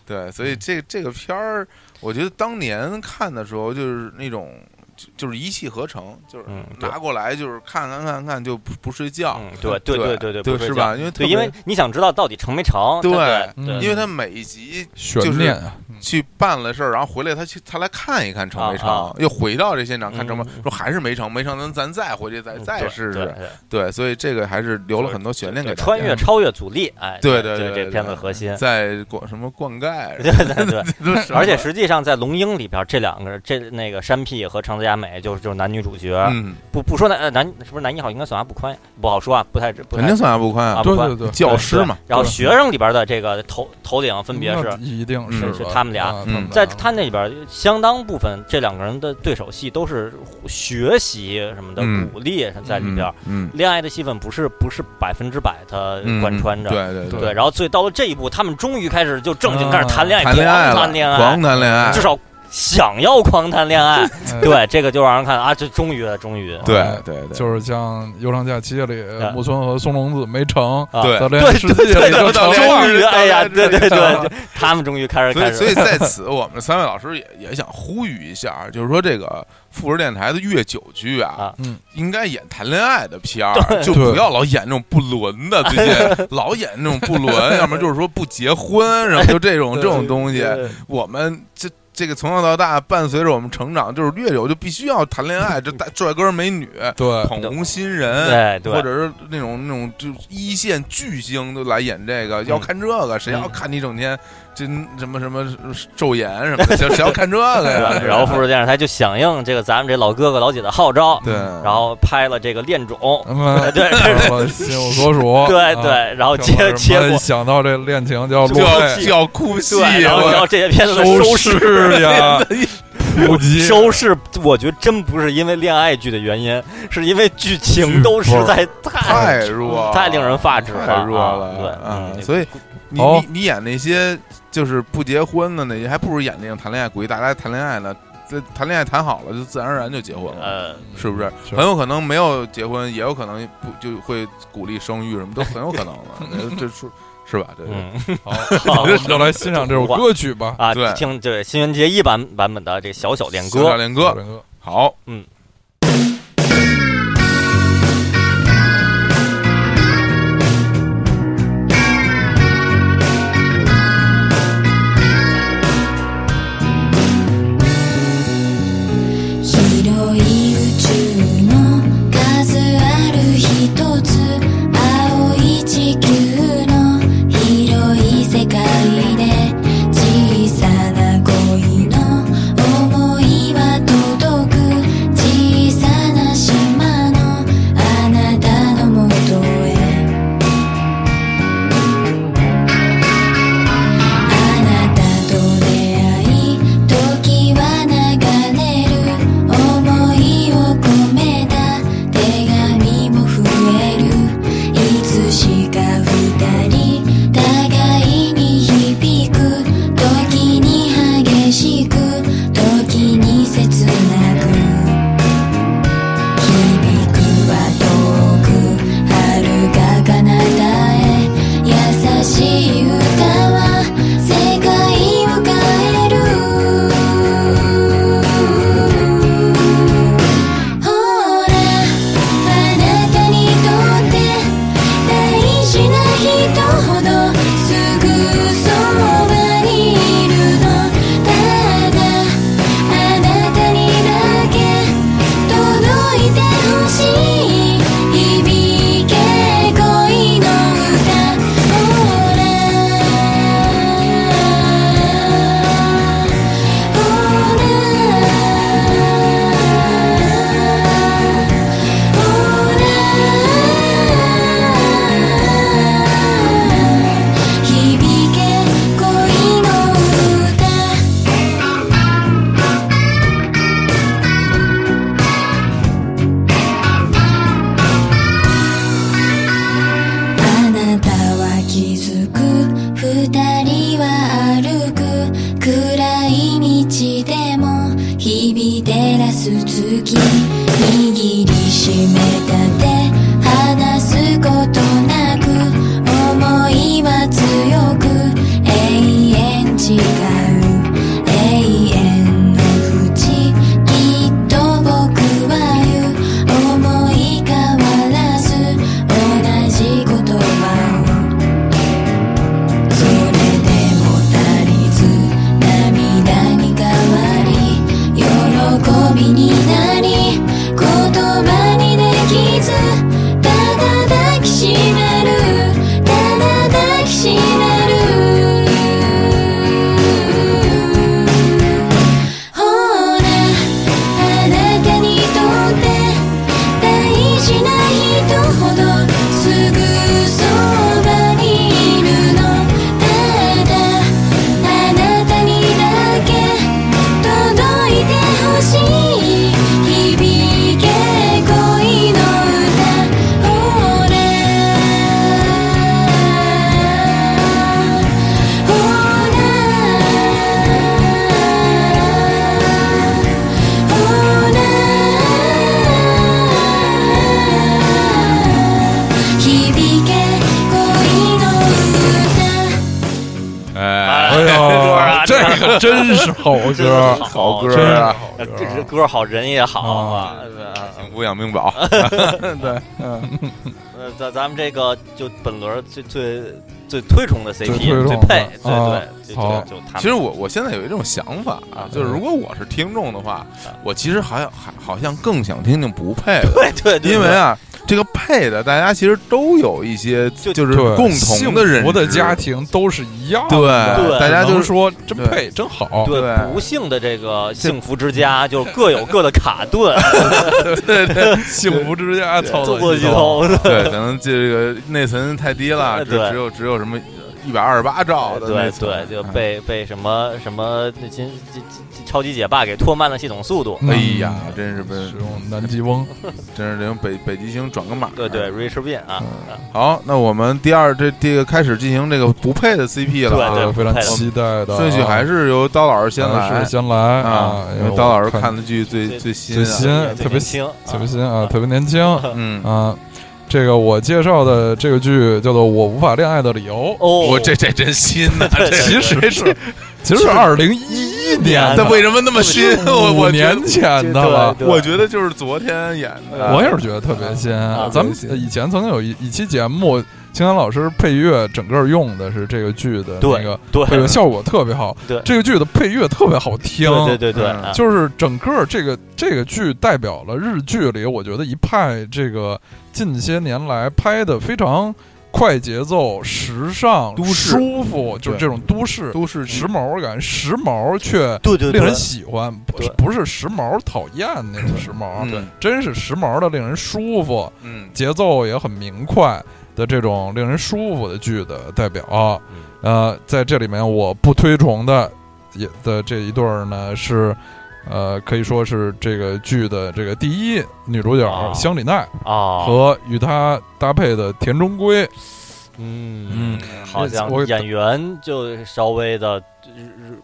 S1: 对，所以这这个片儿，我觉得当年看的时候就是那种就就是一气呵成，就是
S2: 嗯对
S1: 拿过来就是看看看看就不不睡觉，
S2: 嗯，对对
S1: 对
S2: 对对，不
S1: 对
S2: 睡
S1: 是
S2: 觉？
S1: 吧？因为特
S2: 对，因为
S1: 别
S2: 你想知道到底成没成？
S1: 对
S2: 对，
S3: 嗯
S2: 对
S1: 因为他每一集
S3: 悬念啊，
S1: 去办了事儿，然后回来他去他来看一看成没成，
S2: 啊
S1: 又回到这现场看成没，
S2: 嗯
S1: 说还是没成，没成咱咱再回去再
S2: 嗯
S1: 再
S2: 对
S1: 试
S2: 对
S1: 试，
S2: 对
S1: 对，所以这个还是留了很多悬念给
S2: 对
S1: 大家
S2: 穿越超越阻力，哎，
S1: 对
S2: 这
S1: 对
S2: 这
S1: 对
S2: 这
S1: 对
S2: 片子核心。
S1: 在灌什么灌溉，
S2: 对对对，
S1: 都什么
S2: 而且实际上在《龙樱》里边，这两个人，这那个山屁和长泽雅美就是就是男女主角，
S1: 嗯，
S2: 不不说男呃男是不是男一号应该算阿部宽，不好说啊，不太不
S1: 肯
S2: 太
S1: 定算阿不宽
S2: 啊
S1: 啊，
S2: 不
S3: 对
S2: 管
S3: 对对，
S1: 教师嘛
S2: 对，然后学生里边的这个头头顶分别
S3: 那
S2: 是
S3: 一定
S1: 嗯
S2: 是
S3: 吧
S2: 他们俩
S3: 啊
S1: 嗯
S3: 们俩
S2: 在他那里边相当部分，这两个人的对手戏都是学习什么的
S1: 嗯
S2: 鼓励在里边，
S1: 嗯，
S2: 恋爱的戏份不是不是百分之百的
S1: 嗯，
S2: 贯穿着。
S1: 对对啊
S3: 对
S2: 对，然后所以到了这一步，他们终于开始就正经开始谈恋爱，
S1: 谈恋爱
S2: 狂
S1: 了，
S2: 谈恋
S1: 狂谈恋爱
S2: 至，少想要狂谈恋爱。
S3: 哎
S2: 对，这个就让人看啊，这终于了，终于了
S1: 对
S3: 哎
S1: 对对，
S3: 就是像《悠长假期》里木村和松隆子没成，
S2: 啊，
S1: 对
S3: 在《恋爱世界》里就成
S1: 对对对对对对
S3: 了。
S2: 终于，哎呀，
S1: 到
S2: 对
S1: 这里
S2: 对对，对他们终于开始
S1: 所
S2: 开
S1: 以，
S2: 始，
S1: 啊所以在此，我们三位老师也也想呼吁一下， 就是说这个富士电台的越久剧
S2: 啊
S1: 啊，
S3: 嗯
S1: 应该演谈恋爱的片儿， 就不要老演那种不伦的，最近老演那种不 伦，要么就是说不结婚什么，就这种这种东西，
S2: 对
S1: 我们这。这个从小到大伴随着我们成长，就是越久就必须要谈恋爱， 这大帅哥美女、
S3: 对，
S1: 捧红新人，
S2: 呃对对，
S1: 嗯或者是那种那种就一线巨星都来演这
S2: 嗯
S1: 个，要看这个，谁要看你整天这什么什么昼颜什 么的，谁谁要看这个呀？
S2: 然后富士电视台就响应这个咱们这老哥哥老姐的号召，
S1: 对，嗯
S2: 然后拍了这个恋种，
S3: 那么
S2: 对对
S3: 我心有所属。
S2: 对
S3: 啊，
S2: 对，然后
S3: 听
S2: 结
S3: 了什
S2: 结
S3: 么
S2: 果
S3: 想到这恋情就要
S1: 就
S3: 落
S1: 要
S3: 泪，
S1: 就要哭戏，
S2: 对，然后然后这些片子的
S3: 收
S2: 收
S3: 视呀，普 及
S2: 收视，我觉得真不是因为恋爱剧的原因，是因为剧情都实在太嗯
S1: 太弱，
S2: 太令人发指了，
S1: 太弱
S2: 啊
S1: 了啊
S2: 对，嗯，
S1: 所以你
S3: 好
S1: 你你演那些就是不结婚的那些，还不如演那种谈恋爱，鼓励大家谈恋爱呢。这谈恋爱谈好了，就自然而然就结婚了，
S2: 呃，
S1: 是不是？
S3: 是
S1: 很有可能没有结婚，也有可能不就会鼓励生育，什么都很有可能 的。这是是吧？这
S2: 嗯
S3: 好，我们 就来欣赏这首歌曲吧。
S2: 啊，
S1: 对
S2: 听对新垣结衣版版本的这个小小恋
S1: 小小
S2: 歌，
S1: 恋歌，
S3: 哥，
S1: 好，
S5: 広い宇宙の数あるひとつ青い地球の広い世界で小さな恋の想いは届く小続き握りしめた手離すことなく思いは強く永遠違う永遠の淵きっと僕は言う思い変わらず同じ言葉を「それでも足りず涙に変わり」「喜びになり」「言葉にできず」「ただ抱きしめる」「ただ抱きしめる」「ほらあなたにとって大事な人ほどすぐそばにいるの」「ただあなたにだけ届いてほしい」「響け恋の歌ほら」「ほら」「ほら」「響け恋の歌」
S1: 哎，
S3: 哎 呀，
S2: 这
S3: 这个真是好歌，
S1: 好歌
S3: 真
S1: 啊，
S2: 这是歌好，人也好啊
S3: 啊。
S2: 呃
S1: 养不养命 宝，
S2: 呃，咱咱们这个就本轮最最最推崇的 CP，
S3: 推崇
S2: 最配，
S3: 的
S2: 对
S3: 啊
S2: 对，就
S3: 好
S2: 就就他们。
S1: 其实我我现在有一种想法啊，就是如果我是听众的话
S2: 嗯，
S1: 我其实还还好像更想听听不配的，
S2: 对对对，
S1: 因为
S2: 对
S1: 啊，这个配的大家其实都有一些
S2: 就
S1: 就是
S3: 对
S1: 共同
S3: 幸
S1: 的认
S3: 福
S1: 知
S3: 的家， 庭都是一样的，
S1: 对，
S2: 对
S1: 大家
S3: 只
S1: 就
S3: 能
S1: 是
S3: 说真
S1: 对
S3: 配真好，
S2: 对
S1: 对
S2: 不幸的这个幸福之家，就各有各的卡顿，
S3: 幸福之家操
S2: 做
S3: 作
S2: 过
S3: 系
S2: 去
S3: 统，
S2: 头，
S1: 对，可能这个内存太低了，只
S2: 对
S1: 只有只有什么一百二十八兆的内
S2: 对
S1: 存，
S2: 对，就
S1: 嗯
S2: 被被什么什么那金金金超级解霸给拖慢了系统速度。
S1: 哎呀，真是被
S3: 嗯使用南极翁，
S1: 真是得用北北极星转个码。
S2: 对对。，Richard b e n 啊，
S1: 好，那我们第二这这个开始进行这个不配的 CP 了啊。
S2: 对
S3: 非常
S2: 配了
S3: 期待的啊。
S1: 顺序还是由刀老师先
S3: 还
S1: 来
S3: 是先来啊
S1: 啊，，因为刀老师看的剧最
S2: 最
S1: 最新
S3: 最
S1: 啊。
S3: 新
S2: 也最
S3: 特别
S2: 年轻，
S3: 特别新
S2: 啊
S3: 啊，特别年轻
S1: 嗯，
S3: 啊。这个我介绍的这个剧叫做《我无法恋爱的理由》，
S2: 哦，
S1: 我这这真新 呐，这
S2: 对
S3: 其实是其实是二零一一年
S1: 那
S3: 的，
S1: 为什么那么新？ 我
S3: 五
S1: 我觉得
S3: 年前的了。
S2: 对
S1: 我觉得就是昨天演的。
S3: 我也是觉得特别新。
S2: 啊
S3: 咱们以前曾经有一一期节目，青年老师配乐整个用的是这个剧的那个
S2: 对
S3: 配乐，效果特别好。
S2: 对
S3: 这个剧的配乐特别好听。
S2: 对对对对，
S1: 嗯
S2: 啊
S3: 就是整个这个这个剧代表了日剧里，我觉得一派这个近些年来拍的非常快节奏、时尚、
S1: 都市
S3: 舒服，就是这种都市
S1: 都市
S3: 时髦感，时髦却
S2: 对对
S3: 令
S2: 对
S3: 人，喜欢，不
S2: 对
S3: 不是时髦讨厌那种时髦，啊
S1: 对，
S3: 真是时髦的令人舒服，
S1: 嗯，
S3: 节奏也很明快的这种令人舒服的剧的代表。呃，在这里面我不推崇的也的这一对儿呢是，呃，可以说是这个剧的这个第一女主
S2: 啊
S3: 角香里奈
S2: 啊，
S3: 和与她搭配的田中圭。
S2: 嗯
S1: 嗯
S2: 好像
S3: 我
S2: 演员就稍微的，呃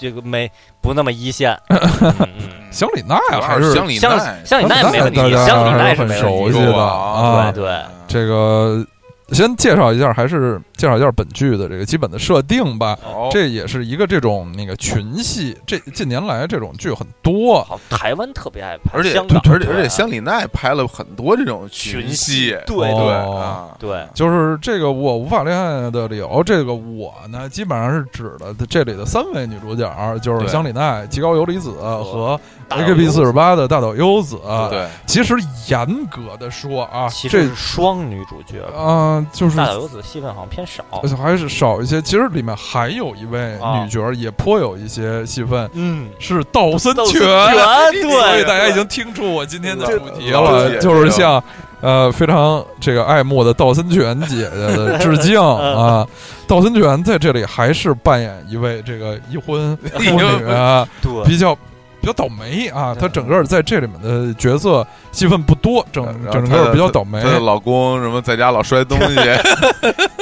S2: 这个没不那么一 线，嗯
S3: 香里奈啊还
S1: 是
S3: 是
S1: 香里
S2: 嗯像
S1: 奈，
S2: 像你那也没问题
S3: 大，家
S2: 像你那是
S3: 很
S2: 没
S3: 熟
S2: 问
S3: 悉
S2: 题，
S1: 的
S3: 的
S1: 啊
S3: 啊
S2: 对。对，
S3: 这个先介绍一下，还是介绍一下本剧的这个基本的设定吧。
S1: 哦
S3: 这也是一个这种那个群戏，这近年来这种剧很多，
S2: 好，台湾特别爱拍，
S1: 而且
S2: 香港
S1: 而且
S2: 对啊
S1: 而且香里奈拍了很多这种
S2: 群
S1: 戏，
S2: 对
S1: 对
S3: 哦
S1: 啊，
S2: 对
S3: 就是这个我无法恋爱的理由。这个我呢，基本上是指的这里的三位女主角，就是
S1: 对
S3: 香里奈、吉高由里子和
S2: 大岛
S3: AKB
S2: 优
S3: 四十八的大岛优子。
S1: 对，
S3: 其实严格的说啊，
S2: 其
S3: 这
S2: 实是双女主角，
S3: 啊、就是
S2: 大岛优子戏份好像偏少，
S3: 还是少一些。其实里面还有一位
S2: 啊
S3: 女角也颇有一些戏份，
S2: 嗯，
S3: 是道森
S2: 道森
S3: 泉。
S2: 全
S3: 所以
S2: 对，
S3: 大家已经听出我今天的主题
S1: 这
S3: 了，
S1: 这
S3: 就是向呃非常这个爱慕的道森泉姐姐的致 敬
S1: 嗯
S3: 啊！道森泉在这里还是扮演一位这个已婚妇女，
S1: 哎呦
S3: 啊，
S2: 对
S3: 比较比较倒霉啊，
S2: 对
S3: 她整个在这里面的角色戏份不多，整
S1: 然后
S3: 整
S1: 她
S3: 个
S1: 的
S3: 比较倒霉
S1: 她。的老公什么在家老摔东 西，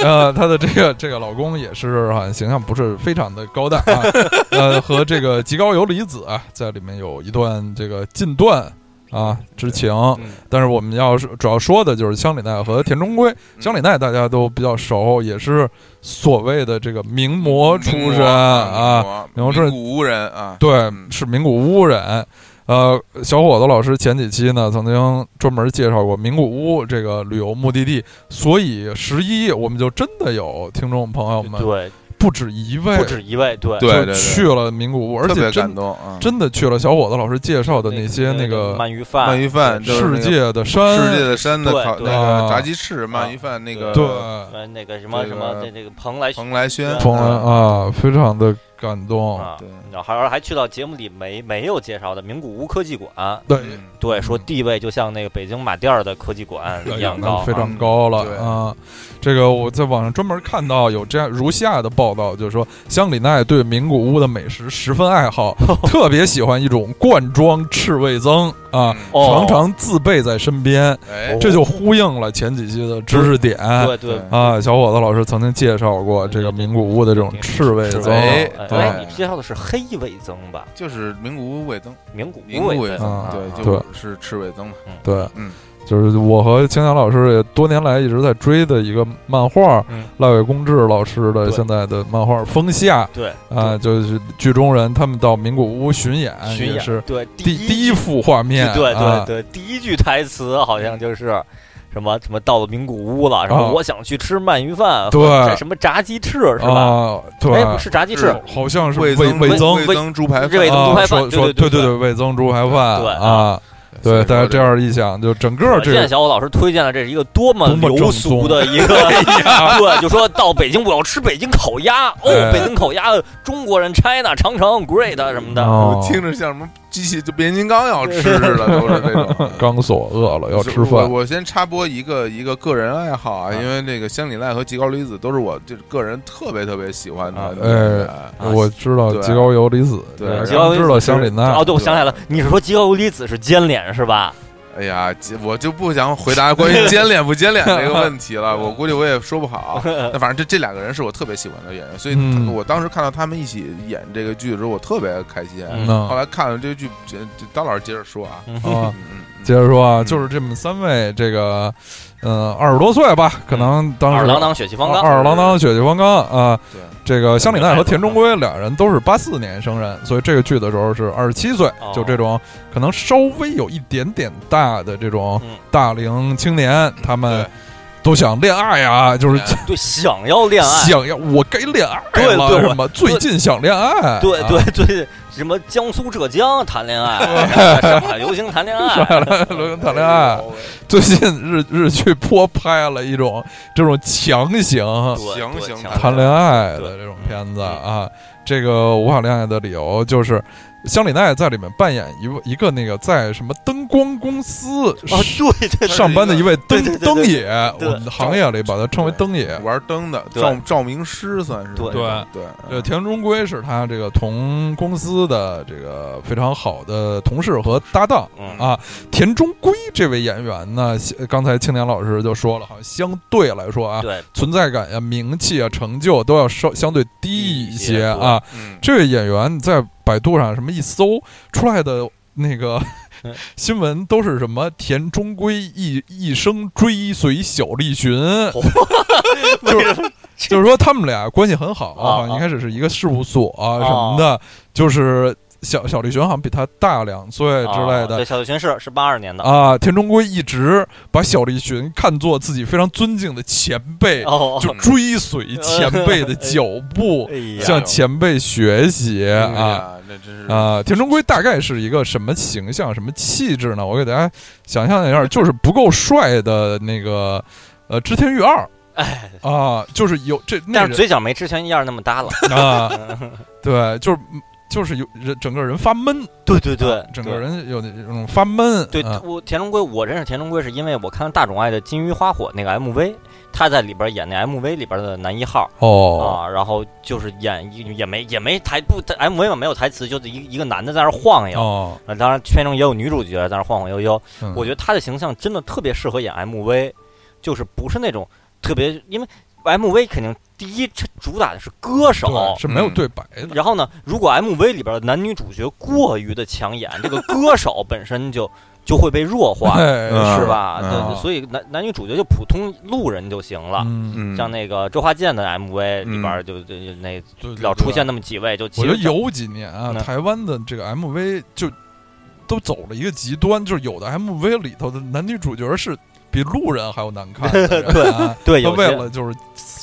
S3: 呃，她的这个 这个老公也是好像形象不是非常的高大 啊，呃，和这个吉高由里子啊，在里面有一段这个近段啊之情。
S1: 嗯
S3: 但是我们要是主要说的就是香里奈和田中
S1: 嗯
S3: 圭。香里奈大家都比较熟，也是所谓的这个名模哦出身啊，，
S1: 嗯名
S3: 然
S1: 模名
S3: 后这
S1: 模名古屋人啊，
S3: 对
S1: 嗯，
S3: 是名古屋人。呃，小伙子老师前几期呢，曾经专门介绍过名古屋这个旅游目的地，所以十一我们就真的有听众朋友们
S2: 对，
S3: 不止一位
S2: 不止一位，对，
S1: 对
S3: 就去了名古屋，而
S1: 特
S3: 且
S1: 别感
S3: 真
S1: 动啊！
S3: 真的去了小伙子老师介绍的
S2: 那
S3: 那些
S2: 那
S3: 个
S2: 鳗鱼饭，
S1: 鳗鱼饭就是那
S3: 世
S1: 个
S3: 界的山，
S1: 世界的山的
S2: 对
S1: 烤
S2: 对
S1: 那个
S3: 啊
S1: 炸鸡翅、鳗鱼饭那个
S3: 对
S2: 呃，那个什么
S1: 这个
S2: 什么，这这个蓬莱
S1: 蓬莱轩，嗯
S3: 冯兰啊，非常的感动。
S2: 啊
S1: 对，
S2: 然后还还去到节目里没没有介绍的名古屋科技馆，
S3: 对，
S1: 嗯
S2: 对，说地位就像那个北京马甸儿的科技馆一样
S3: 那
S2: 高
S3: 哎非
S2: 啊，
S3: 常高了
S1: 嗯对
S3: 啊！这个我在网上专门看到有这样如下的报道，就是说香里奈对名古屋的美食十分爱好， 特别喜欢一种罐装赤味增啊，
S1: 嗯
S2: 哦
S3: 常常自备在身边，
S1: 哎，
S3: 这就呼应了前几期的知识点。
S2: 对对
S1: 对
S3: 啊，小伙子老师曾经介绍过这个名古屋的这种赤味
S1: 赤
S3: 增
S1: 味
S2: 哎
S1: 对
S2: 哎，你介绍的是黑味增吧？
S1: 就是名古屋味增，
S2: 名古
S1: 名
S2: 屋
S1: 古屋
S2: 味
S1: 味
S2: 增
S1: 增
S2: 啊，，
S1: 对，
S3: 对
S1: 就是吃味增嘛。
S3: 对，
S1: 嗯，
S3: 就是我和青阳老师也多年来一直在追的一个漫画，
S2: 嗯
S3: 赖伟公志老师的
S2: 对
S3: 现在的漫画《风夏》
S2: 对
S3: 啊，就是剧中人他们到名古屋巡演，
S2: 巡
S3: 也是
S2: 演，对
S3: 第第
S2: 一
S3: 一幅画面，
S2: 对
S3: 啊
S2: 对对，第一句台词好像就是什么什么到了名古屋了，然后
S3: 啊
S2: 我想去吃鳗鱼饭，
S3: 对
S2: 和这什么炸鸡翅是吧？
S3: 啊，
S2: 哎，不
S3: 对，
S2: 是炸鸡
S1: 是
S2: 翅，
S3: 好像是
S1: 味
S3: 味
S1: 增
S3: 味增
S1: 味增猪排饭，
S2: 味增猪
S3: 啊，
S2: 排饭
S3: 说
S2: 对
S3: 说
S2: 对对
S3: 对
S2: 对
S3: 味增猪排饭
S2: 对
S3: 啊，对，大家这样一想，就整个这
S2: 现在
S3: 个
S2: 小虎老师推荐了这是一个多么
S3: 多么
S2: 流
S3: 正
S2: 俗
S3: 宗
S2: 的
S3: 哎
S2: 一个， 对，就说到北京我要吃北京烤鸭哦，
S3: 哎
S2: 北京烤鸭，中国人 China 长城 great 什么的，
S3: 哦
S1: 我听着像什么机器，就变形金刚要吃似的，都是这种。
S3: 刚索饿 了要吃
S1: 我
S3: 饭，
S1: 我先插播一个一个个人爱好啊，因为那个香里奈和吉高离子都是我就是个人特别特别喜欢的
S2: 啊
S1: 那个人。
S2: 啊
S3: 我知道
S1: 对
S3: 吉高由里子，
S1: 对
S3: 然后
S2: 吉高由里子
S3: 知道香里奈
S2: 哦，对，我想起来了，你是说吉高由里子是尖脸是吧？
S1: 哎呀，吉我就不想回答关于 尖脸不尖脸这个问题 了，我估计我也说不 好。 那反正这这两个人是我特别喜欢的演员，所以
S3: 嗯
S1: 我当时看到他们一起演这个剧的时候，我特别开心。
S2: 嗯
S3: 嗯
S1: 后来看了这个剧，这这刀老师接着说啊，
S3: 啊
S1: 嗯，嗯嗯
S3: 接着说啊，
S1: 嗯
S3: 就是这么三位，这个，嗯，二十多岁吧，可能当
S2: 二
S3: 时
S2: 郎当血气方刚，
S3: 二郎当血气方刚啊，
S1: 对
S3: 这个香里奈和田中圭两人都是八四年生人，所以这个剧的时候是二十七岁
S2: 哦，
S3: 就这种可能稍微有一点点大的这种
S2: 嗯
S3: 大龄青年，他们
S1: 对
S3: 都想恋爱啊，就是
S1: 对
S2: 对，想要恋爱，
S3: 想要我该恋爱
S2: 对对
S3: 了，
S2: 我
S3: 什么最近想恋爱，
S2: 对
S3: 啊
S2: 对对，什么江苏浙江谈恋 爱，上海流行谈恋爱，
S3: 流啊行谈恋
S1: 哦哎
S3: 爱。 最近日日剧播拍了一种这种强行
S2: 对
S1: 行
S2: 对
S1: 行
S2: 想
S1: 谈
S3: 谈恋爱
S2: 对嗯
S3: 的这种片子啊。这个无法恋爱的理由就是，香里奈在里面扮演一位一个那个在什么灯光公司
S2: 啊，对对
S3: 上班的一位
S2: 对
S3: 灯
S2: 对对对
S3: 灯野，
S2: 对
S3: 我们行业里把它称为
S1: 对
S3: 灯野。
S1: 玩灯的
S2: 对
S1: 照照明师算是
S2: 对
S1: 对嗯
S3: 呃，田中圭是他这个同公司的这个非常好的同事和搭档。
S2: 嗯
S3: 啊，田中圭这位演员呢，刚才青年老师就说了，好像相对来说啊，
S2: 哦对，
S3: 存在感呀、名气啊、成就都要稍相对低一
S2: 低一
S3: 些
S2: 些
S3: 啊。
S1: 嗯
S3: 这位演员在百度上什么一搜出来的那个
S2: 嗯
S3: 新闻都是什么田中圭一一生追随小栗旬，
S2: 哦
S3: 就是就是说他们俩关系很好，
S2: 啊
S3: 好像一开始是一个事务所啊什么的，就是小小栗旬好像比他大两岁之类
S2: 啊对，
S3: 的。
S2: 小学巡视是八二年的，
S3: 啊，田中圭一直把小栗旬看作自己非常尊敬的前辈，
S2: 哦，，
S3: 就追随前辈的脚步
S2: 哎呀，
S3: 向前辈学习
S1: 哎
S3: 啊。
S1: 呀，那真是
S3: 啊，田中圭大概是一个什么形象、什么气质呢？我给大家想象一下，就是不够帅的那个，呃，织田裕二，哎，啊，就是有这那
S2: 但是
S3: 人
S2: 嘴角没之前一样那么耷了，
S3: 啊，对，就是就是有人整个人发闷，
S2: 对对对
S3: 啊整个人有那种发闷，
S2: 对，
S3: 嗯
S2: 我田中圭，我认识田中圭是因为我看大冢爱的《金鱼花火》那个 MV，他在里边演那 MV 里边的男一号
S3: 哦，
S2: 啊，然后就是演也没也没台不 MV 嘛没有台词，就是一一个男的在那儿晃悠。
S3: 哦，
S2: 啊，当然片中也有女主角在那儿晃晃悠悠，
S3: 嗯
S2: 我觉得她的形象真的特别适合演 MV，就是不是那种特别，因为 MV 肯定第一它主打的是歌手
S3: 对，是没有
S1: 嗯
S3: 对白的，
S2: 然后呢，如果 MV 里边的男女主角过于的抢眼，这个歌手本身就就会被弱化，
S3: 哎
S1: 嗯
S2: 啊是吧？
S1: 嗯
S2: 对，所以男男女主角就普通路人就行了。
S3: 嗯，
S1: 嗯，
S2: 像那个周华健的 MV 里边就就就那
S3: 对对
S2: 老
S3: 对
S2: 出现那么几位，就其
S3: 我觉
S2: 实
S3: 得有几年啊，
S2: 嗯
S3: 台湾的这个 MV 就都走了一个极端，就是有的 MV 里头的男女主角是比路人还要难看的人啊，
S2: 对
S3: 他
S2: 有
S3: 为
S2: 些
S3: 了就是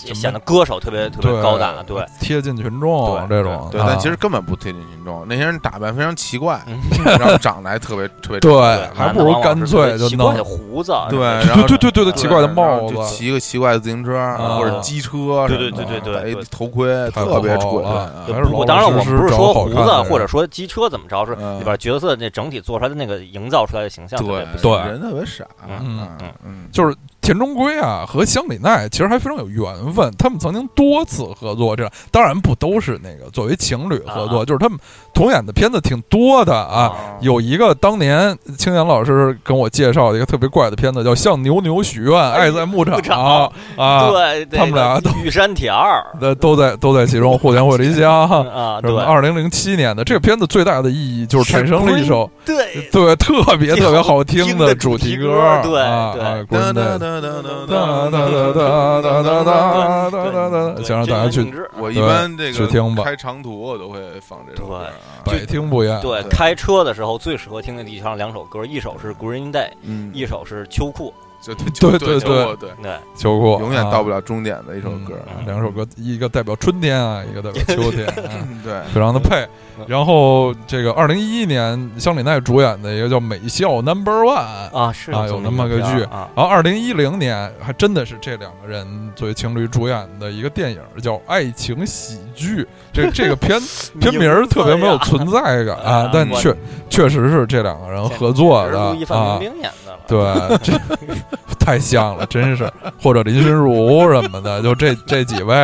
S2: 也显得歌手特别特别
S3: 对哎
S2: 高大，对，
S3: 贴近群众
S2: 对
S3: 这种，
S1: 对，
S3: 啊
S1: 但其实根本不贴近群众，那些人打扮非常奇怪，
S2: 嗯
S1: 然后长得还特别特别
S3: 对，还
S2: 男
S3: 不
S2: 的
S3: 如
S2: 往往
S3: 干
S2: 是
S3: 脆就
S2: 奇怪
S3: 弄
S2: 的胡子，啊
S1: 对，
S2: 然后
S1: 然后
S3: 对对对对，奇怪的
S1: 对然后
S3: 帽
S1: 就
S3: 子，
S1: 骑个奇怪的自行车
S3: 啊
S1: 或者机车什么的，
S2: 对对对对对
S1: 戴一
S2: 对
S1: 头盔，
S3: 太
S1: 特别
S3: 不好
S1: 蠢。
S3: 了啊
S1: 嗯
S3: 还是
S2: 不
S3: 老
S2: 当然，
S3: 老
S2: 我
S3: 实
S2: 们不
S3: 实
S2: 是说
S3: 找好
S2: 胡
S3: 看
S2: 子
S3: 的人
S2: 或者说机车怎么着，是
S1: 嗯
S2: 里边角色那整体做出来的那个营造出来的形象特别不
S1: 对
S2: 行。
S3: 对
S1: 人特别傻，
S2: 嗯
S1: 嗯嗯，
S3: 就是田中圭啊和香里奈其实还非常有缘分，他们曾经多次合作，这样当然不都是那个作为情侣合作，就是他们同演的片子挺多的啊。
S2: 啊
S3: 有一个当年青年老师跟我介绍的一个特别怪的片子，叫《向牛牛许愿》，爱在牧场
S2: 牧场
S3: 啊，
S2: 对，
S3: 他们俩
S2: 那个玉山条儿
S3: 那都在都在其中互联会离 乡。
S2: 啊，
S3: 什
S2: 对
S3: 么？二零零七年的这个片子最大的意义就是产生了一首
S2: 对，
S3: 对特别特别好
S2: 听
S3: 的
S2: 的主
S3: 主题
S2: 题
S3: 歌
S2: 歌
S3: 啊，
S2: 对
S3: 啊
S2: 对
S3: 啊 Green
S1: 哒哒哒
S3: Day
S1: 哒哒哒
S3: 哒哒
S1: 哒。
S3: 哒哒哒哒哒哒哒哒，
S2: 对
S3: 想让大家
S2: 真言定
S3: 去
S2: 制
S1: 我一般这
S3: 只听吧
S1: 个开长途我都会放这首歌啊，
S2: 对
S3: 百听不厌。
S2: 对
S1: 对
S2: 开车的时候最适合听的以上两首歌，一首是 Green Day，
S1: 嗯，
S2: 一首是秋裤。
S1: 就就
S3: 对对
S1: 对
S3: 对
S1: 我对，嗯
S2: 对，
S3: 秋裤
S1: 永远到不
S3: 了
S1: 了终点的一
S3: 一
S1: 首歌，
S3: 两首歌，一个代表春 天啊，一个代表秋天，啊
S1: 嗯对，
S3: 非常的配。
S2: 嗯
S3: 然后这个二零一一年，香里奈主演的一个叫《美校 Number One》啊，
S2: 啊，是
S3: 啊有那么个
S2: 这
S3: 剧
S2: 片儿啊，
S3: 然后二零一零年还真的是这两个人作为情侣主演的一个电影叫《爱情喜剧》，这这个片片名儿特别没有存在感啊
S2: 啊，
S3: 但
S2: 我
S3: 确确实是这两个人合作的
S2: 是陆亦
S3: 啊
S2: 凡、林冰演的了。
S3: 对，这 太像了，真是。或者林心如什么的，就这这几位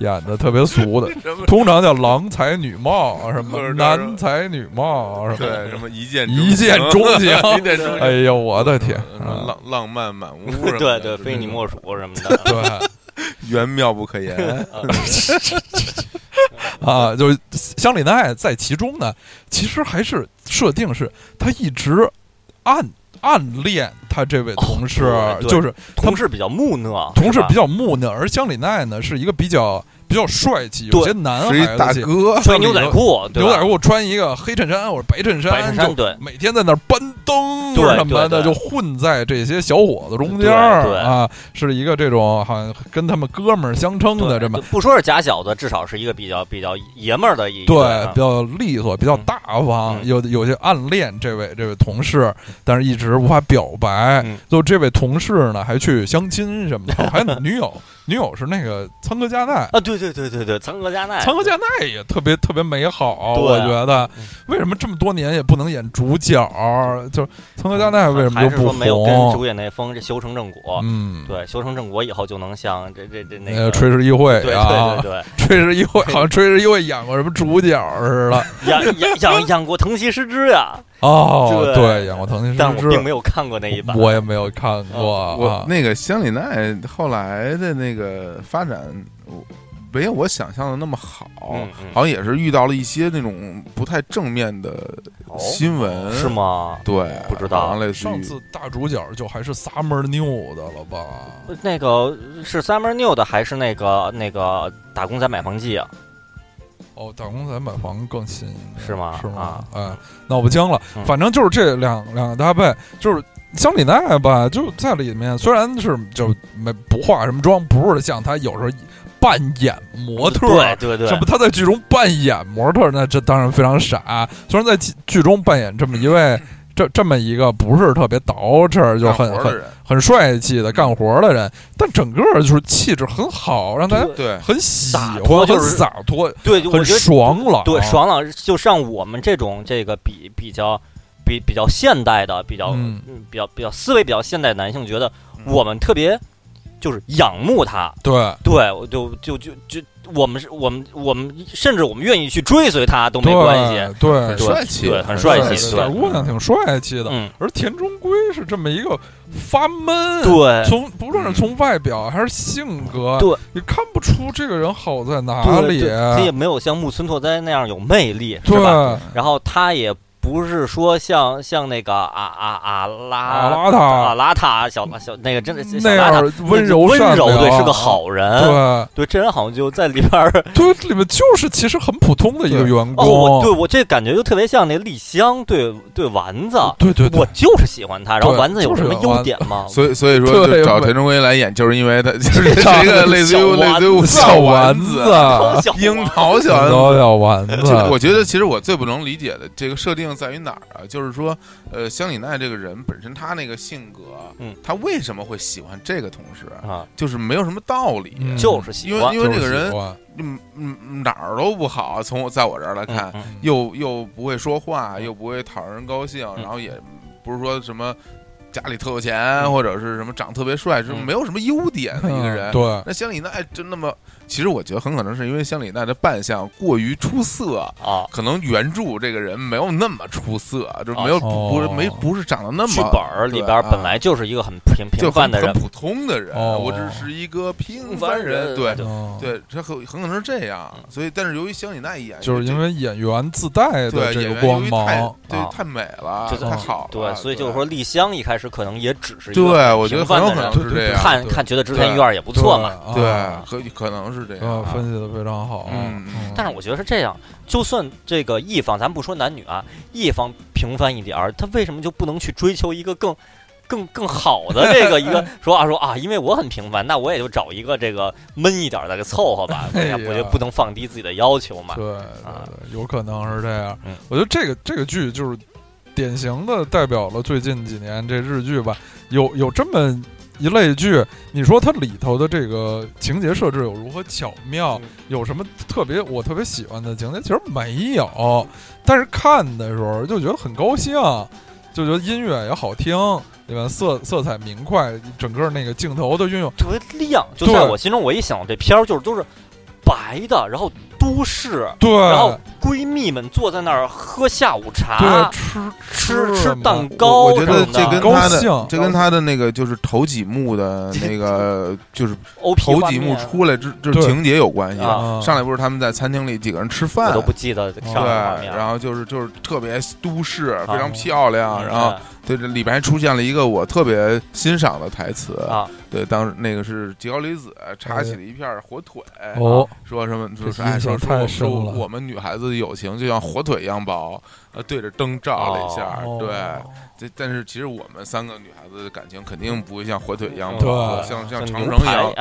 S3: 演的特别俗的，
S1: 什么
S3: 通常叫郎才女貌，啊什
S1: 或
S3: 么
S1: 者
S3: 男才女貌，啊什么
S1: 对什么一见
S3: 一见钟情。
S1: 一见钟
S3: 哎
S1: 情，
S3: 呦，我的天！
S1: 什么
S3: 啊
S1: 浪浪漫满屋什么的，
S2: 对对，
S1: 就是
S2: 非
S1: 这
S2: 你
S1: 种
S2: 莫属什么的。
S3: 对
S1: 缘妙不 可言，
S2: 啊
S3: 啊，就是香里奈在其中呢，其实还是设定是她一直暗暗恋她这位同事，
S2: 哦对对
S3: 就是他
S2: 同事比较木讷，
S3: 同事比
S2: 较
S3: 较木讷，而香里奈呢是一个比较比较帅气，有
S2: 对
S3: 些男
S1: 是一
S3: 孩
S1: 大
S3: 子气。
S1: 哥，
S2: 穿牛仔裤，对
S3: 牛
S2: 吧
S3: 仔裤穿一个黑衬衫或者白衬衫，
S2: 白衬衫
S3: 就
S2: 对
S3: 每天在那儿搬灯
S2: 对
S3: 什么的，
S2: 对对
S3: 就混在这些小伙子中间儿
S2: 对对
S3: 啊，是一个这种好像跟他们哥们儿相称
S2: 对
S3: 的这么
S2: 就不说是假小子，至少是一个比较比较爷们儿的一一个人
S3: 对
S2: 啊
S3: 比较利索，比较大方，
S2: 嗯
S3: 有有些暗恋这位这位同事，但是一直无法表白
S2: 嗯。
S3: 就这位同事呢，还去相亲什么的，还有女友，女友是那个仓科 加奈，
S2: 啊，对对对对对，参哥加奈，
S3: 仓科加奈也特别特别美好，
S2: 对啊
S3: 我觉得
S2: 嗯
S3: 为什么这么多年也不能演主角？就是仓科加奈为什么
S2: 还
S3: 就是不
S2: 说没有跟
S3: 红
S2: 主？演那风这修成正果？
S3: 嗯，
S2: 对，修成正果以后就能像这这这那
S3: 呃，
S2: 个，
S3: 炊事议会
S2: 对对
S3: 啊
S2: 对，对，
S3: 炊事议会好像炊事议会演过什么主角 似的
S2: 养养养养过藤崎诗织呀，
S3: 哦，
S2: 对
S3: 对，演过《腾讯
S2: 但
S3: 之
S2: 我
S3: 志
S2: 并》没有看过那一版。哦
S3: 我也没有看过。
S1: 我
S3: 啊
S1: 那个香里奈后来的那个发展，我没有我想象的那么好，
S2: 嗯嗯
S1: 好像也是遇到了一些那种不太正面的
S2: 哦
S1: 新闻，
S2: 是？吗？
S1: 对，
S2: 不知道
S1: 好像类似
S3: 上
S1: 于
S3: 次大主角就还是 Summer New 的了吧？
S2: 那个是 Summer New 的还是那个那个打工仔买房记啊？
S3: 哦，打工仔买房更新一点
S2: 是吗
S3: 是吗？
S2: 啊
S3: 哎，闹不清了，
S2: 嗯
S3: 反正就是这两两个搭配，就是香里奈吧，就在里面，虽然是就没不化什么妆，不是像她有时候扮演模特儿，
S2: 对对对
S3: 什么他在剧中扮演模特儿，那这当然非常傻。啊虽然在剧剧中扮演这么一位，这这么一个不是特别捯饬，就
S1: 干
S3: 很
S1: 活
S2: 啊
S3: 很
S1: 的人，
S3: 很帅气的干活的人，但整个就是气质很好，让大家
S1: 对，
S3: 很喜欢
S2: 洒脱就
S3: 很
S2: 是
S3: 洒脱，
S2: 对，我
S3: 很
S2: 觉得
S3: 爽朗，
S2: 对，爽朗就像我们这种这个比比较比比较现代的、比较、
S3: 嗯
S2: 比较比较思维比较现代的男性，觉得
S1: 嗯
S2: 我们特别就是仰慕他，
S3: 对，
S2: 对，我就就就就我们是我们我们甚至我们愿意去追随他都没
S3: 对
S2: 关系，，
S1: 很
S3: 对，
S2: 对
S1: 帅气，
S2: 对很
S1: 帅
S2: 帅气对
S3: 小姑娘挺帅气的，
S2: 嗯，
S3: 而田中圭是这么一个发闷，
S2: 对，
S3: 从不论是从外表还是性格，
S2: 对，
S3: 你看不出这个人好在哪
S2: 对
S3: 里，啊
S2: 对他也没有像木村拓哉那样有魅力，是
S3: 对
S2: 吧？
S3: 啊
S2: 然后他也不是说像像那个啊啊啊拉
S3: 邋
S2: 啊
S3: 遢
S2: 邋遢小小那个真的小
S3: 那
S2: 邋遢
S3: 样 温柔
S2: 温
S3: 善
S2: 柔，
S3: 良
S1: 啊
S2: 对，是个，好人。对，
S3: 对
S2: 这人好像就在里边 儿。
S3: 对，里面就是其实很普通的一个员
S2: 哦，我对
S3: 工，
S2: 我这感觉就特别像那丽香对对丸子，
S1: 啊
S3: 对对对
S2: 我就是喜欢他。然后
S3: 对
S2: 丸子有
S3: 就是
S2: 什么
S3: 有
S2: 优
S3: 丸子
S2: 点 吗？
S1: 所以所以说
S3: 对
S1: 就找
S3: 没
S1: 田中圭来演，就是因为他就是一个类似于类似于
S3: 小
S1: 丸
S3: 丸子哦
S1: 子、，
S2: 小
S1: 啊樱
S2: 丸
S1: 桃小丸子啊
S3: 小小丸
S1: 这个
S3: 子，啊
S1: 我觉得 其实我最不能理解的这个设定在于哪儿啊？就是说，呃，香里奈这个人本身他那个性格，
S2: 嗯，
S1: 他为什么会喜欢这个同事？
S2: 啊，
S1: 就是没有什么道理，啊
S3: 嗯
S2: 就是喜
S1: 因为
S2: 欢
S1: 因为这个人
S3: 就是喜欢
S1: 嗯嗯哪儿都不好，从我在我这儿来
S2: 嗯
S1: 看，
S2: 嗯
S1: 又又不会说话，
S2: 嗯
S1: 又不会讨人高兴，
S2: 嗯
S1: 然后也不是说什么家里特有钱或者是什么长特别帅，就是
S2: 嗯
S1: 没有什么优点的一个人
S3: 嗯。对。
S1: 那香里奈就那么，其实我觉得很可能是因为香里奈的扮相过于出色，
S2: 啊，
S1: 可能原著这个人没有那么出色，就没有、
S3: 哦
S1: 不是没不是长得那么
S2: 剧本儿里边儿
S1: 对啊
S2: 本来就是一个很平
S1: 就很
S2: 平凡的人
S1: 很，普通的人，
S3: 哦
S1: 我只是一个平
S2: 平
S1: 凡
S2: 凡
S1: 人，
S2: 人嗯
S1: 对
S2: 对
S3: 嗯
S1: 对，他很很可能是这样，所以但是由于香里奈一演，
S3: 就是因
S1: 这
S3: 为演员自带的
S1: 对
S3: 这
S1: 演员
S3: 个光
S1: 由于太
S3: 芒，
S1: 对
S2: 啊
S1: 太美了，
S2: 就是
S1: 太好了，
S2: 对，所以就是说，丽香一开始可能也只是一
S1: 对，
S2: 个
S1: 我觉得
S2: 平
S1: 很
S2: 凡
S1: 有
S2: 的
S1: 可能
S2: 人
S1: 是这样，
S2: 看看觉得织田裕二也不错嘛。
S3: 嘛
S1: 对，可可能是这样
S3: 啊，，分析的非常好。
S1: 嗯嗯
S2: 但是我觉得是这样，就算这个一方，咱不说男女啊，一方平凡一点儿，他为什么就不能去追求一个更、更、更好的这个一 个说啊说啊，因为我很平凡，那我也就找一个这个闷一点儿的给凑合 吧，
S3: 哎
S2: 对
S3: 呀
S2: 呀我就不能放低自己的要求嘛
S3: 对。对
S2: 啊
S3: 对，有可能是这样
S2: 嗯。
S3: 我觉得这个这个剧就是典型的代表了最近几年这日剧吧，有有这么。一类剧，你说它里头的这个情节设置有如何巧妙
S2: 嗯，
S3: 有什么特别我特别喜欢的情节？其实没有，但是看的时候就觉得很高兴，就觉得音乐也好听，对吧？色色彩明快，整个那个镜头的运用，
S2: 特别亮，就
S3: 对
S2: 在我心中，我一想这片儿就是都是白的，然后都市，
S3: 对，
S1: 嗯
S2: 然后啊闺蜜们坐在那儿喝下午茶
S3: 对，，吃
S2: 吃
S3: 吃
S2: 吃
S3: 嘛
S2: 蛋糕
S1: 我我觉得
S2: 什么的
S1: 这跟
S3: 高
S1: 他的
S3: 兴
S1: 这跟他的那个就是头几幕的那 个就是
S2: OP
S1: 头
S2: 画
S1: 几幕
S2: 面
S1: 出来之就是
S3: 对
S1: 情节有关系。
S2: 啊
S3: 嗯
S1: 上来不是他们在餐厅里几个人吃
S2: 我
S1: 饭
S2: 都，不记得
S3: 哦
S2: 上
S1: 对，
S2: 了画面了。
S1: 然后就是就是特别都市，非
S2: 啊
S1: 常漂亮，
S2: 嗯
S1: 然后对这里边还出现了一个我特别欣赏的台词
S2: 啊，哎
S1: 对，当时那个是吉高里子插起了一片火腿，
S3: 哦，
S1: 说什么就是
S3: 这
S1: 哎
S3: 印象
S1: 说说
S3: 太深
S1: 说
S3: 了
S1: 我们女孩子的友情就像火腿一样薄，呃，对着灯照了一
S2: 啊
S1: 下，
S3: 哦
S1: 对。这但是其实我们三个女孩子的感情肯定不会像火腿一样
S2: 嗯
S1: 薄，
S3: 对
S1: 像像
S2: 像
S1: 长
S2: 牛
S1: 城一
S2: 排
S1: 样，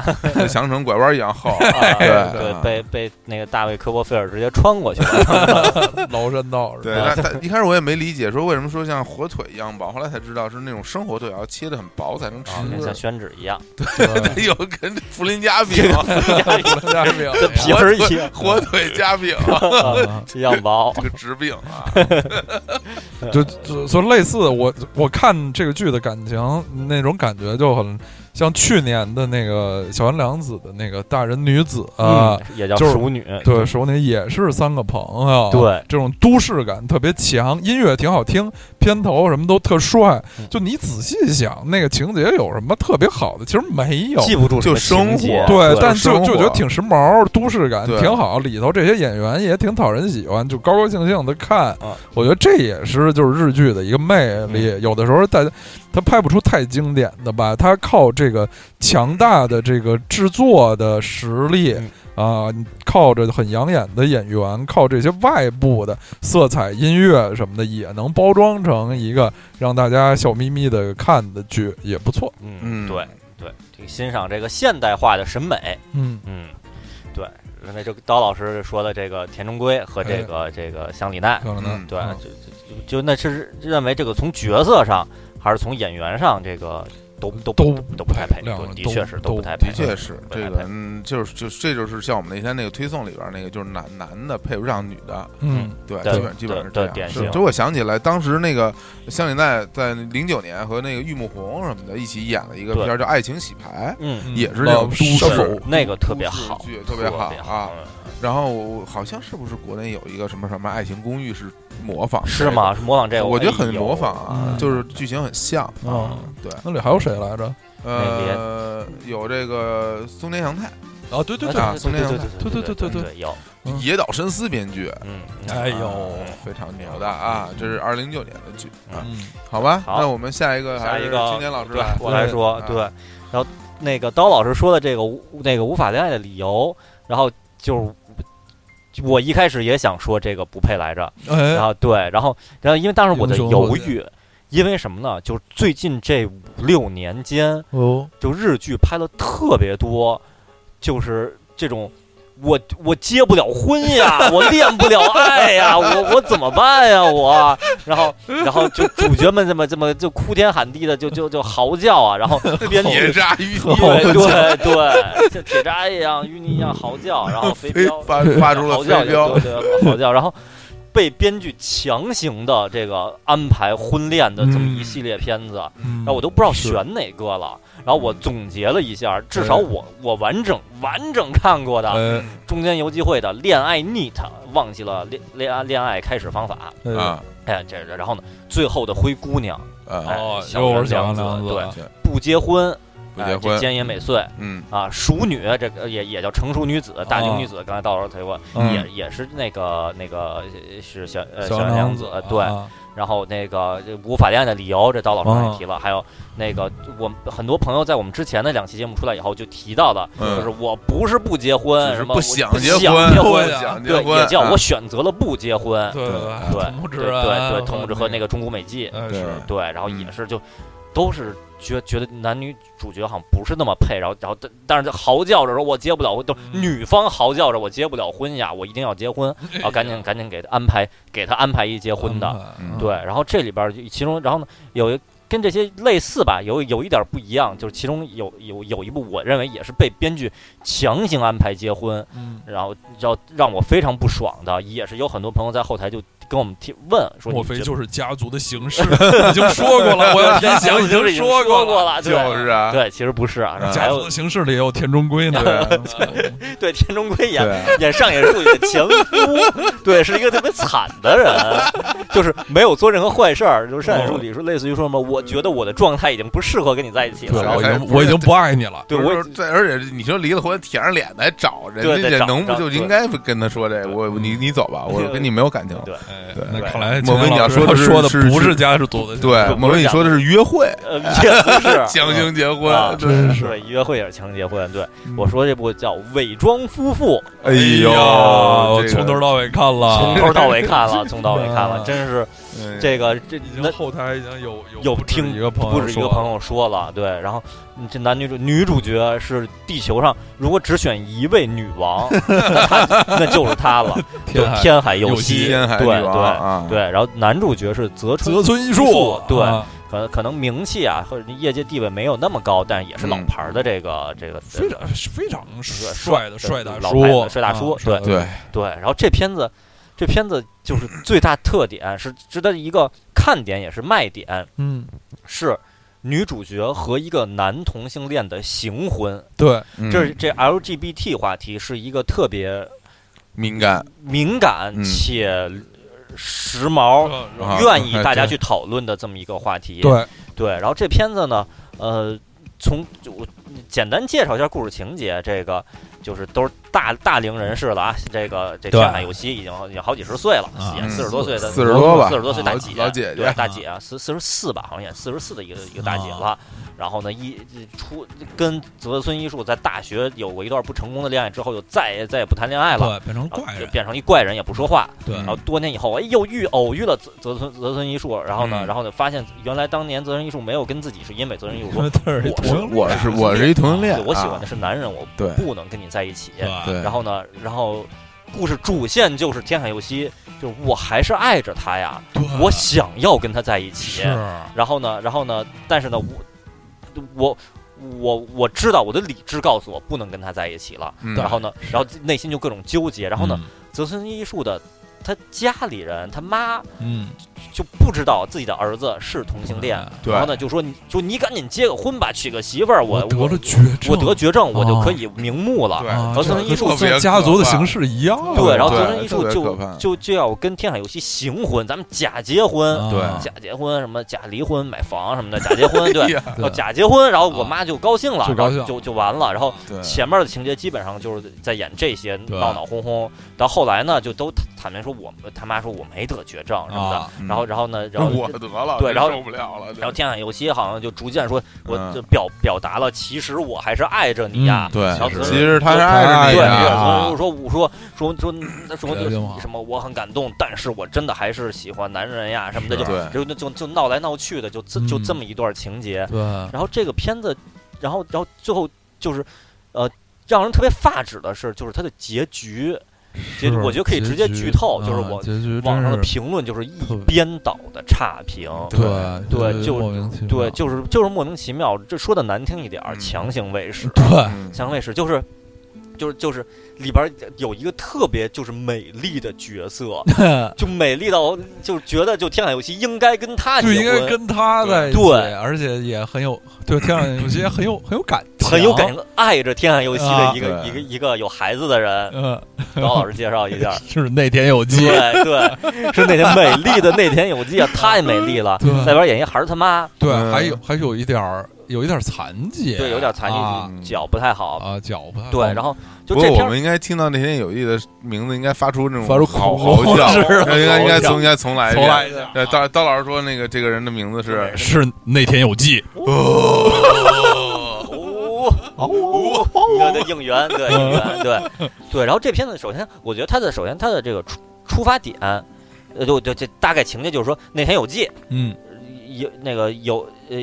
S1: 像长城拐弯一样 厚。
S2: 啊
S1: 对
S2: 对
S1: 啊，
S2: 被被那个大卫科波菲尔直接穿过 去了。
S3: 崂山道
S1: 对，
S3: 是吧？
S1: 但但一开始我也没理解，说为什么说像火腿一样薄，后来才知道是那种生火腿要切的很薄才能吃
S2: 啊，，跟像宣纸一样，
S3: 对
S1: 有跟弗林加饼、 啊
S3: 大饼
S2: 跟皮儿一样，
S1: 火腿加饼
S3: 啊
S2: 一样薄
S1: 这。个直饼 啊，
S3: 就就就类似我我看这个剧的感情那种感觉就很像去年的那个小原良子的那个大人女子啊
S1: 呃
S2: 嗯，，也叫
S3: 就是
S2: 熟女。
S3: 对，手里也是三个朋友，
S2: 对，
S3: 这种都市感特别强，音乐挺好听，片头什么都特帅
S2: 嗯。
S3: 就你仔细想，那个情节有什么特别好的？其实没有，
S2: 记不住什
S1: 就
S2: 么
S1: 生
S2: 情节
S1: 活
S3: 对
S1: 对，
S3: 但
S1: 生
S3: 就就觉
S1: 活
S3: 得挺时髦，都市感
S1: 对
S3: 挺好，里头这些演员也挺讨人喜欢，就高高兴兴的看
S2: 啊。
S3: 我觉得这也是就是日剧的一个魅
S1: 嗯
S3: 力。有的时候大家他拍不出太经典的吧，他靠这个强大的这个制作的实力
S1: 嗯
S3: 啊，靠着很养眼的演员，靠这些外部的色彩、音乐什么的，也能包装成一个让大家笑眯眯的看的剧，也不错。
S1: 嗯
S2: 嗯，对对，这个欣赏这个现代化的审美，
S3: 嗯，
S2: 嗯，对。那就刀老师说的这个田中圭和
S1: 哎
S2: 这个这个香里奈，
S3: 漂亮的
S1: 嗯
S2: 对，
S3: 嗯
S2: 就就就那是认为这个从角色上还是从演员上，这个都都
S3: 都
S2: 都不太配，
S3: 亮
S2: 对
S3: 了
S2: 的
S3: 都
S2: 确是都
S3: 都
S2: 不太配，
S1: 的确是
S2: 不太
S1: 这
S2: 配
S1: 个，嗯，就是就这就是像我们那天那个推送里边那个，就是男男的配不上女的，
S3: 嗯，
S1: 对，
S2: 对
S1: 基本基本上是
S2: 对
S1: 这
S2: 对典
S1: 样。是，
S2: 型
S1: 就我想起来，当时那个香里奈在零九年和那个玉木宏什么的一起演了一个
S2: 对
S1: 片儿叫《爱情洗牌
S2: 嗯，》，
S1: 也是那种
S3: 老
S1: 都
S3: 是
S1: 市
S2: 那个特别
S1: 都市
S2: 好，
S1: 剧特
S2: 特
S1: 别好
S2: 好
S1: 啊。，然后我好像是不是国内有一个什么什么《爱情公寓》是模仿
S2: 嗯是吗？是模仿这
S1: 这
S2: 个，
S1: 个？我觉得
S2: 哎
S1: 很
S2: 呦
S1: 模仿啊
S3: 嗯，
S1: 就是剧情很像啊
S3: 嗯。
S1: 对，
S3: 那里还有谁来着？
S1: 呃，有这个松田洋太、
S3: 啊，对对
S2: 啊
S3: 对，
S1: 啊
S2: 对
S1: 松
S2: 对
S1: 田
S2: 对
S1: 洋
S2: 对
S3: 对对
S2: 对
S3: 对对
S2: 对，有，
S3: 嗯
S1: 野岛伸司编剧，
S2: 嗯，
S3: 哎呦，
S1: 啊非常牛的啊！这是二零零九年的剧啊，
S3: 嗯，
S1: 好吧？
S2: 好
S1: 那我们下一个
S2: 下
S1: 还
S2: 一
S1: 是
S2: 个
S1: 青年老师
S2: 对
S1: 来，啊
S2: 我来说，对，然后那个刀老师说的这个无那个无法恋爱的理由，然后就是我一开始也想说这个不配来着，然
S3: 哎，
S2: 后对，然后然后因为当时我的
S3: 英雄所
S2: 犹
S3: 见
S2: 豫，因为什么呢？就是最近这五六年间，
S3: 哦，
S2: 就日剧拍了特别多，就是这种。我我结不了婚呀，我恋不了爱呀，我我怎么办呀？我，然后然后就主角们这么这么就哭天喊地的就就就嚎叫啊，然后编
S1: 野
S2: 剧
S1: 鲨鱼
S2: 对对对，像铁渣一样淤泥一样嚎叫，然后飞
S1: 飞
S2: 镖
S1: 发发出了
S2: 嚎叫
S1: 飞
S2: 就
S1: 镖
S2: 对，对嚎叫，然后被编剧强行的这个安排婚恋的这么一系列片子，
S3: 嗯
S2: 然后我都不知道
S3: 是
S2: 选哪个了。然后我总结了一下，至
S1: 哎
S2: 少我我完整完整看过的《
S3: 哎
S1: 嗯
S2: 中间游击会》的《恋爱 neat》，忘记了恋恋恋爱开始方法。
S3: 哎
S1: 啊
S2: 哎，这这然后呢，最后的灰姑娘，哎
S1: 啊，
S3: 哦，
S2: 小
S3: 又
S2: 山
S3: 是小
S2: 良
S3: 梁
S2: 子
S3: 子，
S2: 对不结婚，
S1: 不
S2: 哎
S1: 结
S2: 这
S1: 婚，
S2: 菅野美穗
S1: 嗯，
S2: 啊，熟女，这个也也叫成熟女子、大龄
S1: 哦
S2: 女子。刚才到时候提过，
S3: 嗯
S2: 也也是那个那个呃是小呃
S3: 小
S2: 小
S3: 梁
S2: 娘
S3: 子
S2: 子，对。
S3: 啊
S2: 然后那个这无法恋爱的理由，这刀老师刚才提了，还有那个我们很多朋友在我们之前的两期节目出来以后就提到的，
S1: 嗯
S2: 就是我不是不结婚，
S1: 只是
S2: 什么
S1: 不
S2: 想
S1: 结
S2: 婚，
S1: 不
S2: 婚
S1: 想结
S2: 对，
S1: 婚，
S2: 也叫
S1: 啊
S2: 我选择了不结婚，
S3: 对
S1: 对
S2: 对
S3: 同志
S2: 对
S3: 啊
S2: 对对，同志和那
S3: 那
S2: 个中谷美纪，
S3: 哎
S1: 对
S3: 是
S2: 对，然后也
S1: 嗯
S2: 是就都是觉觉得男女主角好像不是那么配，然后然后但但是在嚎叫着说我结不了婚，都
S3: 嗯
S2: 女方嚎叫着我结不了婚呀，我一定要 结婚，然后赶紧赶紧给他安排给他安排一结婚的，
S1: 哎嗯
S2: 对，然后这里边儿就其中然后呢有一跟这些类似吧，有有一点儿不一样，就是其中有有有一部我认为也是被编剧强行安排结婚，
S3: 嗯，
S2: 然后要让我非常不爽的，也是有很多朋友在后台就跟我们提问说你
S3: 莫
S2: 觉
S3: 非
S2: 得
S3: 就是家族的 形式？已经说过了，我要
S2: 对
S3: 天
S2: 对
S3: 祥
S2: 已经
S3: 经
S2: 已经
S3: 说
S2: 过
S3: 过了。
S2: 了，对
S1: 就是啊，
S2: 对，其实不是啊，
S1: 嗯
S2: 还
S3: 家
S2: 有
S3: 族的形式里也有田中圭呢，
S2: 对田中圭演
S1: 对，
S2: 演上野树里的前夫，对，是一个特别惨的人，就是没有做任何坏事儿，就是上野树里说类似于说什么，我觉得我的状态已经不适合跟你在一起
S3: 对，
S2: 了，
S3: 我已
S1: 还
S3: 经我已经不爱你了。
S2: 对
S1: 不
S2: 我
S1: 是
S2: 已
S1: 这而且你说离了婚，舔着脸来找人
S2: 对
S1: 家，
S2: 得
S1: 这
S2: 找
S1: 能不
S2: 找
S1: 就
S2: 对
S1: 应该跟他说这我你你走吧，我跟你没有感情。
S2: 对
S3: 哎
S1: 对
S3: 那
S1: 对
S3: 看来
S1: 莫非你要
S3: 说
S1: 说的是
S3: 的
S1: 是
S3: 不
S1: 是
S3: 是家族的？，
S1: 对，
S2: 不
S1: 我跟
S2: 是
S1: 你
S2: 讲
S1: 说的是约会，
S2: 呃也不 是。
S1: 强行结婚
S2: 啊，
S1: 真是
S2: 是约会也是强行结婚，对我说这部叫《伪装夫妇
S1: 哎
S3: 哎呦，我
S1: 这个
S3: 从头到尾看》，
S2: 从
S3: 了，
S2: 头 到尾看了，从头到尾看了，
S3: 啊
S2: 真是
S1: 哎
S2: 这个这
S3: 已
S2: 那
S3: 经后台已经有
S2: 有
S3: 不止
S2: 听
S3: 一个朋友
S2: 不止一个
S3: 说
S2: 朋友说了，对，然后嗯这男女主女主角是地球上如果只选一位女 王，那她那就是她了，就
S3: 天海啊
S2: 天海佑
S3: 佑
S2: 希，
S3: 希
S1: 天海女
S2: 对
S1: 王啊，
S2: 对对，然后男主角是泽
S3: 泽
S2: 村，
S3: 村一
S2: 一树
S3: 树，
S2: 对
S3: 啊
S2: 可能可能名气啊或者业界地位没有那么高，但也是老牌儿
S3: 嗯
S2: 的这个、这个
S3: 非常非常帅
S2: 帅
S3: 的
S2: 对
S3: 帅大
S2: 老牌
S3: 叔
S2: 的，帅大叔
S3: 啊帅大
S2: 对
S1: 对，
S2: 对，然后这片子这片子就是最大特点是值得一个看点也是卖点
S3: 嗯，
S2: 是。女主角和一个男同性恋的行婚，
S3: 对，
S1: 嗯
S2: 这这 LGBT 话题是一个特别
S1: 敏感，
S2: 敏感
S1: 嗯
S2: 且时髦、
S1: 啊
S2: 愿意大 家
S1: 哎对
S2: 去讨论的这么一个话题。
S3: 嗯对，
S2: 对然后这片子呢，呃，从就我简单介绍一下故事情节，这个就是都是大大龄人士了啊，这个这
S3: 对
S2: 天海佑希已经已经好几十岁了，
S3: 啊
S2: 演
S1: 嗯
S2: 四十多岁的
S1: 四十多吧
S2: 四十多岁大
S1: 老
S2: 姐
S1: 老姐姐啊
S2: 对大姐啊四四十四吧，好像演四十四的一个一个大姐了。然后呢，一出跟泽村一树在大学有过一段不成功的恋爱之后，就再也再也不谈恋爱了，啊
S3: 对，变成
S2: 然后
S3: 怪
S2: 就
S3: 人，
S2: 变成一怪人，也不说话。
S1: 嗯
S3: 对
S2: 然后多年以后，哎，又遇偶遇了泽泽村泽村一树，然后呢，
S1: 嗯
S2: 然后呢，发现原来当年泽村一树没有跟自己，是因为泽村一树
S3: 因
S2: 说，
S3: 为他是一
S2: 我
S3: 同性恋
S1: 我嗯是我是一同性恋
S2: 对，我喜欢
S1: 啊
S2: 的是男人，我
S1: 对
S2: 不能跟你在一起。
S1: 对，
S2: 然后呢，然后故事主线就是天海佑希，就是我还是爱着他呀，
S1: 嗯
S3: 对
S2: 我想要跟他在一起
S3: 是。
S2: 然后呢，然后呢，但是呢，我我我我知道我的理智告诉我不能跟他在一起了，
S1: 嗯
S2: 然后呢，然后内心就各种纠结，然后呢，
S4: 嗯
S2: 泽村一树的他家里人他妈
S4: 嗯，
S2: 就不知道自己的儿子是同性恋，
S4: 嗯
S1: 对
S2: 然后呢就说你就你赶紧结个婚吧，娶个媳妇儿，我
S4: 我得了绝症，
S2: 我得绝症，我就
S4: 哦
S2: 可以瞑目了。
S1: 对
S4: 啊，
S2: 然后泽村一树
S1: 特别
S4: 像家族的形
S1: 式，
S4: 式一样，
S2: 对，然后
S1: 对
S2: 泽村一
S1: 特
S2: 树
S1: 别可
S2: 就
S1: 怕
S2: 就就要跟天海佑希行婚，咱们假结婚，
S3: 哦
S4: 啊
S1: 对
S2: 假结婚什么假离婚买房什么的，假结婚对，
S1: 呀
S2: 哦假结婚，然后我妈就高兴了，
S3: 就
S2: 然后
S3: 高兴
S2: 就就完了，然后
S1: 对
S2: 前面的情节基本上就是在演这些
S4: 对
S2: 闹闹哄哄，到后来呢就都坦白说我们他妈说我没得绝症什么的，
S4: 啊
S1: 嗯
S2: 然后然后呢然
S1: 那
S2: 后
S1: 我得了，
S2: 对
S1: 真
S2: 然后
S1: 受不了了，
S2: 然后天海佑希好像就逐渐说，我
S1: 嗯
S2: 就表表达了，其实我还是爱着你
S3: 嗯
S2: 呀。
S1: 对
S2: 然后
S4: 其
S2: 泽村
S1: 其实他是嗯爱着
S2: 对，
S1: 你
S2: 对
S1: 的
S2: 然
S4: 啊
S2: 后说我说说说那什么
S4: 这就好
S2: 就什么，我很感动，但是我真的还是喜欢男人呀什么的，
S1: 是嗯
S2: 就就就就闹来闹去的，就这就这么一段情节。
S4: 对，
S2: 然后这个片子，然后然后最后就是，呃，让人特别发指的是，就是它的结局，结局
S4: 是
S2: 我觉得可以直接剧透，
S4: 结
S2: 就
S4: 局
S2: 是
S4: 啊
S2: 我
S4: 结局
S2: 网上
S4: 真
S2: 的
S4: 是
S2: 评论就是一
S4: 特别
S2: 边倒的差评。
S4: 对
S2: 对
S4: 就是
S2: 就
S4: 莫名其妙
S2: 对，就是就是莫名其妙，这说的难听一点儿，
S1: 嗯
S2: 强行喂食，
S4: 对
S1: 嗯
S2: 强行喂食就是。就是就是里边儿有一个特别就是美丽的角色，就美丽到就是觉得就天海佑希应该跟他结
S4: 就
S2: 婚，
S4: 应该跟他在一起，
S2: 对
S4: 而且也很有对天 上有些很有很有感情，
S2: 很有感情，爱着天海佑希的
S4: 啊
S2: 一个、
S1: 对
S2: 一个一个有孩子的人。
S4: 嗯，，
S2: 高老师介绍一下
S4: 是那天有机，
S2: 对对，是那天美丽的内田有纪啊，太美丽了，
S4: 对
S2: 在里边演一孩儿他妈，
S4: 对，
S1: 嗯
S4: 还有还有一点儿有一点儿残疾，
S2: 对，有点残疾，
S4: 啊
S2: 脚不太好，
S4: 啊，脚不太
S3: 哦
S2: 对，然
S4: 后
S2: 后就
S1: 不
S2: 这
S1: 过
S2: 片
S1: 我
S2: 儿
S1: 们应该听到那些有意的名字，应该发出那种
S4: 发出
S1: 嚎
S4: 口
S1: 嚎叫，
S4: 是
S1: 那应该应该从应该重来一
S4: 重来
S1: 遍。
S4: 一下，
S1: 对，刀刀老师说那个这个人的名字是
S4: 是那天有机，
S2: 哦，对对，应援，对应援，对 对。然后这片子首先，我觉得它的首先它的这个出出发点，呃，就就这大概情节就是说，那天有记，
S4: 嗯，
S2: 有那个有呃，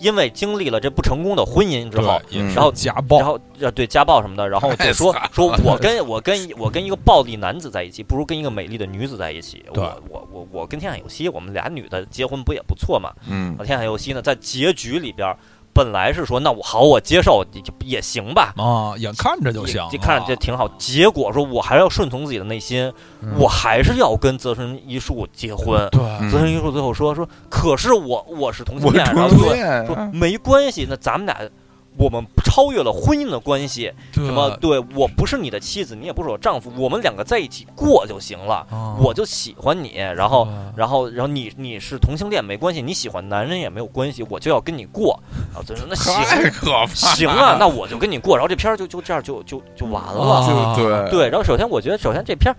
S2: 因为经历了这不成功的婚姻之
S4: 对
S2: 后，
S1: 嗯
S4: 也是
S2: 然后
S4: 家
S2: 然
S4: 暴，
S2: 后呃对家暴什么的，然后就说
S1: 太惨了
S2: 说我跟我跟我跟一个暴力男子在一起，不如跟一个美丽的女子在一起。
S4: 对
S2: 我我我我跟天海佑希，我们俩女的结婚不也不错嘛？
S1: 嗯
S2: 啊，天海佑希呢，在结局里边儿本来是说，那我好，我接受也也行吧，
S4: 啊，眼看着就
S2: 也
S4: 行啊，
S2: 这看着这挺好。结果说我还要顺从自己的内心，
S4: 嗯
S2: 我还是要跟泽村一树结婚。
S4: 对
S1: 嗯
S2: 泽村一树最后说说，可是我我是同性
S1: 我
S2: 恋，啊然后
S1: 初
S2: 说
S1: 恋
S2: 说没关系，那咱们俩。我们超越了婚姻的关系，
S4: 对
S2: 什
S1: 嗯
S2: 么？对我不是你的妻子，你也不是我丈夫，我们两个在一起过就行了。
S4: 啊
S1: 哦
S2: 我就喜欢你，然后
S4: 对
S2: 然后，然后你你是同性恋没关系，你喜欢男人也没有关系，我就要跟你过。然后就说那
S1: 太
S2: 行
S1: 可怕了，哦
S2: 行啊，那我就跟你过。然后这片儿就就这样就就就完了。
S4: 啊
S1: 就对
S2: 对，然后首先我觉得，首先这片儿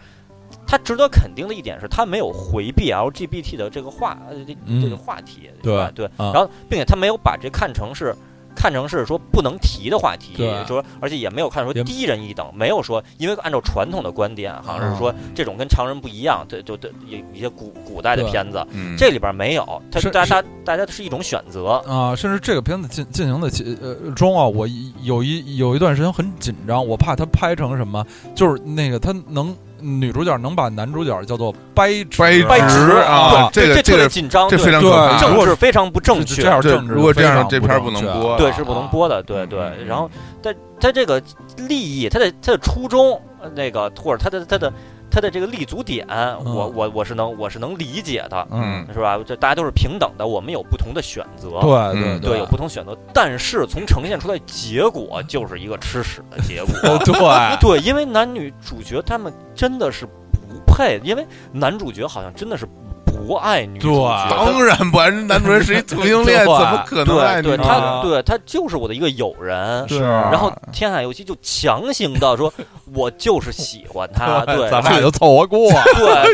S2: 它值得肯定的一点是，它没有回避 LGBT 的这个话呃这
S4: 嗯
S2: 这个话题，
S4: 对
S2: 吧？对，
S4: 啊
S2: 然后并且它没有把这看成是。看成是说不能提的话题，
S4: 对
S2: 说而且也没有看说
S4: 也
S2: 低人一等，没有说因为按照传统的观点，好像是说这种跟常人不一样，对，就对有一些古古代的
S4: 对
S2: 片子，
S1: 嗯
S2: 这里边没有，它
S4: 是
S2: 大家大家是一种选择，
S4: 啊，甚至这个片子进进行的其呃中啊，我一有一有一段时间很紧张，我怕他拍成什么，就是那个他能女主角能把男主角叫做掰直
S1: 掰
S2: 掰
S1: 直
S2: 直
S1: 啊，
S2: 对
S1: 这个
S2: 特别
S1: 个
S2: 紧张，
S1: 这
S2: 对
S1: 非常
S4: 对
S1: 可怕，
S2: 政治非常不正
S4: 这
S2: 确，
S4: 这样
S1: 这
S4: 政治
S1: 如果这样
S4: 非
S1: 这
S4: 常
S1: 片儿
S4: 不
S1: 能
S4: 正确啊
S1: 播，
S2: 对，是不能播的，对
S1: 嗯
S2: 对。
S1: 嗯
S2: 然后，但他这个利益，他的他的初衷，呃那个或者他的他的他的这个立足点，
S4: 嗯
S2: 我我我是能我是能理解的，
S1: 嗯
S2: 是吧？这大家都是平等的，我们有不同的选择，
S4: 对
S1: 嗯
S4: 对 嗯
S2: 对，有不同选择，但是从呈现出来结果就是一个吃屎的结 果，
S4: 哦对
S2: 对，因为男女主角他们真的是不配，因为男主角好像真的是不爱女主
S4: 对
S2: 角，
S1: 当然不然，人男主人是一同性
S4: 对
S1: 恋，怎么可能爱
S2: 对
S1: 你
S2: 对，
S1: 呢？
S2: 他对他就是我的一个友人。
S4: 是
S2: 然后天海佑希就强行的说，我就是喜欢他，对，
S4: 咱们俩
S2: 这
S4: 就凑合过，
S2: 对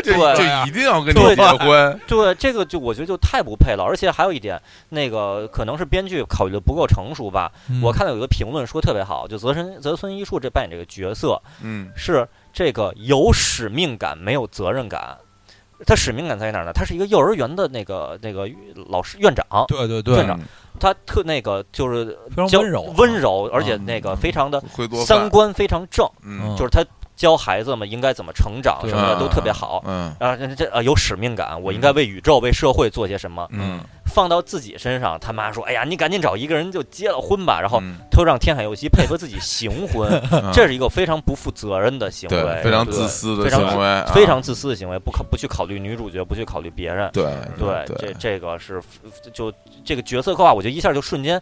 S1: 这
S2: 对
S1: 这一定要跟你
S2: 对
S1: 结婚，
S2: 对，这个就我觉得就太不配了。而且还有一点，那个可能是编剧考虑的不够成熟吧。
S1: 嗯
S4: 嗯
S3: 嗯
S2: 我看到有一个评论说特别好，就泽村泽村一树这扮演这个角色，
S1: 嗯
S2: 是这个有使命感，没有责任感。他使命感在哪儿呢？他是一个幼儿园的那个那个老师院长，
S4: 对对
S2: 院
S4: 对，
S2: 长他特那个就是
S4: 非常
S2: 教
S4: 温柔啊
S2: 温柔，而且
S4: 嗯
S2: 那个非常的
S1: 会做
S2: 三
S1: 饭，
S2: 观非常正，
S1: 嗯
S4: 嗯
S2: 就是他教孩子们应该怎么成长
S4: 对
S2: 什么的
S1: 嗯
S2: 都特别好。
S1: 嗯
S2: 啊，这这啊有使命感，我应该为宇宙、为社会做些什么。
S1: 嗯，
S2: 放到自己身上，他妈说：“哎呀，你赶紧找一个人就结了婚吧。”然后
S1: 嗯
S2: 他又让天海佑希配合自己行 婚，
S1: 嗯
S2: 这是一个非常不负责任的行为，
S1: 对非常
S2: 对
S1: 自私
S2: 非
S1: 的
S2: 常
S1: 行
S4: 嗯
S1: 为，啊
S2: 非常自私的行为，不考不去考虑女主角，不去考虑别人。
S1: 对
S2: 对，这
S1: 对
S2: 这个是就这个角色刻画，我觉得一下就瞬间，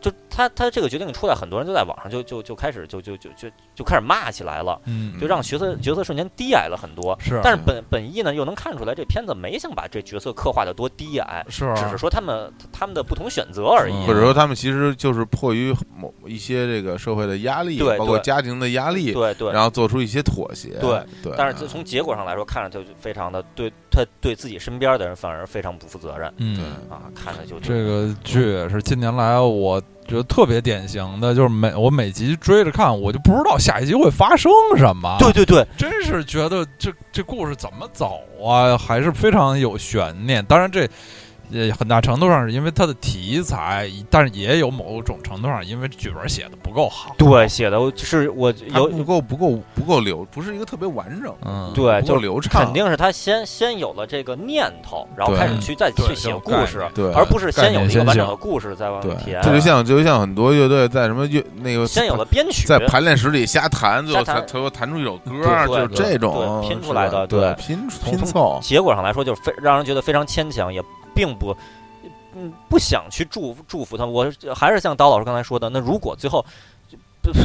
S2: 就他他这个决定一出来，很多人就在网上就就就开始就就就就就开始骂起来了，
S3: 嗯
S2: 就让角色角色瞬间低矮了很多。
S3: 是啊
S2: 但是本本意呢，又能看出来这片子没想把这角色刻画的多低矮，
S3: 是
S4: 啊
S3: 啊
S2: 只是说他们他们的不同选择而已。
S3: 嗯
S1: 或者说他们其实就是迫于某一些这个社会的压力，
S2: 对
S1: 包括
S2: 对
S1: 家庭的压力，
S2: 对对。
S1: 然后做出一些妥协。
S2: 对
S1: 对，啊
S2: 但是这从结果上来说，看着他就非常的对他对自己身边的人反而非常不负责任
S3: 嗯
S1: 对
S2: 啊，看着就
S3: 这个剧也是近年来我觉得特别典型的，就是每我每集追着看，我就不知道下一集会发生什么。
S2: 对，对对，
S3: 真是觉得这这故事怎么走啊，还是非常有悬念。当然这。也很大程度上是因为它的题材，但是也有某种程度上因为剧本写的不够好。
S2: 对，写的我是我
S1: 它
S2: 有
S1: 不够不够不够流，不是一个特别完整，
S3: 嗯，
S2: 对
S1: 不够
S2: 就
S1: 流畅，
S2: 肯定是他先先有了这个念头，然后
S1: 对
S2: 开始去再
S3: 对
S2: 去写
S3: 就
S2: 故
S3: 概
S2: 事
S3: 念，
S1: 对，
S2: 而不是先有了一个
S3: 概念先
S2: 完整
S3: 行
S2: 的故事再往
S1: 对
S2: 填，，
S1: 这就像就像很多乐队在什么乐那个
S2: 先有了编曲，
S1: 在排练室里瞎弹，最后
S2: 瞎
S1: 才
S2: 弹
S1: 才会弹出一首歌，
S2: 对
S1: 就是这种
S2: 对拼出
S1: 是吧
S2: 来的
S1: 对
S2: 对
S1: 拼
S2: 从
S1: 拼凑，
S2: 结果上来说，就是非让人觉得非常牵强，也并不，嗯，不想去祝福祝福他。我还是像刀老师刚才说的，那如果最后就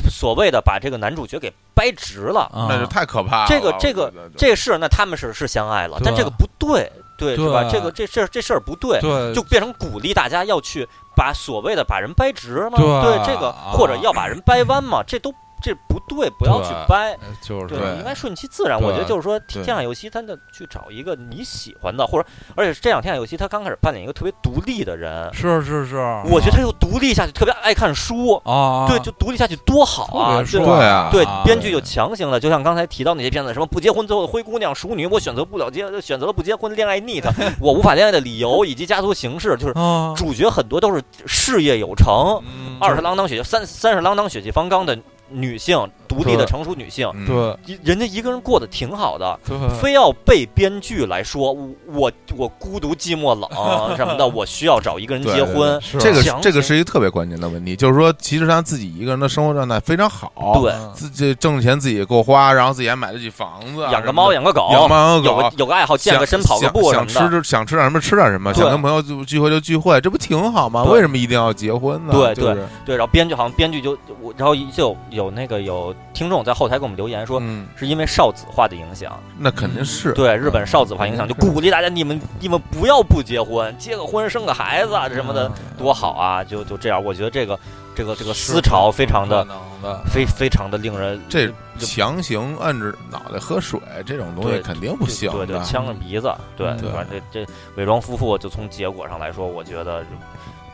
S2: 所谓的把这个男主角给掰直了，
S3: 啊，
S1: 那就太可怕了。
S2: 这个
S1: 我
S2: 这个
S1: 觉得
S2: 这事那他们是是相爱了，但
S3: 对
S2: 这个不对，对是吧？
S3: 对
S2: 这个这事儿这事儿不对，
S3: 对，
S2: 就变成鼓励大家要去把所谓的把人掰直吗？
S3: 对
S2: 这个
S3: 啊
S2: 或者要把人掰弯吗？这都这不对，不要去
S3: 对
S2: 掰。
S3: 呃就是
S2: 对，
S1: 对
S2: 你应该顺其自然。我觉得
S1: 对
S2: 就是说，
S1: 对
S2: 天海佑希他就去找一个你喜欢的，或者而且是这两天海佑希他刚开始扮演一个特别独立的人，
S3: 是是是，
S2: 我觉得他又独立下去，特别爱看书，
S3: 啊，
S2: 对，就独立下去多好啊！
S3: 特
S2: 对
S3: 别
S1: 对
S3: 爽
S1: 啊
S2: 对
S3: 啊，
S2: 编剧就强行了，就像刚才提到那些片子，什么不结婚最后的灰姑娘、熟女，我选择不了结，选择了不结婚，恋爱 need，我 无法恋爱的理由，以及家族形式，就是
S1: 哦
S3: 啊，
S2: 主角很多都是事业有成，
S3: 嗯
S2: 二十郎当血三三十郎当血气方刚的女性，独立
S3: 对
S2: 的成熟女性，
S1: 嗯
S3: 对
S2: 一人家一个人过得挺好的，
S3: 对，
S2: 非要被编剧来说我我我孤独寂 寞冷什么的，我需要找一个人
S1: 对
S2: 结婚，
S3: 是
S1: 这个是
S2: 强
S1: 这个
S2: 行
S1: 是一个特别关键的问题，就是说，其实他自己一个人的生活状态非常好，
S2: 对
S3: 嗯
S1: 自己挣钱自己够花，然后自己还买得起房子啊什么的，
S2: 养个猫养个狗，
S1: 养猫养
S2: 有
S1: 狗啊
S2: 个，有个爱好健个身跑个步什
S1: 想
S2: 么
S1: 想
S2: 的。
S1: 吃就想吃点什么吃点什么，
S2: 对
S1: 想跟朋友就聚会就聚会，这不挺好吗？
S2: 对
S1: 为什么一定要结婚呢？
S2: 对
S1: 就是，
S2: 对，然后编剧好像编剧就我，然后就有有那个有听众在后台给我们留言说。
S1: 嗯，
S2: 是因为少子化的影响，
S1: 那肯定是
S2: 对日本少子化影响，就
S3: 嗯
S2: 鼓励大家你们你们不要不结婚，结个婚生个孩子啊什么
S3: 嗯
S2: 的，多好啊！就就这样，我觉得这个这个这个思潮非常的
S3: 可能的，
S2: 非非常的令人
S1: 这
S2: 就
S1: 强行摁着脑袋喝水这种东西
S2: 对
S1: 肯定不行
S2: 对对，
S1: 的。
S2: 呛着鼻子，对，
S3: 嗯对
S2: 反正这这伪装夫妇就从结果上来说，我觉得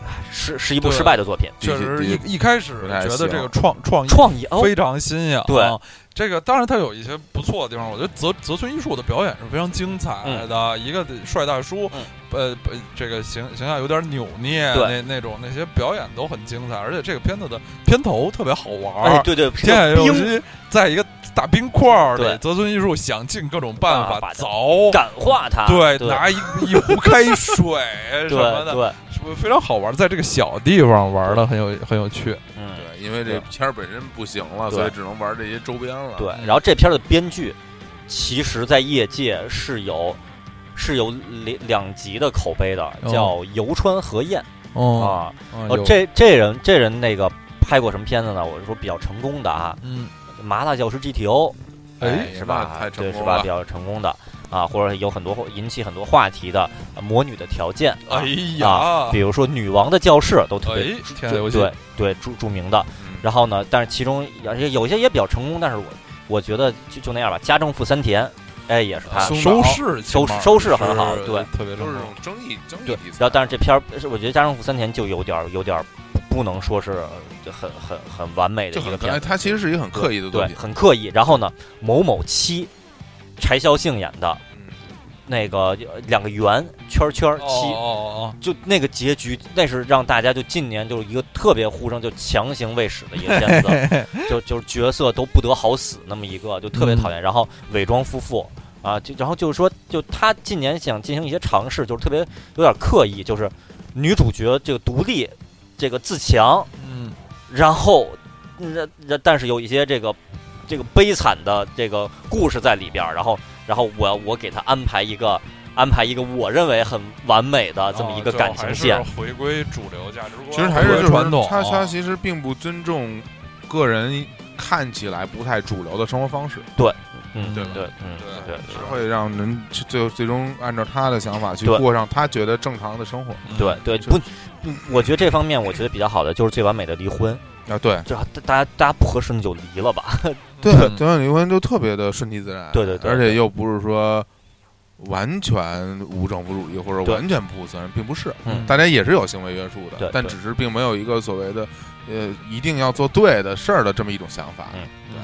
S2: 唉是是一部
S3: 对
S2: 失败的作品，
S1: 必须
S3: 确实
S1: 必须
S3: 一一开始
S1: 不太
S3: 觉得这
S1: 行
S3: 个创创意
S2: 创意哦，
S3: 非常新颖。啊
S2: 对
S3: 这个当然它有一些不错的地方，我觉得泽泽村一树的表演是非常精彩的，一个帅大叔，
S2: 嗯
S3: 呃，不这个形形象有点扭捏，
S2: 对
S3: 那那种那些表演都很精彩，而且这个片子的片头特别好玩
S2: 哎
S3: 儿，
S2: 对对，
S3: 天海
S2: 是
S3: 佑
S2: 冰
S3: 希在一个大冰块儿里
S2: 对，
S3: 泽村一树想尽各种办
S2: 办法
S3: 法
S2: 把它
S3: 凿。
S2: 感化他，
S3: 对，
S2: 对
S3: 拿一一壶开水什 么
S2: 对
S3: 的，
S2: 对，
S3: 是不是非常好玩？在这个小地方玩的很有很有趣。
S2: 嗯
S1: 对，因为这
S2: 对
S1: 片儿本身不行了，
S2: 对
S1: 所以只能玩这些周边了。嗯
S2: 对，然后这片儿的编剧，其实在业界是有。是有两两极的口碑的，
S3: 哦
S2: 叫游川河彦
S3: 哦，
S2: 啊，
S3: 哦
S2: 哦，
S3: 有
S2: 这这人这人那个拍过什么片子呢？我是说比较成功的啊，
S3: 嗯，
S2: 《麻辣教师 GTO》，
S1: 哎
S2: 是
S1: 那
S2: 吧？
S1: 太成
S2: 对，
S1: 功
S2: 是吧？
S1: 了
S2: 比较成功的啊，或者有很多引起很多话题的呃《魔女的条件》啊
S3: 哎，呀，
S2: 比如说《女王的教室》都特别
S3: 哎
S2: 著、
S3: 天呐有戏
S2: 对对著著名的。
S1: 嗯，
S2: 然后呢，但是其中而且有些也比较成功，但是我我觉得就就那样吧。家政妇三田，哎，也是他。
S1: 啊松
S3: 收视
S2: 收
S3: 起码
S2: 收视很好
S3: 是
S2: 对
S3: 特别
S1: 都是
S3: 成
S1: 这
S3: 功。
S1: 种争议争议
S2: 对
S1: 题材。
S2: 然后，但是这片儿，是我觉得《家政妇三田》就有点儿有点儿不不能说是呃很很很完美的
S1: 就
S2: 一个
S1: 很
S2: 片
S1: 哎，
S2: 子，
S1: 它其实是一个很刻意的作
S2: 对，
S1: 品。
S2: 很刻意。然后呢，某某七，柴孝庆演的，
S1: 嗯
S2: 那个呃两个圆圈儿圈儿
S3: 哦
S2: 七，
S3: 哦
S2: 就那个结局，那是让大家就近年就是一个特别呼声，就强行喂食的一个片子，就就是角色都不得好死那么一个，就特别讨厌。然后伪装夫妇啊，就然后就是说，就他近年想进行一些尝试，就是特别有点刻意，就是女主角这个独立，这个自强，
S4: 嗯，
S2: 然后，嗯然但是有一些这个这个悲惨的这个故事在里边儿，然后然后我我给她安排一个安排一个我认为很完美的啊这么一个感情线，
S3: 哦就还是回归主流价值观。
S1: 其实还是就是
S4: 传统
S1: 他他
S4: 啊
S1: 其实并不尊重个人看起来不太主流的生活方式，
S2: 嗯，
S1: 对吧
S2: 对，嗯
S1: 对，
S2: 对
S1: 是会让人去最最终按照他的想法去
S2: 对
S1: 过上他觉得正常的生活
S2: 对对
S1: 就
S2: 不，嗯我觉得这方面我觉得比较好的就是最完美的离婚，
S1: 啊，对
S2: 就大家大家不合适那就离了吧，
S1: 对
S4: 嗯
S1: 交换离婚就特别的顺其自然，
S2: 对对对
S1: 而且又不是说完全无政府主义或者
S2: 对
S1: 完全不负责任，并不是，
S2: 嗯
S1: 大家也是有行为约束的
S2: 对，
S1: 但
S2: 对
S1: 只是并没有一个所谓的呃一定要做对的事儿的这么一种想法。
S2: 嗯
S1: 对
S2: 对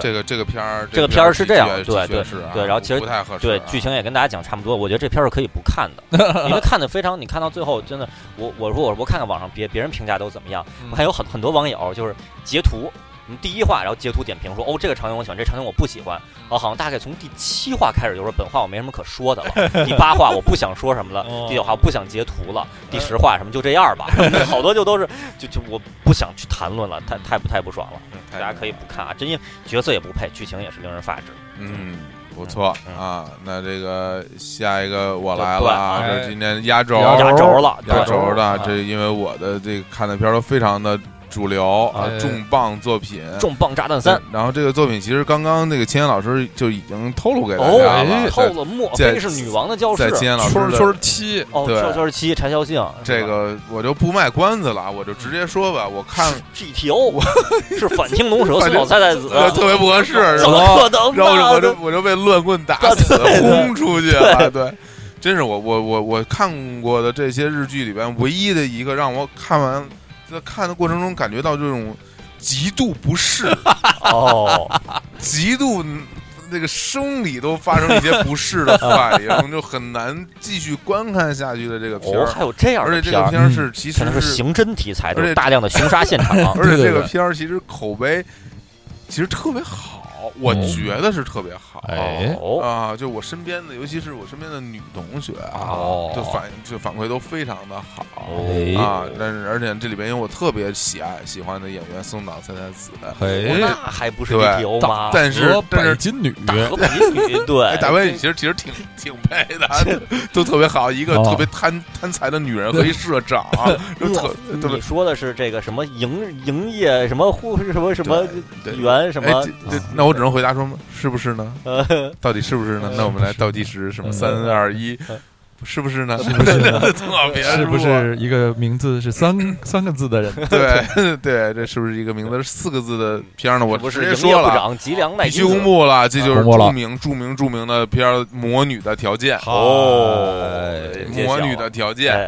S1: 这个这个片儿，
S2: 这个
S1: 片
S2: 片儿是这样
S1: 的确
S2: 对
S1: 的确
S2: 对
S1: 是啊
S2: 对然后其实
S1: 不太合适
S2: 对
S1: 啊，
S2: 剧情也跟大家讲差不多，我觉得这片儿是可以不看的，因为看的非常，你看到最后真的，我我说我我看看网上别别人评价都怎么样，
S4: 嗯
S2: 我还有很很多网友就是截图，嗯第一话然后截图点评说哦这个场景我喜欢，这场景我不喜欢，哦好像大概从第七话开始就说本话我没什么可说的了，第八话我不想说什么了，第九话不想截图了，第十话什么就这样吧，好多就都是就就我不想去谈论了，太太不太不爽了，嗯大
S1: 太
S2: 家可以不看啊，真因为角色也不配，剧情也是令人发指。
S1: 嗯。不错
S2: 嗯
S1: 啊，那这个下一个我来
S2: 对
S1: 了啊，
S4: 哎
S1: 这是今天压轴
S4: 压
S2: 压
S4: 轴
S2: 轴了，
S1: 压
S2: 对
S1: 轴的
S2: 啊，
S1: 这因为我的这个看的片儿都非常的主流啊
S4: 哎，
S1: 重磅作品。
S2: 重磅炸弹三
S1: 嗯，然后这个作品其实刚刚那个秦岩老师就已经透露给大
S2: 哦
S1: 家了，，
S2: 透了，莫非是女王的教
S1: 在
S2: 室
S1: 在？秦岩老师
S4: 村
S1: 的
S4: 村七，
S2: 哦，
S1: 对
S2: 跳圈七柴孝信，
S1: 这个我就不卖关子了，我就直接说吧，我看
S2: GTO 是反青龙蛇
S1: 反
S2: 四老太太子，
S1: 呃特别不合适，然
S2: 怎
S1: 后
S2: 么可能
S1: 然后我就
S2: 呢？
S1: 我就被乱棍打死，轰出去了。对，真是我我我我看过的这些日剧里边唯一的一个让我看完在看的过程中感觉到这种极度不适，
S2: 哦，
S1: 极度那个生理都发生一些不适 的反应，就很难继续观看下去的这个片
S2: 哦，
S1: 儿。
S2: 还有这样
S1: 而
S2: 的
S1: 且这
S2: 片
S1: 个
S2: 儿，
S1: 片儿是其实
S2: 全都是
S1: 是，
S2: 刑侦题材
S1: 而
S2: 的，
S1: 且
S2: 有大量的凶杀现场。 哦
S1: 而且
S4: 对
S1: 这个
S4: 对
S1: 片儿其实口碑其实特别好，我
S4: 嗯
S1: 觉得是特别好。
S4: 哎
S2: 哦，
S1: 啊，就我身边的，尤其是我身边的女同学啊，
S4: 哦
S1: 就反就反馈都非常的
S2: 哦
S1: 好、
S4: 哎
S1: 啊。但是而且这里边有我特别喜爱喜欢的演员松岛菜菜子，
S2: 那
S4: 哎，
S2: 还不是
S1: 对
S2: GTO 吗？
S1: 但是
S4: 和
S1: 但
S4: 啊北
S1: 是
S4: 京女，
S2: 大和平 女，
S1: 哎，
S2: 对，
S1: 大卫其实其实挺挺配 的，都特别好，一个
S4: 哦
S1: 特别贪贪财的女人和一社长，啊 就特
S2: 莫
S1: 特别
S2: 你说的是这个什么营营业什么护什么什么
S1: 对
S2: 员什
S1: 哎，
S2: 么
S1: 这这那我只能回答说是不是呢？
S2: 呃
S1: 到底是不
S4: 呃
S1: 是呢？那我们来倒计时，什么三二一
S2: 嗯，
S1: 是不是呢？
S4: 是不是
S1: 特别
S4: 是不
S1: 弱
S4: 是一个名字是三三个字的人？
S1: 对 对，这是不是一个名字是四个字的片儿呢？我
S2: 不
S1: 直
S2: 是
S1: 接
S2: 营业
S1: 说
S2: 部
S1: 了，
S2: 长吉良奈
S1: 必须
S2: 津
S1: 公
S2: 子，
S1: 布了，这就是
S4: 啊公布了
S1: 著名著名著名的片儿《魔女的条件》
S2: 哦
S4: 哎
S2: 揭
S1: 魔
S2: 晓
S1: 女的条件
S2: 哎》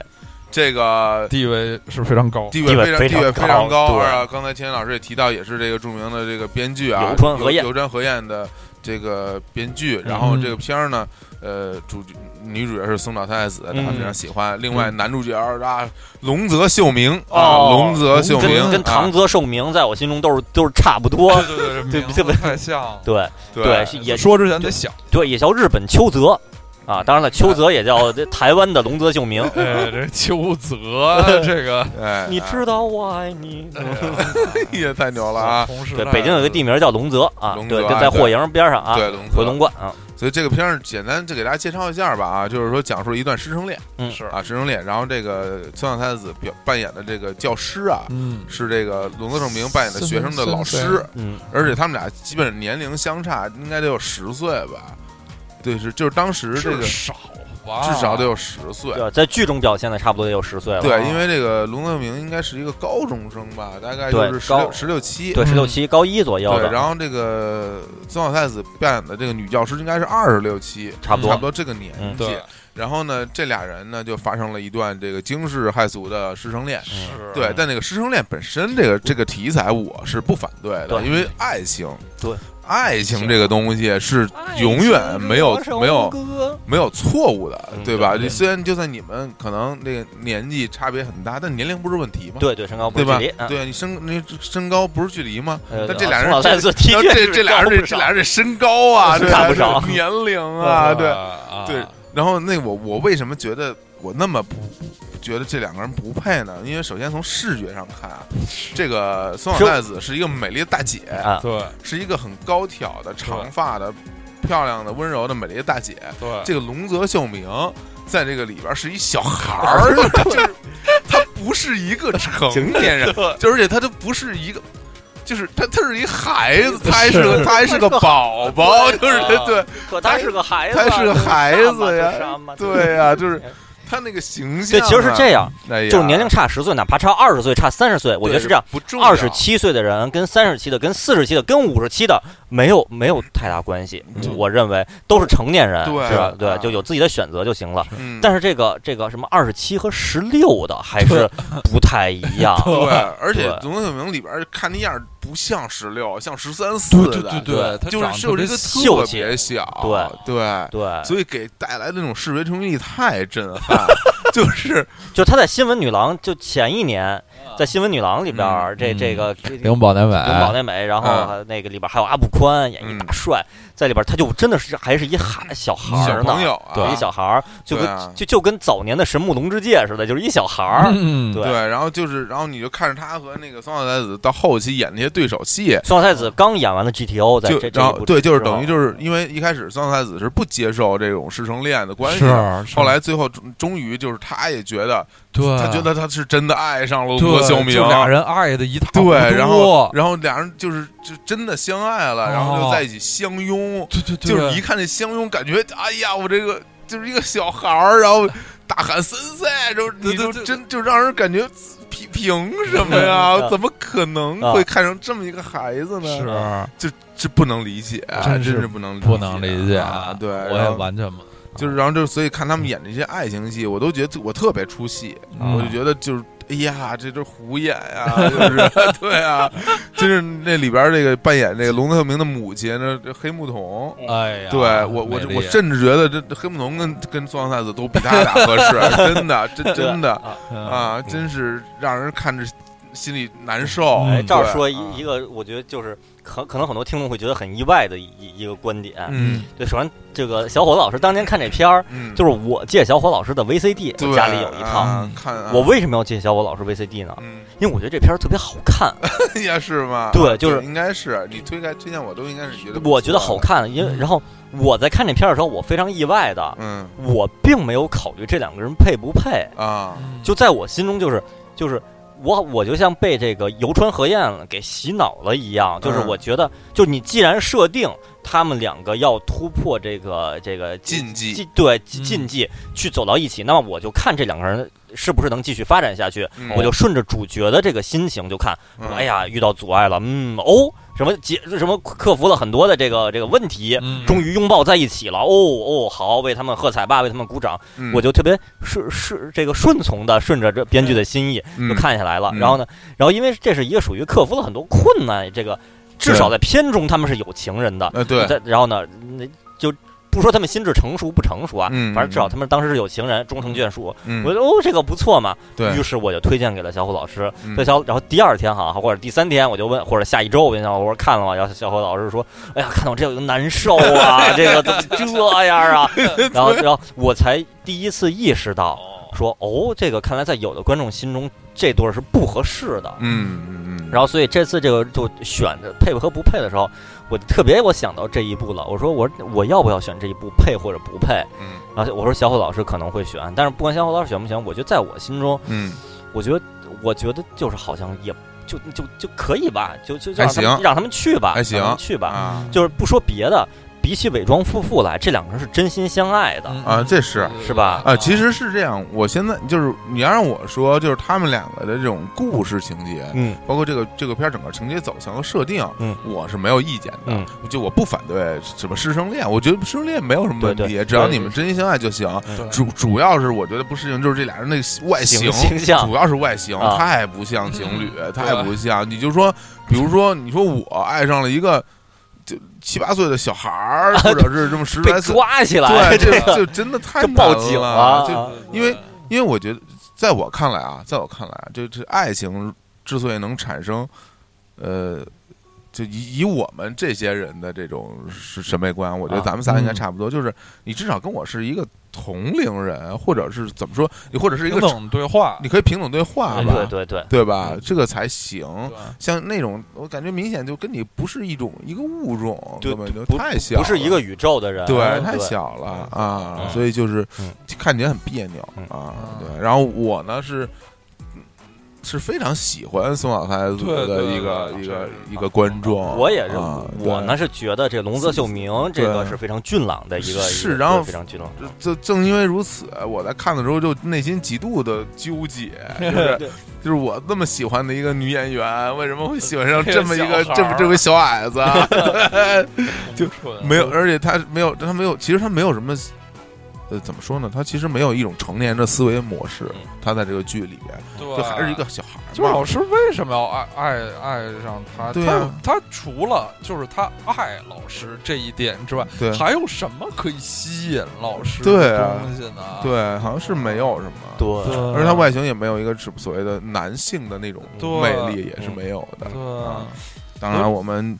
S1: 这个
S4: 地位是非常高，
S1: 地位
S2: 地位
S1: 非常地
S2: 非常
S1: 位非常
S2: 高
S1: 高
S2: 对
S1: 啊！刚才钱老师也提到，也是这个著名的这个编剧啊，
S2: 流川河彦嗯
S1: 流川河彦的这个编剧。然后这个片儿呢，呃，主女主角是松岛菜菜子，大
S2: 嗯
S1: 家非常喜欢。另外男主角啊，龙泽秀明啊，
S2: 哦
S1: 龙泽秀
S2: 跟
S1: 明
S2: 跟
S1: 啊
S2: 唐泽寿明在我心中都是都是差不多，
S4: 对
S2: 对名字对
S4: 太像了。
S2: 对 对是也
S4: 说之前得 想，。
S2: 对也叫日本秋泽啊，当然了，秋泽 也叫这台湾的龙泽秀明
S4: 哎，这邱 泽这个
S1: 哎，
S2: 你知道我 爱你。
S1: 也太牛了啊！
S4: 同事
S2: 对，北京有个地名叫龙泽啊
S1: 龙，泽
S2: 对，就
S1: 啊
S2: 在
S1: 对
S2: 霍营边上啊，
S1: 对，龙
S2: 回
S1: 泽
S2: 龙观啊，
S1: 所以这个片儿简单就给大家介绍一下吧啊，就是说讲述了一段师生恋
S2: 嗯
S4: 是
S1: 啊，师生恋。然后这个村上太子表扮演的这个教师啊，
S4: 嗯，
S1: 是这个龙泽正明扮演的学生的老师，
S2: 嗯，
S1: 而且他们俩基本年龄相差应该得有十岁吧？对，是就是当时这个
S4: 至
S1: 至
S4: 少吧，
S1: 少得有十岁。
S2: 对，在剧中表现的差不多也有十岁了，啊
S1: 对，因为这个龙泽明应该是一个高中生吧，大概
S2: 对
S1: 就是十
S2: 高
S1: 六十六七。
S2: 对，十六七高一左右
S1: 嗯对，然
S2: 的，
S1: 后这个曾小太子扮演的这个女教师应该是二十六七，
S2: 差不
S1: 差
S2: 多
S1: 不。多这个年
S2: 嗯
S1: 纪。
S4: 对
S1: 然后呢，这俩人呢就发生了一段这个惊世骇俗的师生恋。
S2: 嗯
S4: 是
S1: 对，但那个师生恋本身这个这个题材我是不反对的，
S2: 对
S1: 因为爱情，
S2: 对，
S1: 爱情这个东西是永远没有没有没有错误的，
S2: 嗯
S1: 对吧？
S2: 对对
S1: 虽然就算你们可能那个年纪差别很大，但年龄不是问题嘛，
S2: 对对，身高不
S1: 对
S2: 是距
S1: 吧
S2: 离，？嗯，
S1: 对你身你身高不是距离吗？
S2: 呃
S1: 但这俩人
S2: 宋老
S1: 这
S2: 太子的
S1: 然后
S2: 确
S1: 这
S2: 是
S1: 这俩人
S2: 高
S1: 这
S2: 不
S1: 这
S2: 少
S1: 俩人这身高啊，
S2: 是
S1: 对
S2: 差
S1: 吧？
S2: 不少
S1: 这年 龄啊，对。
S4: 啊
S1: 对然后那我我为什么觉得我那么不觉得这两个人不配呢？因为首先从视觉上看，啊这个松岛菜子是一个美丽的大姐，
S2: 啊，
S4: 对
S1: 是一个很高挑的、长发的、漂亮的、温柔的美丽的大姐。
S4: 对，
S1: 这个龙泽秀明在这个里边是一小孩 儿，就是他不是一个成年人，就而且他都不是一个。就是他，他是一孩子，他还是个，他还 是个宝宝，就是
S2: 对
S1: 对，啊
S2: 可他是个孩子啊，
S1: 他是个孩子呀
S2: 这是阿妈这是阿妈
S1: 对呀、就是他那个形象、
S2: 对，
S1: 啊，
S2: 其实是这样，
S1: 哎呀，
S2: 就是年龄差十岁，哪怕差二十岁、差三十岁，我觉得是这样。
S1: 不重要，
S2: 二十七岁的人跟三十七的、跟四十七的、跟五十七的没有没有太大关系，
S1: 嗯
S2: 我认为都是成年人，
S1: 对
S2: 是吧？
S1: 啊
S2: 对，就有自己的选择就行了。
S1: 嗯，
S2: 但是这个这个什么二十七和十六的还是不太一样，
S1: 对，而且
S2: 对
S1: 《总统小明》里边儿看那样儿不像十六，像十三四
S4: 对
S1: 的，
S4: 对对对，他
S1: 就
S4: 长
S1: 是
S4: 得特别
S1: 是有一个
S2: 秀
S1: 特
S2: 气
S1: 别小，
S2: 对哎
S1: 对，
S2: 对，
S1: 所以给带来的那种视觉冲击力太震撼了， 就是
S2: 就他在《新闻女郎》就前一年，在《新闻女郎》里边儿，这
S4: 嗯
S2: 这个
S4: 永宝男
S2: 永保
S4: 美，
S2: 奈美，然后
S1: 嗯
S2: 还有那个里边还有阿布宽演一大帅，在里边他就真的是还是一孩小孩
S1: 嗯小
S2: 儿呢
S1: 朋，友啊，
S2: 一小孩儿，就
S1: 对啊
S2: 跟就就跟早年的神木龙之介似的，就是一小孩儿。
S4: 嗯，
S1: 对
S2: 对，
S1: 然后就是，然后你就看着他和那个松岛菜子到后期演那些对手戏，
S2: 宋小太子刚演完了 GTO，在
S1: 就
S2: 这这
S1: 然
S2: 一
S1: 后
S2: 部
S1: 对，就是
S2: 之后嗯
S1: 等于就是因为一开始松岛菜子是不接受这种师生恋的关系
S4: 是
S1: 的，
S4: 是
S1: 后来最后终终于就是他也觉得，
S4: 对，
S1: 他觉得他是真的爱上了罗
S4: 对，
S1: 秀明
S4: 就，俩人爱的一塌糊涂，
S1: 对，然后然后俩人就是就真的相爱了，然后就
S4: 哦
S1: 在一起相拥，
S4: 对对对，
S1: 就是一看这相拥，感觉哎呀，我这个就是一个小孩儿，然后大喊森赛，就是
S4: 对
S1: 你就
S4: 对对
S1: 真就让人感觉凭凭什么呀？
S2: 嗯
S1: 怎么可能
S2: 啊
S1: 会看上这么一个嗯孩子呢？
S4: 是
S1: 这这不能理解，啊真
S4: 真是
S1: 是不能
S4: 不能理解
S1: 啊！对，
S4: 我
S1: 然
S4: 也
S1: 后
S4: 完全不，
S1: 就是，然后就所以看他们演这些爱情戏，我都觉得我特别出戏，
S4: 嗯
S1: 我就觉得就是。哎呀，这都是胡演呀、就是 对啊，就是那里边这个扮演这个龙德明的母亲，这这黑木瞳，
S4: 哎呀，
S1: 对我我
S4: 美丽啊
S1: 我甚至觉得这这黑木瞳跟跟宋小太子都比他俩合适， 真的，真
S2: 对
S1: 真的
S2: 啊
S4: 嗯
S1: 啊，真是让人看着心里难受。
S2: 哎，
S4: 嗯
S2: 这儿
S1: 对
S2: 说
S1: 啊
S2: 一一个，我觉得就是可可能很多听众会觉得很意外的一一一个观点。
S1: 嗯
S2: 对，首先这个小伙子老师当年看这片儿，
S1: 嗯，
S2: 就是我借小伙老师的 VCD，
S1: 对
S2: 我家里有一套。
S1: 啊看啊
S2: 我为什么要借小伙老师 VCD 呢？
S1: 嗯，
S2: 因为我觉得这片儿特别好看，
S1: 也是吗？啊
S2: 对就是
S1: 应该是你推开推荐我都应该是觉得不错
S2: 我觉得好。看。因为然后我在看这片儿的时候，我非常意外的，
S1: 嗯
S2: 我并没有考虑这两个人配不配，
S4: 嗯
S1: 啊，
S2: 就在我心中就是就是我我就像被这个游川河彦给洗脑了一样，就是
S1: 嗯
S2: 我觉得就你既然设定他们两个要突破这个这个
S1: 禁忌
S2: 禁对
S4: 嗯
S2: 禁忌去走到一起，那么我就看这两个人是不是能继续发展下去，
S1: 嗯
S2: 我就顺着主角的这个心情就看。
S1: 嗯
S2: 哎呀，遇到阻碍了，嗯，哦，什么解什么克服了很多的这个这个问题，
S4: 嗯
S2: 终于拥抱在一起了，哦哦，好，为他们喝彩吧，为他们鼓掌，
S1: 嗯
S2: 我就特别顺顺这个顺从的顺着这编剧的心意
S1: 嗯
S2: 就看下来了。
S1: 嗯
S2: 然后呢，然后因为这是一个属于克服了很多困难，这个至少在片中他们是有情人的，
S1: 呃对，
S2: 在然后呢，那就不说他们心智成熟不成熟啊，
S1: 嗯
S2: 反正至少他们当时是有情人，终成眷属。
S1: 嗯
S2: 我觉得哦，这个不错嘛，
S1: 对
S2: 于是我就推荐给了小虎老师。
S1: 嗯
S2: 所以小，然后第二天哈，或者第三天，我就问，或者下一周，我就想我说看了吗？然后小虎老师说，哎呀，看到这个难受啊，这个怎么这样啊？ 然后，然后我才第一次意识到，说哦，这个看来在有的观众心中，这对儿是不合适的。
S1: 嗯嗯嗯，
S2: 然后，所以这次这个就选的配和不配的时候，我特别我想到这一步了。我说我我要不要选这一步配或者不配？
S1: 嗯
S2: 然后我说小虎老师可能会选，但是不管小虎老师选不选，我觉得在我心中，
S1: 嗯
S2: 我觉得我觉得就是好像也就就就可以吧，就就就
S1: 还
S2: 让他们
S1: 行
S2: 让他们去吧，
S1: 还行
S2: 让他们去吧。
S1: 啊
S2: 就是不说别的，比起伪装夫妇来，这两个人是真心相爱的。
S4: 嗯
S1: 啊，这是
S2: 是吧
S1: 啊，其实是这样。我现在就是你要让我说，就是他们两个的这种故事情节，
S2: 嗯
S1: 包括这个这个片儿整个情节走向和设定，
S2: 嗯
S1: 我是没有意见的。
S2: 嗯
S1: 就我不反对什么师生恋，我觉得师生恋没有什么问题，
S2: 对对
S1: 只要
S2: 对
S1: 你们真心相爱就行。
S4: 对
S1: 主主要是我觉得不适应，就是这俩人那个外形
S2: 形形象
S1: 主要是外形、
S2: 啊嗯
S1: 太不像情侣，太
S4: 对
S1: 不像。你就说，比如说，你说我爱上了一个就七八岁的小孩儿，或者是这么十
S2: 啊被
S1: 来岁，
S2: 抓起来，
S1: 对，
S2: 这
S1: 这
S2: 个
S1: 就真的太
S2: 就
S1: 难
S2: 报警
S1: 了
S2: 了
S1: 就
S2: 啊
S1: 因为因为我觉得，在我看来啊，在我看来啊，这这爱情之所以能产生，呃，就以以我们这些人的这种审审美观，我觉得
S2: 啊
S1: 咱们仨应该
S4: 嗯
S1: 差不多，就是你至少跟我是一个同龄人，或者是怎么说，你或者是一
S3: 平
S1: 个
S3: 等对话，
S1: 你可以平等对话
S2: 对
S1: 吧，
S2: 啊哎对嗯对对，
S1: 对吧？这个才行
S3: 对。
S1: 像那种，我感觉明显就跟你不是一种一个物种，
S2: 就
S1: 根本就
S2: 不
S1: 太小了，
S2: 不是一个宇宙的人，
S1: 对，
S2: 哦对，
S1: 太小了啊，
S2: 对
S1: 所以就是
S2: 嗯
S1: 看起来很别扭
S2: 嗯
S1: 啊。对，然后我呢是是非常喜欢松岛菜组
S3: 对
S1: 的
S3: 对
S1: 一个
S3: 对
S1: 一
S3: 对
S1: 个
S3: 对
S1: 一个观众，
S2: 嗯我也是，
S1: 啊
S2: 我。呢是觉得这龙泽秀明这个
S1: 对
S2: 是非常俊朗的一个，
S1: 是
S2: 一个
S1: 然后
S2: 对非常俊朗。
S1: 对就呃正因为如此，我在看的时候就内心极度的纠结，哎就是
S2: 对
S1: 就是我那么喜欢的一个女演员，为什么会喜欢上这么一个这
S3: 这个小孩儿
S1: 么这位小矮子 啊？对就
S3: 蠢
S1: 没有，而且他没有，他没有，其实他没有什么，呃，怎么说呢？他其实没有一种成年人的思维模式，
S2: 嗯
S1: 他在这个剧里边，
S3: 对
S1: 就还是一个小孩儿嘛，
S3: 啊就是老师为什么要爱爱爱上他？
S1: 对啊
S3: 他他除了就是他爱老师这一点之外，
S1: 对
S3: 还有什么可以吸引老师
S1: 对
S3: 的
S1: 啊
S3: 东西呢？
S1: 对，好像
S3: 啊
S1: 是没有什么，
S2: 对，啊
S1: 而且他外形也没有一个是所谓的男性的那种
S3: 对嗯
S1: 魅力，也是没有的。啊
S3: 对，
S1: 当然，我们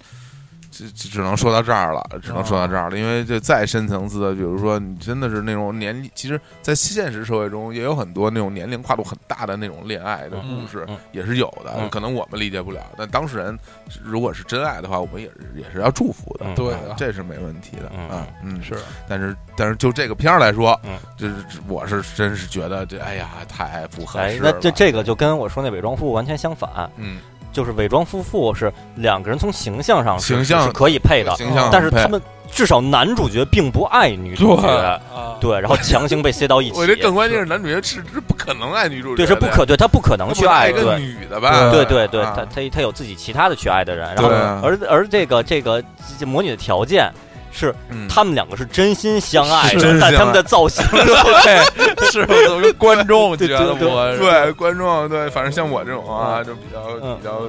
S1: 只只只能说到这儿了，只能说
S3: 嗯
S1: 到这儿了，因为这再深层次的，比如说你真的是那种年龄，其实，在现实社会中也有很多那种年龄跨度很大的那种恋爱的故事，
S2: 嗯嗯
S1: 也是有的，
S2: 嗯
S1: 可能我们理解不了，但当事人如果是真爱的话，我们也是也是要祝福的，
S2: 嗯
S3: 对
S1: 啊
S3: 啊
S1: 这是没问题的
S2: 嗯
S1: 啊，嗯，
S3: 是
S1: 但是但是就这个片儿来说
S2: 嗯，
S1: 就是我是真是觉得这哎呀太不合
S2: 哎
S1: 适，
S2: 那
S1: 了，
S2: 这这个就跟我说那伪装夫妇完全相反，
S1: 嗯
S2: 就是伪装夫妇是两个人从形象上是
S1: 形象
S2: 是可以配的，
S1: 形象，
S2: 嗯但是他。们至少男主角并不爱女主角，
S3: 啊，
S2: 对，然后强行被塞到一起。
S1: 我觉得更关键是男主角是是不可能爱女主角
S2: 对
S1: 的，
S2: 是不可对他不可能
S1: 他
S2: 去
S1: 不爱
S2: 爱
S1: 一个
S2: 对。
S1: 女的吧？
S2: 对对对，
S1: 啊
S2: 他他他有自己其他的去爱的人，然后
S1: 对啊
S2: 而而这个这个这魔女的条件是
S1: 嗯
S2: 他们两个是真心相爱
S1: 是真
S2: 的，但
S1: 相
S2: 他们的造 型
S3: 对，是我们观众觉
S2: 对
S3: 得
S2: 对
S3: 我
S1: 对观众对，反正像我这种啊，就比较
S2: 嗯
S1: 比较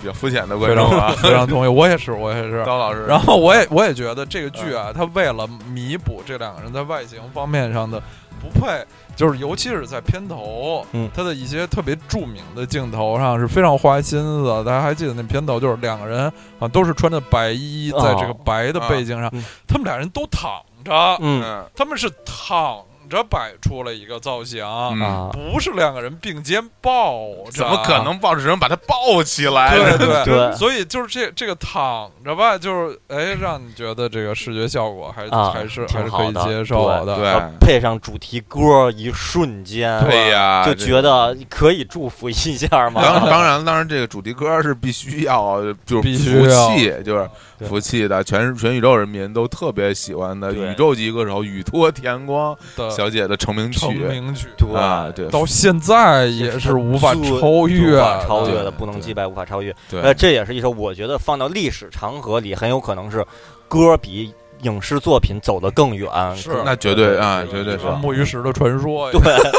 S1: 比较肤浅的观
S3: 非
S1: 众啊
S3: 常，非常同意，我也是，我也是。
S1: 高老师，
S3: 然后我也我也觉得这个剧啊，它为了弥补这两个人在外形方面上的不配，就是尤其是在片头，
S2: 嗯
S3: 它的一些特别著名的镜头上是非常花心思的。大家还记得那片头，就是两个人啊都是穿着白衣，
S2: 哦
S3: 在这个白
S1: 啊
S3: 的背景上，
S2: 嗯
S3: 他们俩人都躺着，
S2: 嗯
S1: 嗯
S3: 他们是躺着摆出了一个造型，
S1: 嗯，
S2: 啊，
S3: 不是两个人并肩抱着，
S1: 怎么可？能抱着人把他抱起来
S3: 对
S1: 呢？
S3: 对
S2: 对
S3: 所以就是这这个躺着吧，就是哎，让你觉得这个视觉效果还、
S2: 啊
S3: 还是还
S2: 挺
S3: 是
S2: 好
S3: 可以
S2: 的
S3: 接受的。
S1: 对
S2: 然后配上主题歌，一瞬间
S1: 对哎呀，
S2: 就
S1: 这
S2: 觉得可以祝福一下
S1: 当
S2: 嘛。
S1: 当然，当然，这个主题歌是必须要，就是
S3: 必须
S1: 服
S3: 要
S1: 气，就是
S2: 对
S1: 服气的，全全宇宙人民都特别喜欢的
S2: 对
S1: 宇宙级歌手宇多田光
S3: 的
S1: 小姐的成名
S3: 呃成
S1: 曲
S3: 名曲
S2: 对
S1: 啊，对，
S3: 到现在也是无法超
S2: 无
S3: 越的，
S2: 法超越的，
S1: 对
S2: 不能
S1: 对
S2: 击败，无法超越。
S1: 对
S2: 呃，这也是一首我觉得放到历史长河里，很有可能是歌比影视作品走得更远。
S3: 是
S2: 更
S1: 那绝对啊，绝对是
S3: 这个。木鱼石的传说，
S2: 对，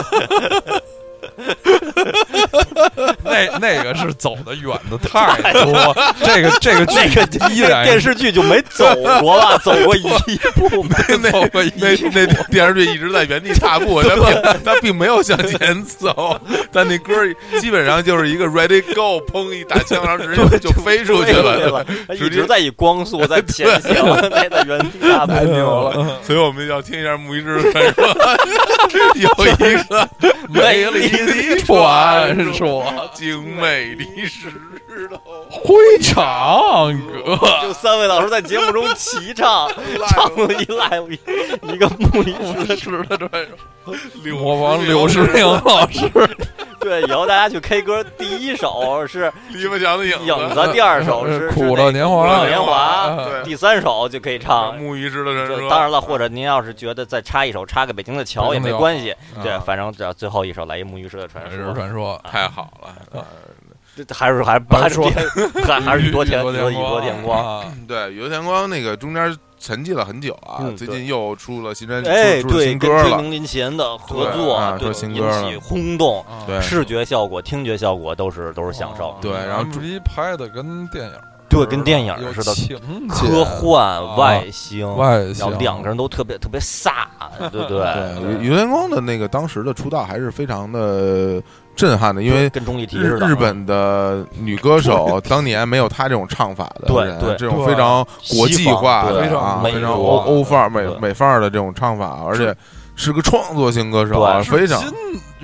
S3: 那那个是走的远 的太多，这个这个剧
S2: 那个
S3: 依然
S2: 电视剧就没走过吧，走过 一步没
S1: 那
S3: 走过一
S1: 那那电视剧一直在原地踏步，他并他并没有向前走，但那歌儿基本上就是一个 ready go，砰一打枪，然后直接就飞出去
S2: 对
S1: 了。
S2: 了，它一直在以光 速在前行，那在原地踏步。
S1: 太牛了！所以我们要听一下木鱼之传说，有一个
S2: 美丽
S1: 丽
S3: 传说，
S1: 精美的石头，
S3: 会唱歌，
S2: 就三位老师在节目中齐 唱，唱了一赖一一个木鱼石，
S3: 是的传说。
S1: 柳
S3: 魔王刘世
S1: 明
S3: 明老师，
S2: 对，以后大家去 K 歌，第一首是
S1: 篱笆墙的 影
S2: 影子，第二首是
S3: 苦乐年华
S2: 苦乐
S1: 年
S2: 年
S1: 华
S2: 华，
S1: 对
S2: 第三首就可以唱。
S1: 木鱼之的传
S2: 这
S1: 说。
S2: 当然了，或者您要是觉得再插一首插个《北京的桥》也没关系，对，反正只要最后一首来一木鱼石的传
S3: 是
S2: 说，
S3: 传说，
S2: 啊
S1: 太好了，
S2: 这这还是还是还是
S3: 说
S2: 还还是宇多田宇多
S3: 多
S2: 宇多田光。
S3: 啊，
S1: 对，有田光那个中间沉寂了很久啊，
S2: 嗯
S1: 最
S2: 对
S1: 近又出了新专辑，
S2: 哎，
S1: 出出了
S2: 对，
S1: 新
S2: 跟
S1: 歌
S2: 椎
S1: 了。
S2: 名林檎的合作
S1: 啊
S2: 对
S1: 说新歌
S2: 引起
S1: 了
S2: 轰动，
S3: 啊
S1: 对
S2: 视觉效果、听觉效果都是都是享受
S3: 哦，
S1: 对然后
S3: MV 拍的跟电影儿
S2: 对，
S3: 似
S2: 跟
S3: 的
S2: 电影
S3: 有
S2: 似的，
S3: 情节
S2: 科幻
S3: 啊
S2: 外星，
S1: 嗯
S3: 外
S2: 然后
S3: 形，
S2: 两个人都特别特别飒，对对，
S1: 对，宇田光的那个当时的出道还是非常的震撼的，因为
S2: 跟钟丽缇
S1: 日
S2: 似的，啊
S1: 日本的女歌手当年没有她这种唱法的
S2: 对
S1: 人，啊
S2: 对
S1: 这种非常国际化的、
S2: 西
S1: 啊、
S2: 方对非常
S1: 非常
S2: 美
S1: 欧
S2: 国
S1: 欧范儿美
S2: 对
S1: 美范儿的这种唱法，而且是个创作型歌手啊，
S2: 对
S1: 非常
S3: 至今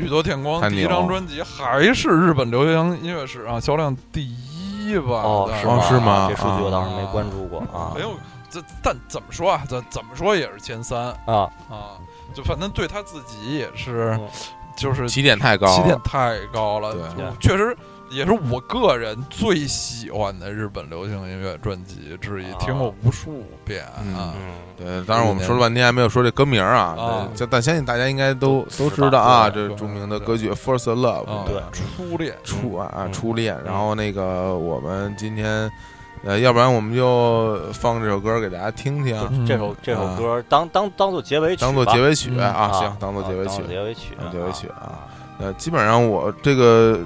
S3: 宇多田光
S1: 太
S3: 第
S1: 牛
S3: 一张专辑还是日本流行音乐史上销量第一吧？
S2: 哦，
S3: 大概
S1: 吧
S2: 吗？
S1: 哦是吗哦
S2: 这数据我倒是没关注过啊
S3: 没有，这但怎么说啊？这怎么说也是前三
S2: 啊！
S3: 啊！就反正对他自己也是
S2: 嗯，
S3: 就是
S1: 起点太高
S3: 起点
S1: 了，
S3: 太高了，
S1: 对
S3: 就确实也是我个人最喜欢的日本流行音乐专辑之一，
S2: 啊
S3: 听过无数遍啊。
S1: 嗯
S2: 嗯，
S1: 对，当然我们说了半天还没有说这歌名儿啊
S3: 啊，
S1: 这但相信大家应该都都知道啊，这著名的歌曲《First Love
S3: 啊》
S2: 对
S3: 初恋，
S1: 初啊
S2: 嗯
S1: 初恋，然后那个我们今天，呃，要不然我们就放这首歌给大家听听，
S2: 就这首这首
S1: 啊
S2: 歌当当当做结尾曲吧，
S1: 当做结尾曲
S3: 嗯
S1: 啊，
S2: 啊，
S1: 行，当做结尾
S2: 啊
S1: 曲
S2: 当，结尾曲，
S1: 当作结尾曲
S2: 啊
S1: 啊。呃，基本上我这个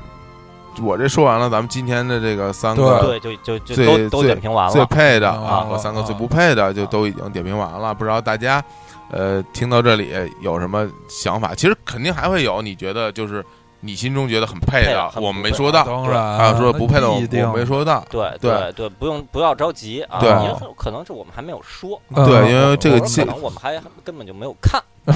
S1: 我这说完了，咱们今天的这个三个
S2: 对，就就就
S1: 最
S2: 都都
S1: 最
S2: 点评完
S1: 最
S2: 了，
S1: 配的啊
S3: 啊
S1: 和三个
S3: 啊
S1: 最不配的就都已经点评完了，不知道大家呃听到这里有什么想法？其实肯定还会有，你觉得就是你心中觉得很配
S2: 配
S1: 的
S2: 的，很
S1: 我们
S2: 不
S1: 没
S2: 配
S1: 说
S3: 啊
S1: 到，
S3: 当然
S1: 还有说不配的我
S3: 那必定
S1: 我 没说到。
S2: 对
S1: 对
S2: 对，不用不要着急啊，
S1: 对
S2: 也有可能是我们还没有说，
S3: 嗯
S1: 对，因为这个
S2: 我
S1: 其
S2: 说可能我们还根本就没有看，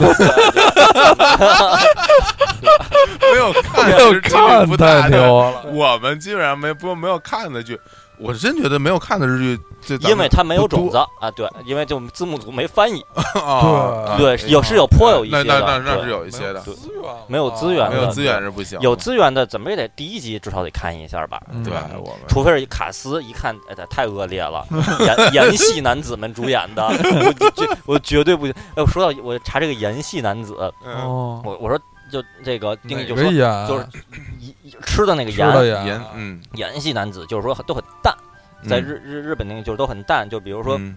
S1: 没有看，
S3: 没有
S1: 是几率
S3: 看
S1: 不大
S3: 太
S1: 的。
S3: 牛 了，
S1: 我们基本上没不没有看的剧，我真觉得没有看的日剧，这咱
S2: 因为
S1: 们
S2: 它没有
S1: 不多
S2: 种子啊，对，因为就字幕组没翻译，
S1: 啊，
S2: 对，有是有颇有一
S1: 那
S2: 些
S1: 那那
S2: 的，
S1: 那
S2: 对
S1: 是有一些的，
S2: 对
S3: 资源
S2: 没有资源
S1: 没有资源是不行的，
S2: 有资源的，怎么也得第一集至少得看一下吧。
S3: 嗯
S1: 对我们
S2: 除非是卡斯，一看，哎，太恶劣了，盐盐系男子们主演的，我这我绝对不行。哎，我说到我查这个盐系男子，
S1: 嗯
S3: 哦，嗯
S2: 我我说就这个定义就
S3: 哪个
S2: 说
S3: 演
S2: 就是一一吃的那个
S3: 啊吃的
S2: 盐
S3: 盐
S1: 盐嗯，
S2: 盐系男子，就是说很都很淡，在
S1: 嗯
S2: 日日日本那个就是都很淡，就比如说
S1: 嗯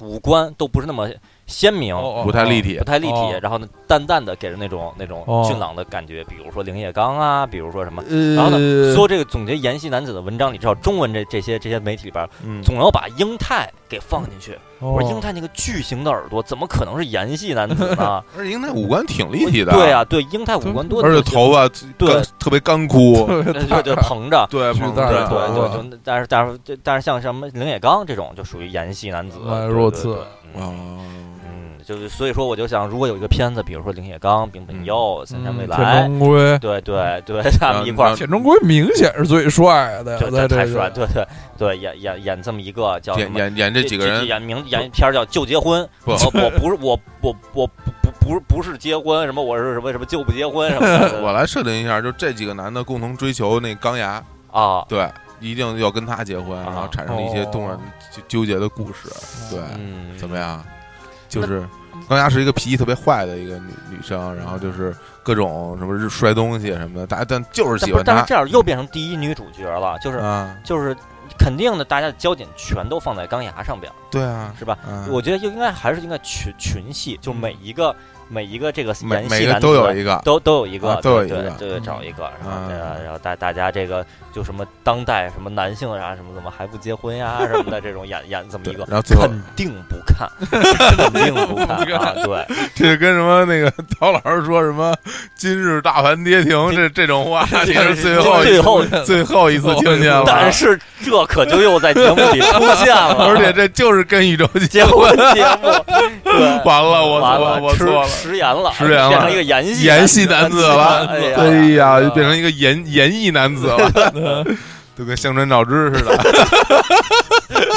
S2: 五官都不是那么鲜明，
S3: 哦
S1: 不太立体
S2: 不，太立体
S3: 哦，
S2: 然后呢淡淡的给人那种那种
S3: 哦
S2: 俊朗的感觉，比如说林业刚啊，比如说什么。
S3: 呃，
S2: 然后呢，说这个总结盐系男子的文章里，至少中文这这些这些媒体里边，
S1: 嗯
S2: 总要把英泰给放进去。我说英
S3: 哦
S2: 泰那个巨型的耳朵，怎么可能是盐系男子 呢？
S1: 而且英泰五官挺立体的，
S2: 对，啊，对，英泰五官多，
S1: 而且头发
S2: 对
S1: 干特别干枯，
S2: 对对对膨着。
S1: 对，
S3: 巨
S1: 膨
S3: 大
S2: 对
S1: 胀
S2: 对
S1: 啊
S2: 对，就那但是但是但是像什么林野刚这种就属于盐系男子，
S1: 呃
S3: 哎
S2: 对
S3: 若
S2: 对
S3: 次
S2: 对嗯
S1: 哦
S2: 嗯，就是所以说我就想，如果有一个片子，比如说林野刚、柄本佑、三山未
S3: 嗯
S2: 来
S3: 田，中圭，
S2: 对对对， 他们一块儿
S1: 嗯
S3: 田中圭明显是最帅的，
S2: 就
S3: 在
S2: 太
S3: 这
S2: 帅，
S3: 个
S2: 对对对，演演演这么一个叫什
S1: 演
S2: 么？
S1: 演演这几个人
S2: 演名演一片儿叫《就结婚》，
S1: 不
S2: 我哦我不是我我我不不不是不是结婚什么，我是什么什么就不结婚什么 的，
S1: 我来设定一下，就这几个男的共同追求那钢牙，
S2: 啊，
S1: 对，一定要跟他结婚，然后产生了一些动人纠纠结的故事。对，
S2: 哦嗯，
S1: 哎怎么样？就是钢牙是一个脾气特别坏的一个女女生，然后就是各种什么日摔东西什么的，大家但就是
S2: 但
S1: 喜
S2: 不是，
S1: 欢
S2: 但是
S1: 他
S2: 这样又变成第一女主角了，就是
S1: 啊，
S2: 就是肯定的，大家的焦点全都放在钢牙上边，
S1: 对啊，
S2: 是吧？
S1: 嗯
S2: 我觉得就应该还是应该群群戏，就每一个每一个这个
S1: 每
S2: 演
S1: 每
S2: 戏
S1: 个
S2: 男
S1: 都有
S2: 个。
S1: 一个，
S2: 都都有一个
S1: 啊，都有
S2: 对
S1: 一个
S2: 对对，
S3: 嗯
S2: 找一个，然后
S1: 啊
S2: 这个，然后大大家这个就什么当代什么男性啊什么怎么还不结婚呀什么的这种演演这么
S1: 对
S2: 一个，
S1: 然后最后
S2: 肯定不看，肯定不看啊，对，
S1: 这跟什么那个 陶老师说什么“今日大盘跌停”这这种话，你是最后
S2: 最后
S1: 最后一次听见了
S2: 但，是这可就又在节目里出现了，
S1: 而且这就是跟宇宙
S2: 结婚节目，对，
S1: 完了，我
S2: 完
S1: 错了，我
S2: 吃
S1: 错了。
S2: 食言了，
S1: 食言了
S2: 变成一个盐系
S1: 盐系男子了，
S2: 哎
S1: 哎呀，
S2: 呀，
S1: 就变成一个盐盐裔男子 了，就跟香川照之似的，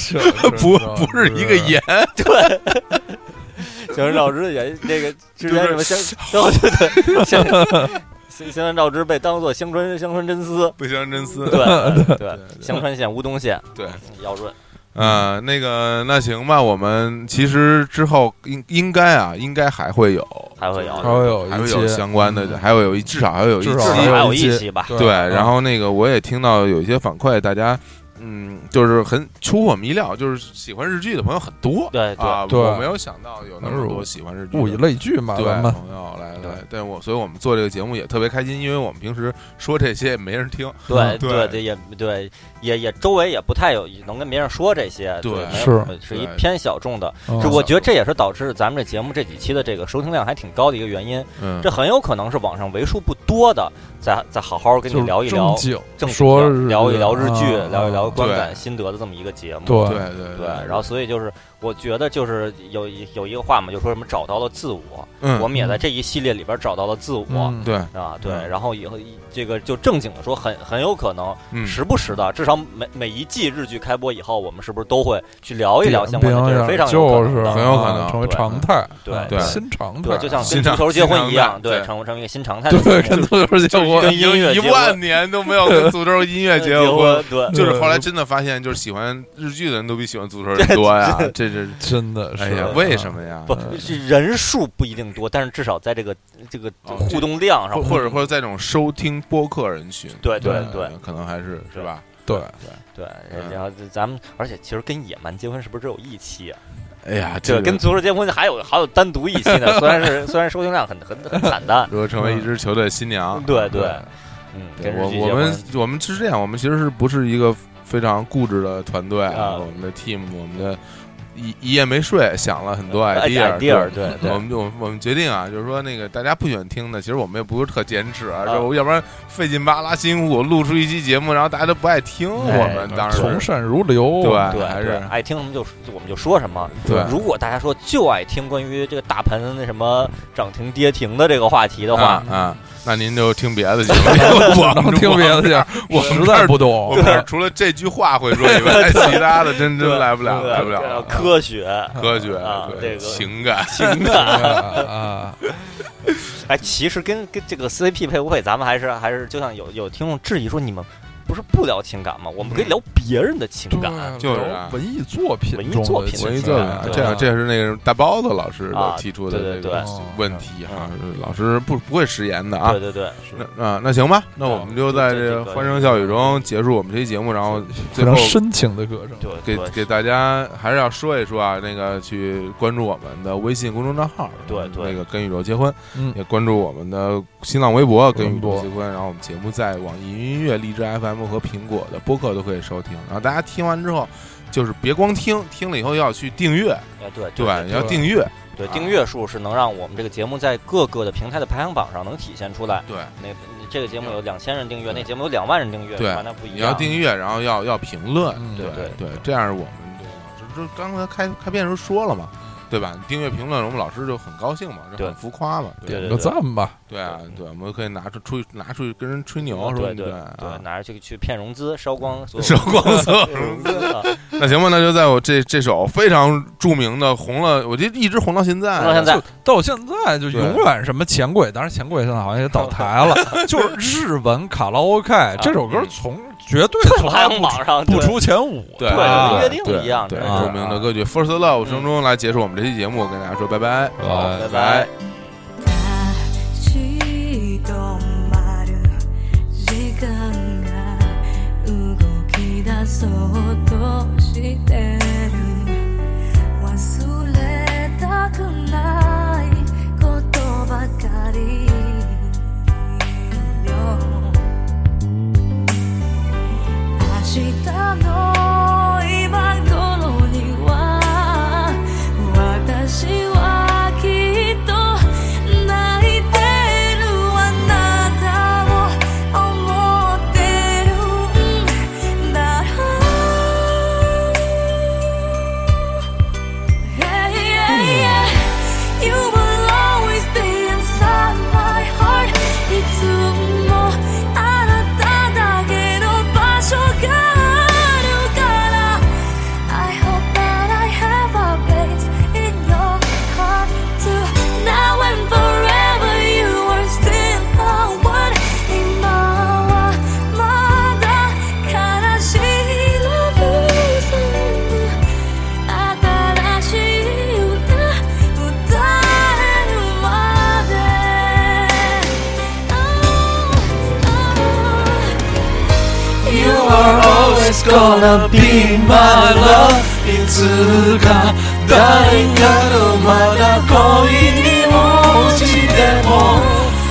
S3: 是啊 是啊
S1: 不不是一个盐，
S2: 行，赵之也那个之前什么香，对对对，香香香赵之被当做香川香川真司，
S1: 不香真丝。
S2: 对对对
S1: 对，
S2: 香川县乌东县，
S1: 对，
S2: 姚润，
S1: 呃，那个那行吧，我们其实之后应应该啊，应该还会有，
S2: 还会有
S1: 就是
S3: 还会有一
S1: 还会
S3: 期
S1: 有相关的，
S3: 嗯
S1: 还会有一至少还会有一
S3: 至
S1: 期
S3: 少
S2: 还
S3: 还
S2: 有
S3: 有
S2: 一
S3: 一期
S2: 期吧，
S1: 啊对，
S3: 啊
S1: 然后那个我也听到有一些反馈，大家嗯，就是很出乎我们意料，就是喜欢日剧的朋友很多
S2: 对对
S1: 啊，
S3: 对
S1: 我没有想到有那么多喜欢日剧的
S3: 物以类聚嘛，
S1: 对
S3: 咱们
S1: 朋友来来，对我，所以我们做这个节目也特别开心，因为我们平时说这些也没人听，
S2: 对
S1: 对
S2: 对对，也对也也周围也不太有能跟别人说这些，
S1: 对
S2: 没有
S3: 是
S2: 是一
S1: 对
S2: 偏小众的，
S3: 嗯
S2: 就我觉得这也是导致咱们这节目这几期的这个收听量还挺高的一个原因，
S1: 嗯
S2: 这，很有可能是网上为数不多的，再再好好跟你
S3: 就是
S2: 聊一聊
S3: 正，经
S2: 正经
S3: 说
S2: 的
S3: 日
S2: 聊一聊
S3: 剧
S2: 日剧，
S3: 啊
S2: 聊一聊观
S1: 对
S2: 感心得的这么一个节目。
S3: 对
S1: 对对
S2: 对，然后所以就是我觉得就是有一有一个话嘛，就说什么找到了自我，
S1: 嗯，
S2: 我们也在这一系列里边找到了自我。
S3: 嗯
S1: 对，
S2: 啊，对，
S1: 嗯
S2: 然后以后一这个就正经的说很，很有可能
S1: 嗯，
S2: 时不时的，至少每每一季日剧开播以后，我们是不是都会去聊一聊相关的，这
S3: 点
S2: 是
S3: 评
S2: 非常有可
S3: 就
S2: 能
S3: 是
S2: 的嗯
S1: 很有可能
S3: 啊成为
S2: 对
S3: 常态，
S2: 对
S3: 啊
S1: 对
S3: 新常态，
S2: 对，就像
S1: 新
S2: 跟
S1: 常
S2: 足球结婚一样，
S1: 新常态
S2: 对，成成为一个新常态的节目，
S3: 对跟足球结婚
S2: 跟音乐
S1: 已经
S2: 结
S1: 一
S2: 婚
S1: 万年都没有跟足球音乐结
S2: 结
S1: 过婚。，嗯
S2: 对，
S1: 就是后来真的发现，就是喜欢日剧的人都比喜欢足球 人多呀，这是
S3: 真的是
S1: 哎呀，为什？么呀？
S2: 嗯不是人数不一定多，但是至少在这个这个
S1: 哦
S2: 互动量上，
S1: 或者或者在这种收听播客人群，
S2: 对对
S1: 嗯
S2: 对，
S1: 可能还是是吧？
S3: 对，
S2: 对，
S1: 嗯
S2: 然后咱们而且其实跟野蛮结婚是不是只有一期啊？
S1: 哎呀，这
S2: 这
S1: 个
S2: 跟足球结婚还有还有单独一期呢，虽然是虽然收听量很很很惨 淡，
S1: 如何成为一支球队新娘？
S2: 对对，嗯，跟
S1: 啊对我
S2: 日剧
S1: 我
S2: 结
S1: 们
S2: 婚
S1: 我们是这样，我们其实是不是一个非常固执的团队
S2: 啊
S1: 我们的 team，我们的一一夜没睡，想了很多 idea，
S2: 啊 idea，对对
S1: 我们就我们决定啊，就是说那个大家不喜欢听的，其实我们也不是特坚持啊，
S2: 啊
S1: 就要不然费劲巴拉辛苦录出一期节目，然后大家都不爱听，
S2: 哎
S1: 我们当
S3: 从
S1: 时
S3: 善如流，啊
S1: 对
S2: 对
S1: 还
S2: 对
S1: 是
S2: 爱听什么就就我们就说什么。
S1: 对
S2: 如果大家说就爱听关于这个大盘那什么涨停跌停的这个话题的话嗯
S1: 啊，啊，那您就听别的去， 我
S3: 能
S1: 们
S3: 听别的去，
S1: 我们
S3: 实在不懂。
S1: 我们这儿除了这句话会说 以外，其他的真真来不了，
S2: 对
S1: 来不了
S2: 对
S1: 了。嗯
S2: 科学
S1: 科学
S2: 啊
S1: 对
S2: 这个
S1: 情感，
S2: 情
S3: 啊
S2: 感。
S3: 啊，
S2: 哎，其实跟跟这个 CP 配不配，咱们还是还是就像有有听众质疑说，你们不是不聊情感吗？我们
S1: 嗯
S2: 可以聊别人的情感。
S3: 对
S1: 就是啊
S3: 聊文艺作品
S2: 文艺
S3: 中的
S2: 作品
S3: 情
S1: 文艺
S3: 感
S1: 作品
S2: 啊
S1: 啊，
S2: 对
S1: 这样这是那个大包子老师
S2: 啊
S1: 提出的
S2: 对对
S1: 这
S2: 对
S1: 个问题哈
S2: 哦，
S1: 老师不不会食言的啊
S2: 对。对对，
S1: 那啊，那行吧，那我们就在
S2: 这
S1: 这
S2: 这个
S1: 欢声笑语中结束我们这期节目，然后
S3: 非
S1: 最后
S3: 常深情的歌声。
S2: 对
S1: 给
S2: 对
S1: 给大家还是要说一说啊，那个去关注我们的微信公众账号，
S2: 对对
S1: 那个跟宇宙结婚，
S3: 嗯
S1: 也关注我们的新浪微博跟宇宙
S3: 微博
S1: 结婚，然后我们节目在网易云音乐、荔枝 FM 和苹果的播客都可以收听。然后大家听完之后，就是别光听，听了以后要去订阅，
S2: 哎对
S1: 对吧？
S2: 对
S1: 你要订阅，
S2: 对，
S1: 啊
S2: 订阅数是能让我们这个节目在各个的平台的排行榜上能体现出来。
S1: 对，
S2: 那那这个节目有两千人订阅，
S1: 对
S2: 那节目有两万人订阅，
S1: 对
S2: 是吧那不一样。
S1: 你要订阅，然后要要评论，
S3: 嗯
S1: 对
S2: 对
S1: 对，这样我们就就刚才开开篇的时候说了嘛。对吧？你订阅评论，我们老师就很高兴嘛，就
S2: 对
S1: 很浮夸嘛，对吧
S2: 对
S3: 点
S2: 对
S3: 个
S2: 对
S3: 赞吧，
S1: 对啊，对，我们可以拿出出去拿出去跟人吹牛，说
S2: 对
S1: 你
S2: 对对，
S1: 啊
S2: 拿着去去骗融资，烧光所有
S1: 烧光所有
S2: 骗 融资啊！
S1: 那行吧，那就在我这这首非常著名的红了，我觉得一直红到现在，
S2: 红到现在
S3: 就到现在就永远什么钱柜，当然钱柜现在好像也倒台了， 就是日文卡拉 OK 这首
S2: 嗯
S3: 歌从绝对 从
S2: 排
S3: 来
S2: 行榜上
S3: 不
S2: 对
S3: 出前五
S1: 对
S3: 的
S2: 对
S3: 啊
S2: 跟约定一样啊
S1: 对，
S2: 这
S1: 对
S2: 是
S1: 著名的歌曲《First Love》声中来结束我们这期节目，跟大家说拜拜，
S2: 嗯好
S3: 呃
S2: 拜
S1: 拜
S2: 拜。
S5: 立ち止まる時間が動き出そうとしてる忘れたくないことばかりよ明日の今頃には私はきっと泣いてるあなたを思ってるんだろう Yeah, yeah, yeah. You will always be inside my heart いつもあなただけの場所があるから I hope that I have a place in your heart too Now and forever you are still the one 今はまだ悲しい Love is 新しい歌歌えるまで「You are always gonna be my love」
S4: いつか誰かのまだ恋に落ちても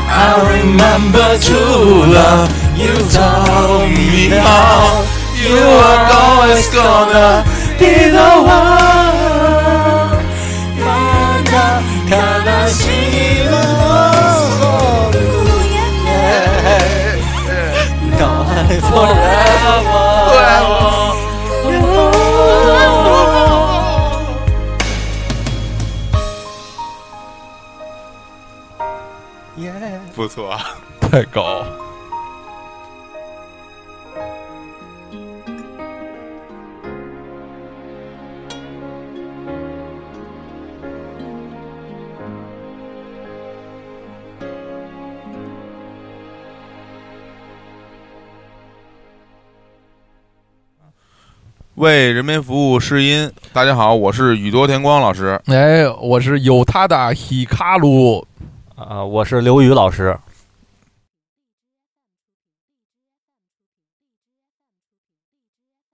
S4: I remember true love You told me how You are always gonna be the one
S5: まだ
S4: 悲しいの
S2: 啊
S5: 「
S3: 耶，
S1: 不错，啊
S3: 太高。
S1: 为人民服务是因。大家好，我是宇多田光老师。
S3: 哎，我是有他的 Hikaru，
S2: 呃啊、我是刘宇老师，